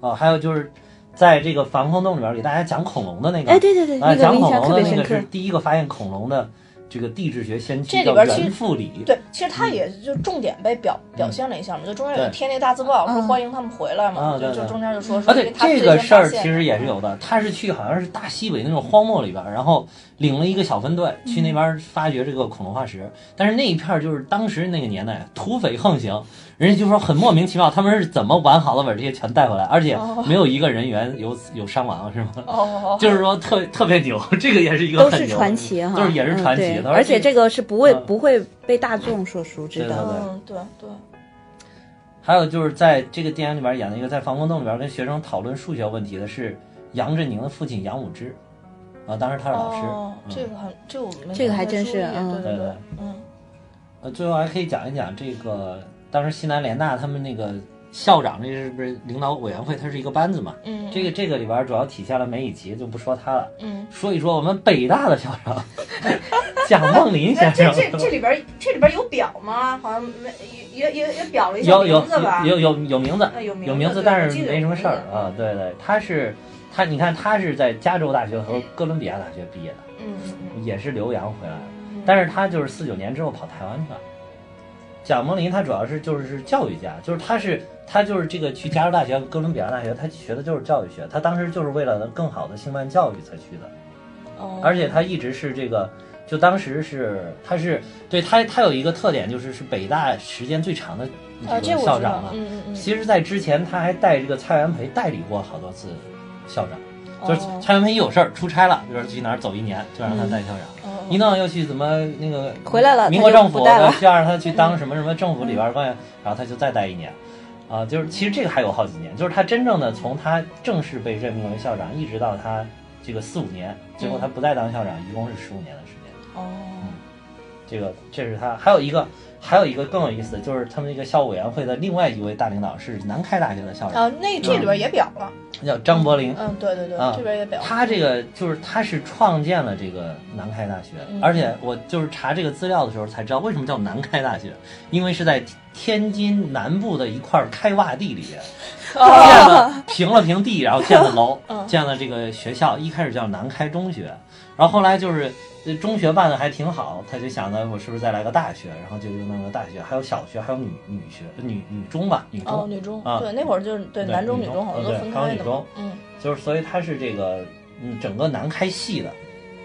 Speaker 2: 哦，还有就是在这个防空洞里边给大家讲恐龙的那个，
Speaker 3: 哎，对对对，
Speaker 2: 啊，
Speaker 3: 那个
Speaker 2: 讲
Speaker 3: 我印
Speaker 2: 恐
Speaker 3: 象
Speaker 2: 龙
Speaker 3: 特
Speaker 2: 的
Speaker 3: 别
Speaker 2: 那
Speaker 3: 深
Speaker 2: 个是
Speaker 3: 刻。
Speaker 2: 第一个发现恐龙的这个地质学先驱
Speaker 1: 这里
Speaker 2: 叫
Speaker 1: 边其实
Speaker 2: 袁复礼。
Speaker 1: 对，其实他也就重点被表表现了一下嘛，就中间有个
Speaker 2: 嗯对
Speaker 1: 天地大字报，不是
Speaker 3: 嗯
Speaker 1: 欢迎他们回来
Speaker 2: 啊
Speaker 1: 嘛，
Speaker 2: 对
Speaker 1: 就
Speaker 2: 对
Speaker 1: 就中间就说说
Speaker 2: 啊，
Speaker 1: 因为
Speaker 2: 对
Speaker 1: 他
Speaker 2: 这
Speaker 1: 最
Speaker 2: 个
Speaker 1: 先
Speaker 2: 事
Speaker 1: 发
Speaker 2: 儿
Speaker 1: 现
Speaker 2: 其实也是有
Speaker 3: 嗯
Speaker 2: 的。他是去好像是大西北那种荒漠里边儿，然后领了一个小分队去
Speaker 3: 嗯
Speaker 2: 那边儿发掘这个恐龙化石。但是那一片儿就是当时那个年代土匪横行，人家就说很莫名其妙，他们是怎么完好的把这些全带回来，而且
Speaker 3: 哦
Speaker 2: 没有一个人员有有伤亡，是吗？ <laughs>
Speaker 1: 哦哦
Speaker 2: 就是说特特别牛，这个也是一个
Speaker 3: 都
Speaker 2: 很
Speaker 3: 是
Speaker 2: 牛
Speaker 3: 传奇哈，
Speaker 2: 就是也是
Speaker 3: 嗯
Speaker 2: 传奇
Speaker 3: 对
Speaker 2: 他说
Speaker 3: 而且
Speaker 2: 这
Speaker 3: 这个是不会
Speaker 2: 嗯
Speaker 3: 不会被大众所熟知
Speaker 2: 对
Speaker 1: 哦，
Speaker 2: 的
Speaker 3: 的。
Speaker 1: 嗯，对对，
Speaker 2: 还有就是在这个电影里边演的一个在防空洞里边跟学生讨论数学问题的是杨振宁的父亲杨武之，啊，当时他是老师。
Speaker 1: 哦，
Speaker 2: 嗯、
Speaker 1: 这个很这个我没
Speaker 3: 这个
Speaker 1: 太
Speaker 3: 还真是
Speaker 1: 注意
Speaker 3: 嗯
Speaker 1: 对
Speaker 2: 对对
Speaker 1: 对，嗯
Speaker 2: 呃，最后还可以讲一讲这个当时西南联大他们那个校长，这是不是领导委员会？它是一个班子嘛。
Speaker 1: 嗯，
Speaker 2: 这个这个里边主要体现了梅以祺，就不说他了。
Speaker 1: 嗯。
Speaker 2: 说一说我们北大的校
Speaker 1: <laughs>
Speaker 2: 长蒋梦麟
Speaker 1: 那
Speaker 2: 先
Speaker 1: 哎这
Speaker 2: 生，
Speaker 1: 这这里边儿这里边儿有表吗？好像没也也也表了一下
Speaker 2: 有有
Speaker 1: 名字吧？
Speaker 2: 有有有名字
Speaker 1: 啊，有名字
Speaker 2: 有名字，
Speaker 1: 对
Speaker 2: 但
Speaker 1: 我
Speaker 2: 是
Speaker 1: 记得
Speaker 2: 没
Speaker 1: 有
Speaker 2: 什么
Speaker 1: 名
Speaker 2: 事儿
Speaker 1: 字
Speaker 2: 啊。对对，他是他，你看他是在加州大学和哥伦比亚大学毕业的。
Speaker 1: 嗯嗯
Speaker 2: 也是留洋回来的，
Speaker 1: 嗯，
Speaker 2: 但是他就是四九年之后跑台湾去了。蒋梦麟他主要是就是教育家，就是他是他就是这个去加州大学、哥伦比亚大学，他学的就是教育学，他当时就是为了能更好的兴办教育才去的，
Speaker 1: 哦
Speaker 2: 而且他一直是这个，就当时是他是对他他有一个特点就是是北大时间最长的
Speaker 1: 啊，
Speaker 2: 这
Speaker 1: 这
Speaker 2: 个
Speaker 1: 我知
Speaker 2: 校
Speaker 1: 道
Speaker 2: 长嘛，
Speaker 1: 嗯嗯嗯，
Speaker 2: 其实，在之前他还带这个蔡元培代理过好多次校长，就是
Speaker 1: 哦
Speaker 2: 蔡元培一有事儿出差了，就是去哪儿走一年，就让他带校长。
Speaker 1: 哦
Speaker 2: 一弄又去怎么那个
Speaker 3: 嗯回来了
Speaker 2: 民国
Speaker 3: 他就
Speaker 2: 政府
Speaker 3: 不带了
Speaker 2: 的，就让他去
Speaker 3: <laughs>
Speaker 2: 当什么什么政府里边儿官员，然后他就再待一年，啊，就是其实这个还有好几年，就是他真正的从他正式被任命为校长，一直到他这个四五年，最
Speaker 3: 嗯
Speaker 2: 后他不再当校长，一共是十五年的时间。
Speaker 1: 哦，
Speaker 2: 这个这是他，还有一个还有一个更有意思，就是他们那个校务委员会的另外一位大领导是南开大学的校长，
Speaker 1: 啊，那这里边儿也表了，
Speaker 2: 叫张伯苓。
Speaker 1: 嗯，对对对，
Speaker 2: 啊
Speaker 1: 这边儿也表了，哦
Speaker 2: 他这个就是他是创建了这个南开大学，
Speaker 1: 嗯
Speaker 2: 而且我就是查这个资料的时候才知道为什么叫南开大学，因为是在天津南部的一块开挖地里边 <laughs> 建
Speaker 1: <laughs>
Speaker 2: 了平了平地，然后建的楼，
Speaker 1: 嗯
Speaker 2: 建了这个学校，一开始叫南开中学，然后后来就是呃中学办的还挺好，他就想着我是不是再来个大学，然后就又弄个大学，还有小学，还有女女学女女中吧，女中，
Speaker 1: 哦，女中
Speaker 2: 啊，
Speaker 1: 对，那会儿就是对
Speaker 2: 对
Speaker 1: 男中
Speaker 2: 女
Speaker 1: 女
Speaker 2: 中
Speaker 1: 中好像
Speaker 2: 嗯
Speaker 1: 都
Speaker 2: 对
Speaker 1: 分
Speaker 2: 还有
Speaker 1: 开
Speaker 2: 女
Speaker 1: 的嘛
Speaker 2: 中，
Speaker 1: 嗯，
Speaker 2: 就是所以他是这个嗯整个南开系的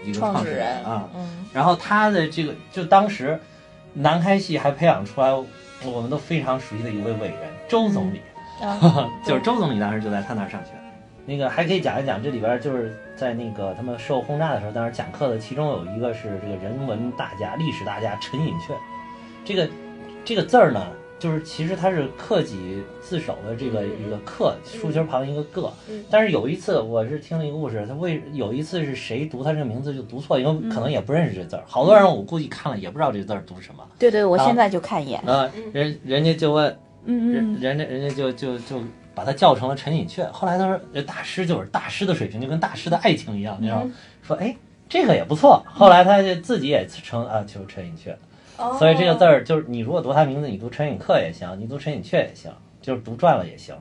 Speaker 2: 一个
Speaker 1: 创
Speaker 2: 始
Speaker 1: 始
Speaker 2: 人
Speaker 1: 人
Speaker 2: 啊，
Speaker 1: 嗯，
Speaker 2: 然后他的这个就当时南开系还培养出来我们都非常熟悉的一位伟人周总理， <laughs>
Speaker 1: 啊
Speaker 2: 就是周总理当时就在他那儿上学。那个还可以讲一讲这里边就是在那个他们受轰炸的时候，当时讲课的，其中有一个是这个人文大家、历史大家陈寅恪。这个这个字儿呢，就是其实它是克己自守的这个一个克，竖心旁一个个。但是有一次我是听了一个故事，他为有一次是谁读他这个名字就读错，因为可能也不认识这字儿，好多人我估计看了也不知道这字儿读什么。
Speaker 3: 对对，我
Speaker 2: 啊
Speaker 3: 现在就看一眼。
Speaker 2: 呃，人人家就问，人
Speaker 3: 嗯嗯嗯，
Speaker 2: 人家人家就就就把他叫成了陈寅恪。后来他说，呃大师就是大师的水平，就跟大师的爱情一样，你知
Speaker 3: 嗯
Speaker 2: 道吗？说哎，这个也不错。后来他就自己也称啊，就是陈寅恪。
Speaker 1: 哦
Speaker 2: <laughs>
Speaker 1: 啊
Speaker 2: 所以这个字儿就是你如果读他名字，你读陈寅恪也行，你读陈寅恪也行，就是读转了也行。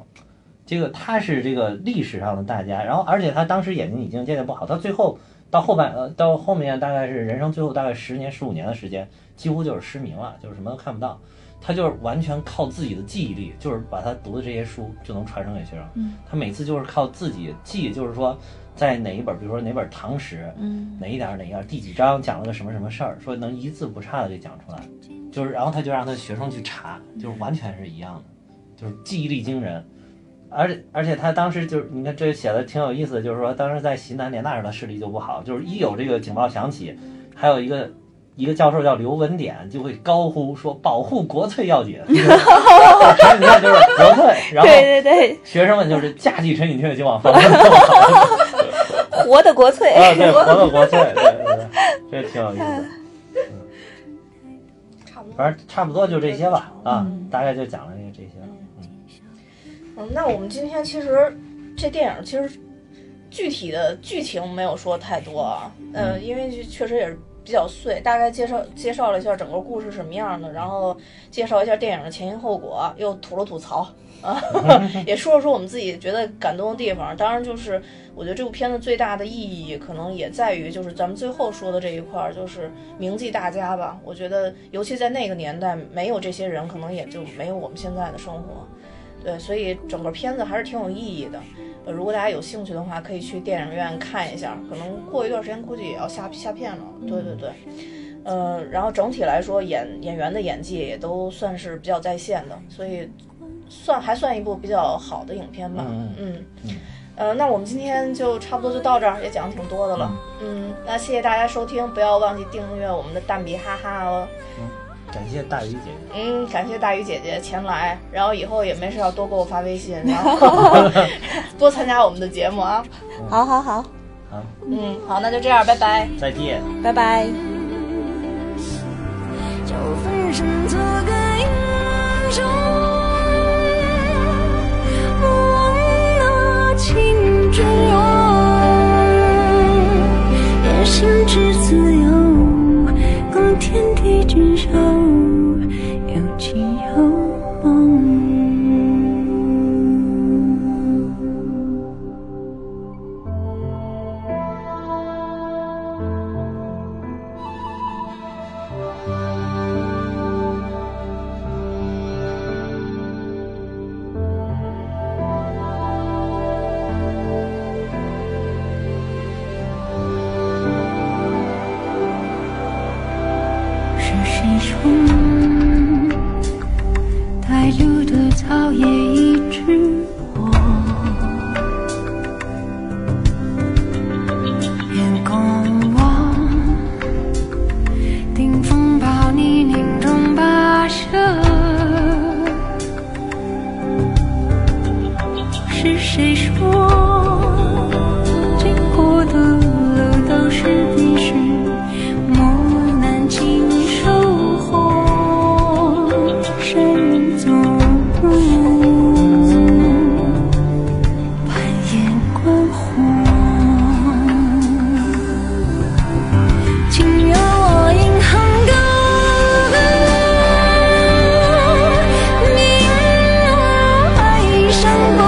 Speaker 2: 这个他是这个历史上的大家，然后而且他当时眼睛已经渐渐不好，他最后到后半呃到后面大概是人生最后大概十年十五年的时间，几乎就是失明了，就是什么都看不到。他就是完全靠自己的记忆力，就是把他读的这些书就能传承给学生。他每次就是靠自己记，就是说在哪一本，比如说哪本唐诗，
Speaker 3: 嗯
Speaker 2: 哪一点儿哪一点儿第几章讲了个什么什么事儿，说能一字不差的给讲出来，就是然后他就让他学生去查，就是完全是一样的，就是记忆力惊人，而且而且他当时就是你看这写的挺有意思的，就是说当时在西南联大时候他视力就不好，就是一有这个警报响起，还有一个。一个教授叫刘文典，就会高呼说：“保护国粹要紧。”陈寅恪就是国粹，然后
Speaker 3: 对对对，
Speaker 2: 学生们就是架起陈寅恪就往房间跑。
Speaker 3: 活的国粹。
Speaker 2: 啊，对，活到国粹，对对对，这挺有意思的。
Speaker 1: 哦差不多。
Speaker 2: 反正差不多就这些吧，啊，大概就讲了这这些。
Speaker 1: 嗯，那我们今天其实这电影其实具体的剧情没有说太多啊，
Speaker 2: 嗯
Speaker 1: 呃，因为确实也是比较碎，大概介绍介绍了一下整个故事什么样的，然后介绍一下电影的前因后果，又吐了吐槽啊， <laughs> 也说了说我们自己觉得感动的地方。当然，就是我觉得这部片子最大的意义，可能也在于就是咱们最后说的这一块儿，就是铭记大家吧。我觉得，尤其在那个年代，没有这些人，可能也就没有我们现在的生活。对，所以整个片子还是挺有意义的。呃，如果大家有兴趣的话，可以去电影院看一下，可能过一段时间估计也要下下片了。对对对，呃，然后整体来说，演演员的演技也都算是比较在线的，所以算还算一部比较好的影片吧。
Speaker 2: 嗯
Speaker 1: 嗯
Speaker 2: 嗯
Speaker 1: 呃，那我们今天就差不多就到这儿，也讲得挺多的了。嗯，那谢谢大家收听，不要忘记订阅我们的蛋比哈哈哦。
Speaker 2: 嗯感谢大鱼姐姐，
Speaker 1: 嗯，感谢大鱼姐姐前来，然后以后也没事要多给我发微信，然后 <laughs> 多参加我们的节目啊。
Speaker 3: <laughs> 好好好，
Speaker 2: 好，
Speaker 1: 嗯，好，那就这样，拜拜。
Speaker 2: 啊再见。
Speaker 3: 拜拜。
Speaker 4: 就分身做个英雄，不忘那青春永，一生之自由，共天地之手，有情有梦。是谁说，带露的草也一直活？眼光望，顶风暴泥泞中跋涉。是谁说，经过的路都是必须，磨难尽收获深踪。攀岩观火。请由我引吭高歌，你我爱上过，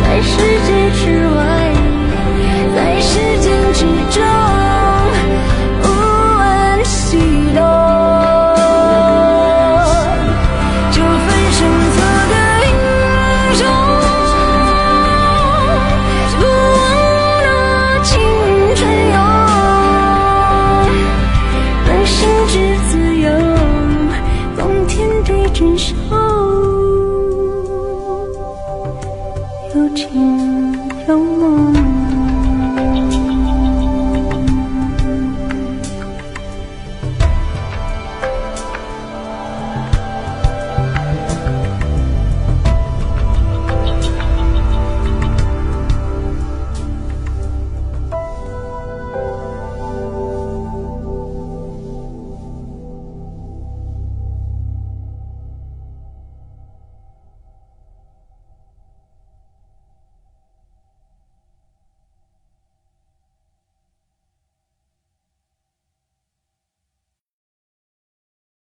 Speaker 4: 在世界之外，在时间之中，无问西东。就分身做个英雄，不忘那青春永，人生之自由，共天地之手，有情有梦。